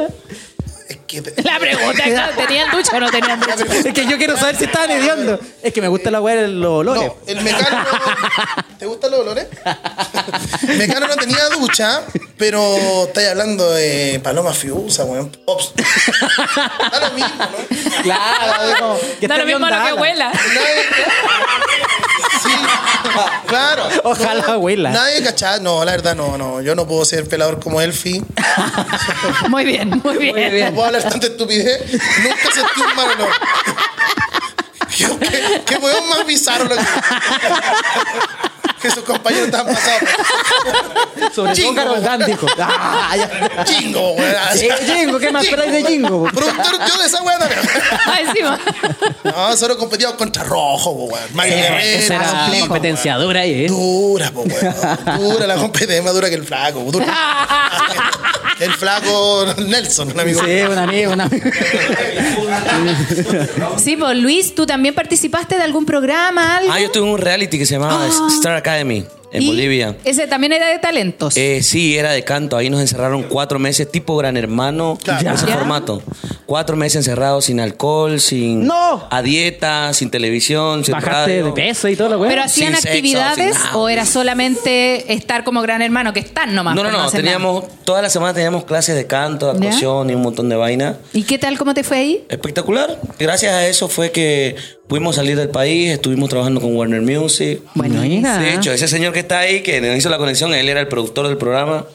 Speaker 8: Es que
Speaker 6: La pregunta es, claro, ¿tenían ducha o no tenían ducha? [laughs]
Speaker 5: Es que yo quiero saber si estaban hediondo. Es que me gusta la weá de los olores.
Speaker 8: No, el mecano. ¿Te gustan los
Speaker 5: [laughs]
Speaker 8: olores? mecano no tenía ducha, pero estáis hablando de Paloma Fiusa, weón. Ops. Da lo mismo, ¿no?
Speaker 5: Claro, es como,
Speaker 6: Da
Speaker 5: esté
Speaker 6: lo mismo a
Speaker 5: hedionda
Speaker 8: [laughs]
Speaker 6: lo que
Speaker 5: ala.
Speaker 6: huela.
Speaker 8: Nadie- Sí. Claro.
Speaker 5: Ojalá, abuela.
Speaker 8: Nadie cachaba. No, la verdad, no, no. Yo no puedo ser pelador como Elfi.
Speaker 6: Muy bien, muy bien.
Speaker 5: [laughs]
Speaker 8: No puedo hablar tanta estupidez. Nunca sentí un mal olor. Yo, ¿Qué, qué hueón más bizarro lo que... que sus compañeros estaban pasados.
Speaker 5: Sobre todo
Speaker 8: Chingo,
Speaker 5: Carol
Speaker 8: weón.
Speaker 5: Dan dijo. [laughs] Ah, ya.
Speaker 8: Chingo, weón.
Speaker 5: Sí, Jingo, ¿qué más traes de Jingo?
Speaker 8: Productor, yo de esa weá también.
Speaker 6: Ah, encima.
Speaker 8: No, solo competíamos contra rojo, po, weón. Mario Guerrero,
Speaker 6: ese era
Speaker 5: Esa era
Speaker 8: Pico,
Speaker 5: la
Speaker 6: complejo.
Speaker 5: competencia dura ahí, ¿eh?
Speaker 8: Dura, po, weón. Dura la competencia, más dura que el flaco. Dura.
Speaker 6: [laughs]
Speaker 8: El flaco Nelson, un amigo.
Speaker 5: Sí, un amigo, un amigo.
Speaker 6: Sí, pues Luis, tú también participaste de algún programa, algo.
Speaker 2: Ah, yo tuve un reality que se llamaba Star Academy en
Speaker 6: Ah. Y
Speaker 2: Bolivia.
Speaker 6: Ese también era de talentos.
Speaker 2: Eh, sí, era de canto. Ahí nos encerraron cuatro meses, tipo gran hermano,
Speaker 8: Claro.
Speaker 2: de ese
Speaker 6: Ya.
Speaker 2: formato. Cuatro meses encerrados sin alcohol, sin.
Speaker 5: ¡No!
Speaker 2: A dieta, sin televisión, sin
Speaker 5: Bajaste
Speaker 2: radio.
Speaker 5: de peso y todo lo
Speaker 6: ¿Pero
Speaker 5: weón.
Speaker 6: hacían
Speaker 2: sin sexo,
Speaker 6: actividades
Speaker 2: sin nada.
Speaker 6: o era solamente estar como gran hermano, que están nomás?
Speaker 2: No, no,
Speaker 6: pues,
Speaker 2: no.
Speaker 6: hacen nada?
Speaker 2: Teníamos, toda la semana teníamos clases de canto,
Speaker 6: Ya.
Speaker 2: actuación y un montón de vaina.
Speaker 6: ¿Y qué tal, cómo te fue ahí?
Speaker 2: Espectacular. Gracias a eso fue que pudimos salir del país, estuvimos trabajando con Warner Music.
Speaker 6: Bueno,
Speaker 2: De
Speaker 5: Ah.
Speaker 2: hecho, ese señor que está ahí, que nos hizo la conexión, él era el productor del programa.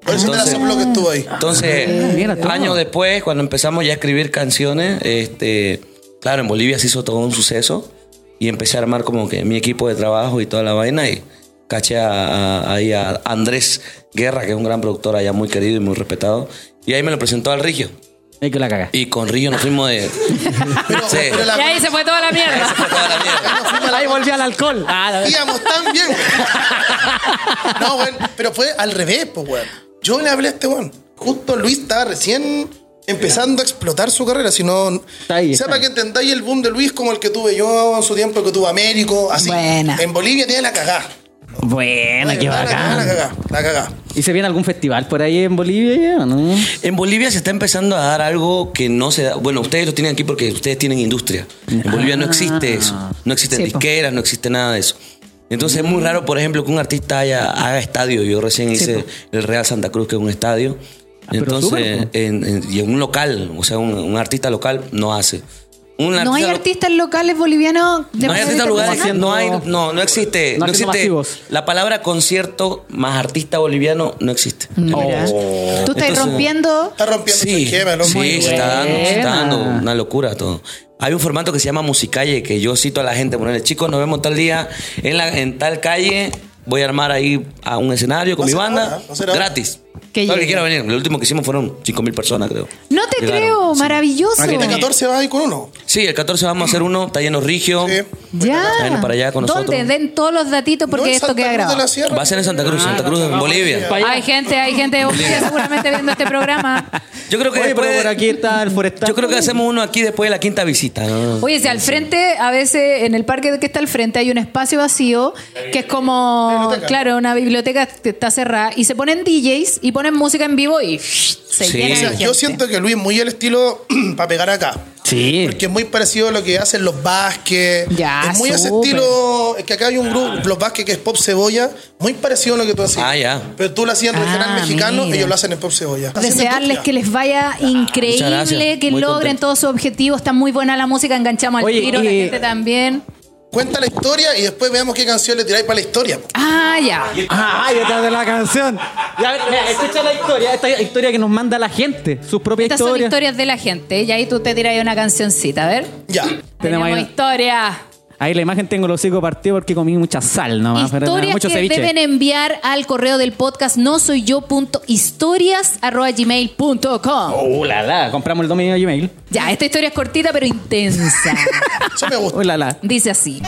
Speaker 8: Por eso te la
Speaker 2: Entonces-
Speaker 8: soplo que estuvo ahí.
Speaker 2: Entonces,
Speaker 5: Ah, mira tú.
Speaker 2: años después, cuando empezamos ya a escribir canciones, este, claro, en Bolivia se hizo todo un suceso y empecé a armar como que mi equipo de trabajo y toda la vaina y caché a- a- ahí a Andrés Guerra, que es un gran productor allá muy querido y muy respetado, y ahí me lo presentó al Rigio.
Speaker 5: Hay que la caga.
Speaker 2: Y con Rigio nos fuimos de... [laughs]
Speaker 8: Pero,
Speaker 2: Sí.
Speaker 8: pero la
Speaker 6: Y ahí se fue toda la mierda.
Speaker 2: Toda la mierda.
Speaker 5: Ahí volví al alcohol. Ah, la-
Speaker 8: competíamos tan bien, weón. No, weón. Pero fue al revés, pues, weón. Yo le hablé a este weón. Justo Luis estaba recién empezando a explotar su carrera. Si no.
Speaker 5: Está ahí, está
Speaker 8: Sepa
Speaker 5: ahí.
Speaker 8: que entendáis el boom de Luis como el que tuve yo en su tiempo, que tuvo Américo. Así.
Speaker 6: Buena.
Speaker 8: En Bolivia tiene la cagada.
Speaker 5: Buena, qué
Speaker 8: la cagá, La
Speaker 5: bacán.
Speaker 8: cagá, la cagá.
Speaker 5: ¿Y se viene algún festival por ahí en Bolivia ya, o no?
Speaker 2: En Bolivia se está empezando a dar algo que no se da. Bueno, ustedes lo tienen aquí porque ustedes tienen industria. En Bolivia no existe eso. No existen
Speaker 6: Ah. Sí, po. Mm.
Speaker 2: disqueras, no existe nada de eso. Entonces es muy raro, por ejemplo, que un artista haya, haga estadio. Yo recién hice el Real Santa Cruz, que es un estadio.
Speaker 6: Ah,
Speaker 5: pero
Speaker 2: Entonces,
Speaker 5: súper,
Speaker 2: en, en- y en un local, o sea, un, un artista local no hace. Un
Speaker 6: ¿No hay
Speaker 2: lo-
Speaker 6: artistas locales bolivianos? de
Speaker 2: no
Speaker 6: manera
Speaker 2: hay artistas lugares,
Speaker 6: internacional?
Speaker 2: no hay, no, no existe,
Speaker 5: No
Speaker 2: no,
Speaker 5: haciendo
Speaker 2: existe.
Speaker 5: masivos.
Speaker 2: La palabra concierto más artista boliviano no existe.
Speaker 6: Mira. Tú estás
Speaker 2: Entonces-
Speaker 6: rompiendo...
Speaker 8: Está rompiendo su esquema, loco.
Speaker 2: Sí, se está, dando, se está
Speaker 5: buena.
Speaker 2: dando una locura todo. Hay un formato que se llama Musicalle, que yo cito a la gente, ponerle, chicos, nos vemos tal día en, la, en tal calle, voy a armar ahí a un escenario con
Speaker 8: Va a
Speaker 2: mi
Speaker 8: ser
Speaker 2: banda,
Speaker 8: ahora, va a ser ahora.
Speaker 2: gratis.
Speaker 6: Que
Speaker 2: Todo el que
Speaker 6: llegue.
Speaker 2: quiera venir. Lo último que hicimos fueron 5.000 personas, creo.
Speaker 6: No te
Speaker 2: Llegaron.
Speaker 6: creo, maravilloso.
Speaker 8: El 14 va ahí con uno.
Speaker 2: Sí, el 14 vamos a hacer uno, está lleno rigio.
Speaker 5: Oh.
Speaker 8: Sí.
Speaker 6: Ya.
Speaker 2: Bueno, para allá con nosotros.
Speaker 6: ¿Dónde? Den todos los datitos
Speaker 8: No,
Speaker 6: porque
Speaker 8: en
Speaker 6: esto
Speaker 8: Santa
Speaker 6: queda
Speaker 8: Cruz de
Speaker 6: grabado.
Speaker 8: la Sierra.
Speaker 2: Va a ser en Santa
Speaker 5: Ah,
Speaker 2: Cruz, Santa Cruz, en Bolivia.
Speaker 5: Para allá.
Speaker 6: Hay gente, hay gente de Bolivia seguramente viendo este programa.
Speaker 2: Yo creo que
Speaker 5: Oye,
Speaker 2: después
Speaker 5: pero por
Speaker 2: de-
Speaker 5: aquí está el forestal.
Speaker 2: Yo creo que hacemos uno aquí después de la quinta visita. ¿no?
Speaker 6: Oye, si al frente, a veces en el parque que está al frente hay un espacio vacío que es como, claro, una biblioteca que está cerrada y se ponen DJs y ponen música en vivo y se
Speaker 2: Sí.
Speaker 6: llena
Speaker 8: O
Speaker 6: de
Speaker 8: sea, yo
Speaker 6: gente.
Speaker 8: siento que Luis es muy el estilo [clears throat] para pegar acá.
Speaker 5: Sí.
Speaker 8: Porque es muy parecido a lo que hacen los Vázquez.
Speaker 6: Ya,
Speaker 8: es muy ese
Speaker 6: súper.
Speaker 8: estilo. Es que acá hay un grupo, los Vázquez, que es Pop Cebolla. Muy parecido a lo que tú hacías.
Speaker 2: Ah, ya.
Speaker 8: Pero tú lo hacías en regional
Speaker 6: Ah,
Speaker 8: mexicano,
Speaker 6: mira.
Speaker 8: ellos lo hacen en Pop Cebolla. Hacen
Speaker 6: Desearles
Speaker 8: industria.
Speaker 6: que les vaya
Speaker 5: Ah,
Speaker 2: Muchas
Speaker 6: increíble,
Speaker 2: gracias.
Speaker 6: que
Speaker 2: Muy
Speaker 6: logren
Speaker 2: contento.
Speaker 6: todos sus objetivos. Está muy buena la música, enganchamos al
Speaker 5: Oye, eh,
Speaker 6: tiro, la
Speaker 5: y-
Speaker 6: gente también.
Speaker 8: Cuenta la historia y después veamos qué canción le tiráis para la historia.
Speaker 6: Ah, ya.
Speaker 5: Ah, ya está de la canción. Ya, mira, escucha la historia, esta historia que nos manda la gente, sus propias
Speaker 6: Estas son
Speaker 5: historias.
Speaker 6: historias de la gente ¿eh? y ahí tú te tiras una cancioncita, a ver.
Speaker 8: Ya.
Speaker 5: Tenemos
Speaker 6: Tenemos,
Speaker 5: ahí una-
Speaker 6: historia.
Speaker 5: Ahí la imagen tengo el hocico partido porque comí mucha sal nomás, pero nada,
Speaker 6: Historias
Speaker 5: mucho
Speaker 6: que
Speaker 5: ceviche.
Speaker 6: deben enviar al correo del podcast no soy yo punto historias arroba gmail punto com.
Speaker 5: Oh, la la, compramos el dominio de Gmail.
Speaker 6: Ya, esta historia es cortita pero
Speaker 5: [laughs]
Speaker 6: intensa.
Speaker 8: Eso me gusta.
Speaker 5: Oh, la la.
Speaker 6: Dice así.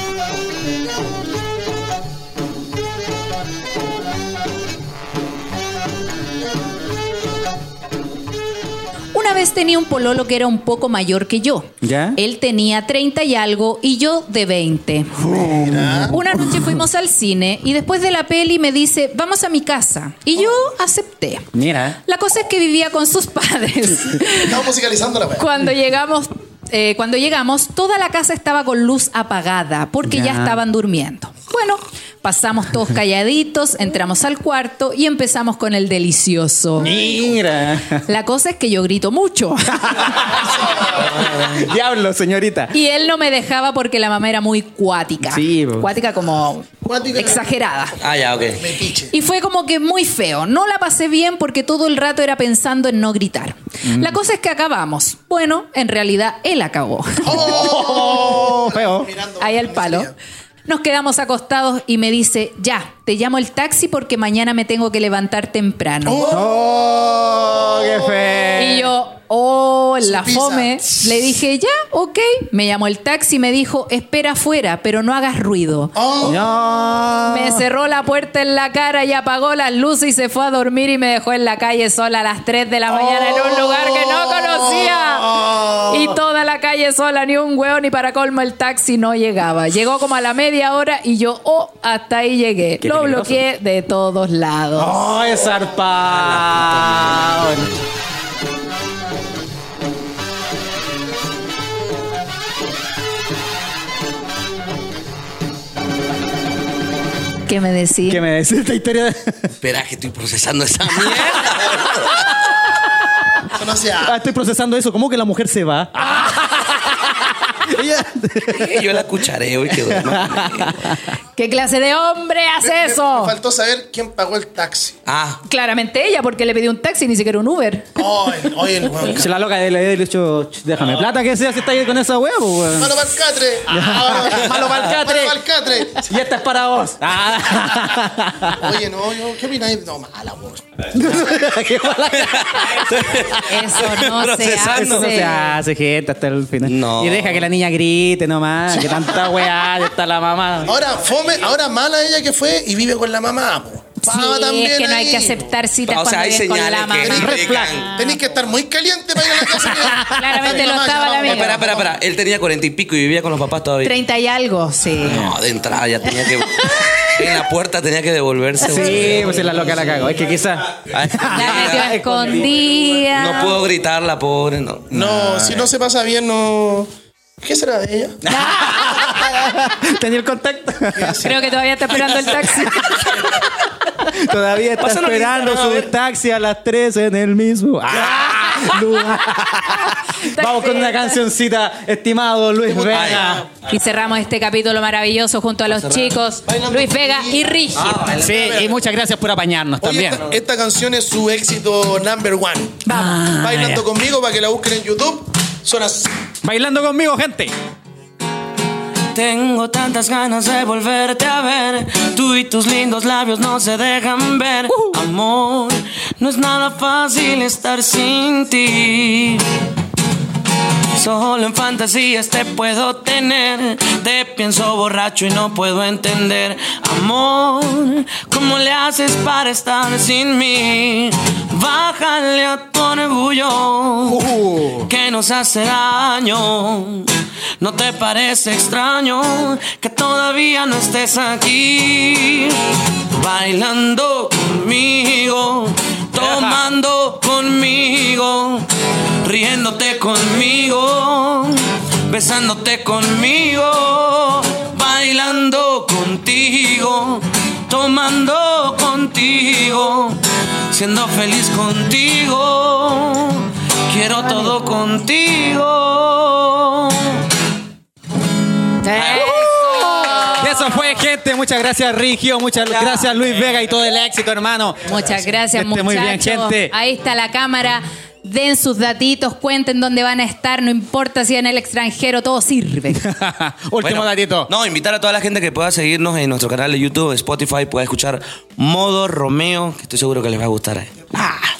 Speaker 6: Una vez tenía un pololo que era un poco mayor que yo.
Speaker 5: ¿Ya?
Speaker 6: Él tenía 30 y algo y yo de 20. Una noche fuimos al cine y después de la peli me dice, vamos a mi casa. Y yo acepté.
Speaker 5: Mira.
Speaker 6: La cosa es que vivía con sus [laughs] padres.
Speaker 8: Estamos musicalizando la wea.
Speaker 6: Cuando llegamos, eh, cuando llegamos, toda la casa estaba con luz apagada porque ya,
Speaker 5: Ya.
Speaker 6: estaban durmiendo. Bueno, Pasamos todos calladitos, entramos al cuarto y empezamos con el delicioso.
Speaker 5: Mira. [laughs]
Speaker 6: La cosa es que yo grito mucho
Speaker 5: Diablo, señorita.
Speaker 6: y él no me dejaba porque la mamá era muy cuática.
Speaker 5: Sí, pues.
Speaker 6: Cuática como
Speaker 8: Cuática.
Speaker 6: exagerada.
Speaker 2: Ah, ya, ok.
Speaker 8: Metiche.
Speaker 6: Y fue como que muy feo. No la pasé bien porque todo el rato era pensando en no gritar.
Speaker 5: Mm.
Speaker 6: La cosa es que acabamos. Bueno, en realidad él acabó.
Speaker 5: Oh, feo.
Speaker 6: Ahí al palo. Nos quedamos acostados y me dice, ya, te llamo el taxi porque mañana me tengo que levantar temprano.
Speaker 5: Oh, qué feo.
Speaker 6: Y yo, oh, la
Speaker 8: Su pizza.
Speaker 6: fome. Le dije, ya, ok. Me llamó el taxi y me dijo, espera afuera, pero no hagas ruido.
Speaker 8: Oh,
Speaker 5: No.
Speaker 6: Me cerró la puerta en la cara y apagó las luces y se fue a dormir y me dejó en la calle sola a las 3 de la mañana en un lugar que no conocía. Y toda la calle sola, ni un hueón, ni para colmo el taxi no llegaba. Llegó como a la media hora y yo, oh, hasta ahí llegué.
Speaker 5: Qué
Speaker 6: Lo
Speaker 5: peligroso.
Speaker 6: bloqueé de todos lados.
Speaker 5: Oh, es zarpado.
Speaker 6: ¿Qué me decís?
Speaker 5: ¿Qué me decís esta historia? de-
Speaker 2: Espera, que estoy procesando esa mierda.
Speaker 8: eso
Speaker 6: [laughs]
Speaker 8: no se
Speaker 5: Ah,
Speaker 8: hace.
Speaker 5: estoy procesando eso. ¿Cómo que la mujer se va? Ella-
Speaker 2: Y [laughs] yo la cuchareo y que duerma.
Speaker 6: ¿Qué clase de hombre hace
Speaker 8: Me- me-
Speaker 6: eso?
Speaker 8: Me faltó saber quién pagó el taxi.
Speaker 6: [laughs]
Speaker 2: Ah,
Speaker 6: Claramente ella, porque le pedí un taxi, ni siquiera un
Speaker 5: [laughs]
Speaker 6: Uber.
Speaker 8: Oh, el- oye, el weón.
Speaker 5: Se la loca de la idea y le he dicho, "Ch, déjame plata que sea si está ahí con esa huevo, weón.
Speaker 8: Malo pa'l
Speaker 6: [laughs]
Speaker 8: catre. Ah,
Speaker 5: Malo pa'l catre.
Speaker 8: Malo pa'l catre.
Speaker 5: Y esta es para vos. Ah. [laughs]
Speaker 8: Oye, no, yo, ¿qué opináis? No, mala, weón.
Speaker 5: Qué mala-
Speaker 6: Eso no se
Speaker 5: [laughs]
Speaker 6: hace.
Speaker 2: Procesando.
Speaker 5: Eso no se hace, gente, hasta el final.
Speaker 2: No.
Speaker 5: Y deja que la niña grite nomás, que tanta weá, ya está la mamá.
Speaker 8: Ahora, fome, ahora mala ella que fue y vive con la mamá, po. Fama
Speaker 6: Sí,
Speaker 8: también
Speaker 6: es que no hay
Speaker 8: ahí,
Speaker 6: que
Speaker 8: po.
Speaker 6: aceptar citas
Speaker 2: o sea, hay
Speaker 6: cuando vienen con la
Speaker 2: señales que
Speaker 6: mamá.
Speaker 2: indican.
Speaker 8: Tenéis que estar muy caliente para ir a la
Speaker 6: [laughs]
Speaker 8: casa. que-
Speaker 6: Claramente
Speaker 8: Ay,
Speaker 6: lo estaba
Speaker 8: mamá, ya
Speaker 6: la
Speaker 8: vamos,
Speaker 6: amiga.
Speaker 2: Espera, espera, espera. Él tenía cuarenta y pico y vivía con los papás todavía.
Speaker 6: 30 y algo, sí.
Speaker 2: No, de entrada ya tenía que. [laughs] en la puerta tenía que devolverse.
Speaker 5: Sí, pues si la loca la cagó. Es
Speaker 6: [laughs]
Speaker 5: que quizás.
Speaker 2: Ah. Ay,
Speaker 6: La metió a escondida.
Speaker 2: No puedo gritar, la pobre, no.
Speaker 8: No, si no se pasa bien, no. ¿Qué será de ella?
Speaker 5: Tenía
Speaker 6: [laughs]
Speaker 5: el contacto.
Speaker 6: Creo que todavía está esperando el
Speaker 2: [laughs]
Speaker 6: taxi.
Speaker 5: Todavía está
Speaker 2: Pásanos el
Speaker 5: esperando
Speaker 2: Instagram, a
Speaker 5: su
Speaker 2: ver.
Speaker 5: taxi a las 3 en el mismo.
Speaker 2: [laughs]
Speaker 5: Ah, Luis. Vamos con una cancioncita, estimado Luis Vega.
Speaker 6: Y cerramos este capítulo maravilloso junto a los chicos Luis Vega y Rigi.
Speaker 5: Sí, y muchas gracias por apañarnos
Speaker 8: Oye, esta, esta canción es su éxito number one.
Speaker 6: Ah,
Speaker 8: Bailando conmigo para que la busquen en YouTube. Son así.
Speaker 5: Bailando conmigo, gente.
Speaker 2: Tengo tantas ganas de volverte a ver. Tú y tus lindos labios no se dejan ver. Amor, no es nada fácil estar sin ti. Solo en fantasías te puedo tener. Te pienso borracho y no puedo entender. Amor, ¿cómo le haces para estar sin mí? Bájale a tu orgullo que nos hace daño. ¿No te parece extraño que todavía no estés aquí? Bailando conmigo, tomando conmigo, riéndote conmigo, besándote conmigo, bailando contigo, tomando contigo, siendo feliz contigo. Quiero todo contigo. Ah.
Speaker 5: Eso fue, gente. Muchas gracias, Rigio. Muchas gracias, Luis Vega y todo el éxito, hermano.
Speaker 6: Muchas gracias,
Speaker 5: Que esté
Speaker 6: muchachos.
Speaker 5: muy bien, gente.
Speaker 6: Ahí está la cámara. Den sus datitos, cuenten dónde van a estar, no importa si en el extranjero, todo sirve.
Speaker 5: Último
Speaker 2: Bueno,
Speaker 5: datito.
Speaker 2: No, invitar a toda la gente que pueda seguirnos en nuestro canal de YouTube, Spotify, pueda escuchar Modo Romeo, que estoy seguro que les va a gustar.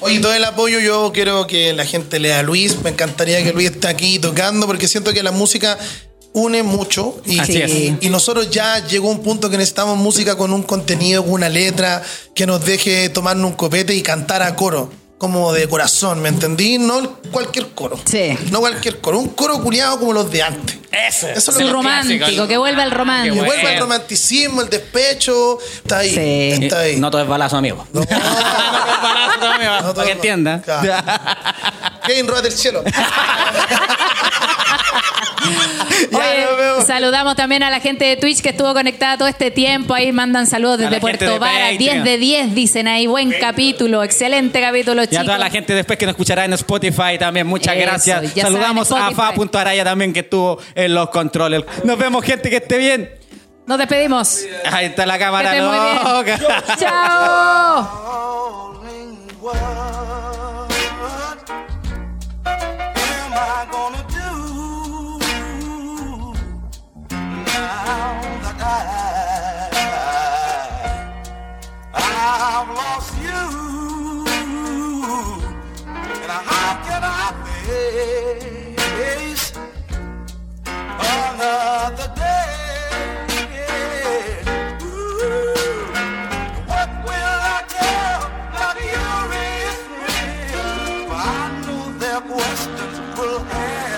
Speaker 8: Oye, todo el apoyo yo quiero que la gente lea a Luis. Me encantaría que Luis esté aquí tocando porque siento que la música une mucho y,
Speaker 5: Así es.
Speaker 8: y nosotros ya llegó un punto que necesitamos música con un contenido, con una letra que nos deje tomarnos un copete y cantar a coro. Como de corazón, ¿me entendí? No cualquier coro.
Speaker 6: Sí.
Speaker 8: No cualquier coro. Un coro culiado como los de antes.
Speaker 5: Eso.
Speaker 8: Eso es
Speaker 6: Su
Speaker 8: lo que
Speaker 6: romántico, que vuelva el
Speaker 8: que
Speaker 6: romántico.
Speaker 8: vuelva el romanticismo, el despecho. Está ahí.
Speaker 6: Sí.
Speaker 8: Está ahí.
Speaker 5: No todo es balazo, amigo.
Speaker 8: [laughs] No.
Speaker 5: balazo, no, amigo.
Speaker 8: No todo
Speaker 5: Para que
Speaker 8: no.
Speaker 5: entienda.
Speaker 8: Claro. Kevin Roa del cielo.
Speaker 5: Ya
Speaker 6: Oye,
Speaker 5: nos vemos.
Speaker 6: Saludamos también a la gente de Twitch que estuvo conectada todo este tiempo. Ahí mandan saludos
Speaker 5: la
Speaker 6: desde
Speaker 5: gente
Speaker 6: Puerto
Speaker 5: de
Speaker 6: Vara.
Speaker 5: Patreon.
Speaker 6: 10 de 10 dicen ahí. Buen capítulo. Excelente capítulo,
Speaker 5: Y
Speaker 6: chicos.
Speaker 5: a toda la gente después que nos escuchará en Spotify también, muchas
Speaker 6: Eso,
Speaker 5: gracias.
Speaker 6: ya
Speaker 5: Saludamos
Speaker 6: saben,
Speaker 5: a
Speaker 6: Spotify.
Speaker 5: Fa.araya también que estuvo en los controles. Nos vemos, gente, que esté bien.
Speaker 6: Nos despedimos.
Speaker 5: Ahí está la cámara
Speaker 6: Que esté muy bien.
Speaker 5: loca.
Speaker 6: ¡Chao!
Speaker 4: Darling, what am I gonna do now that I I've lost you? And how can I face another day? Ooh. What will I tell my dearest friend? For I know their questions will answer.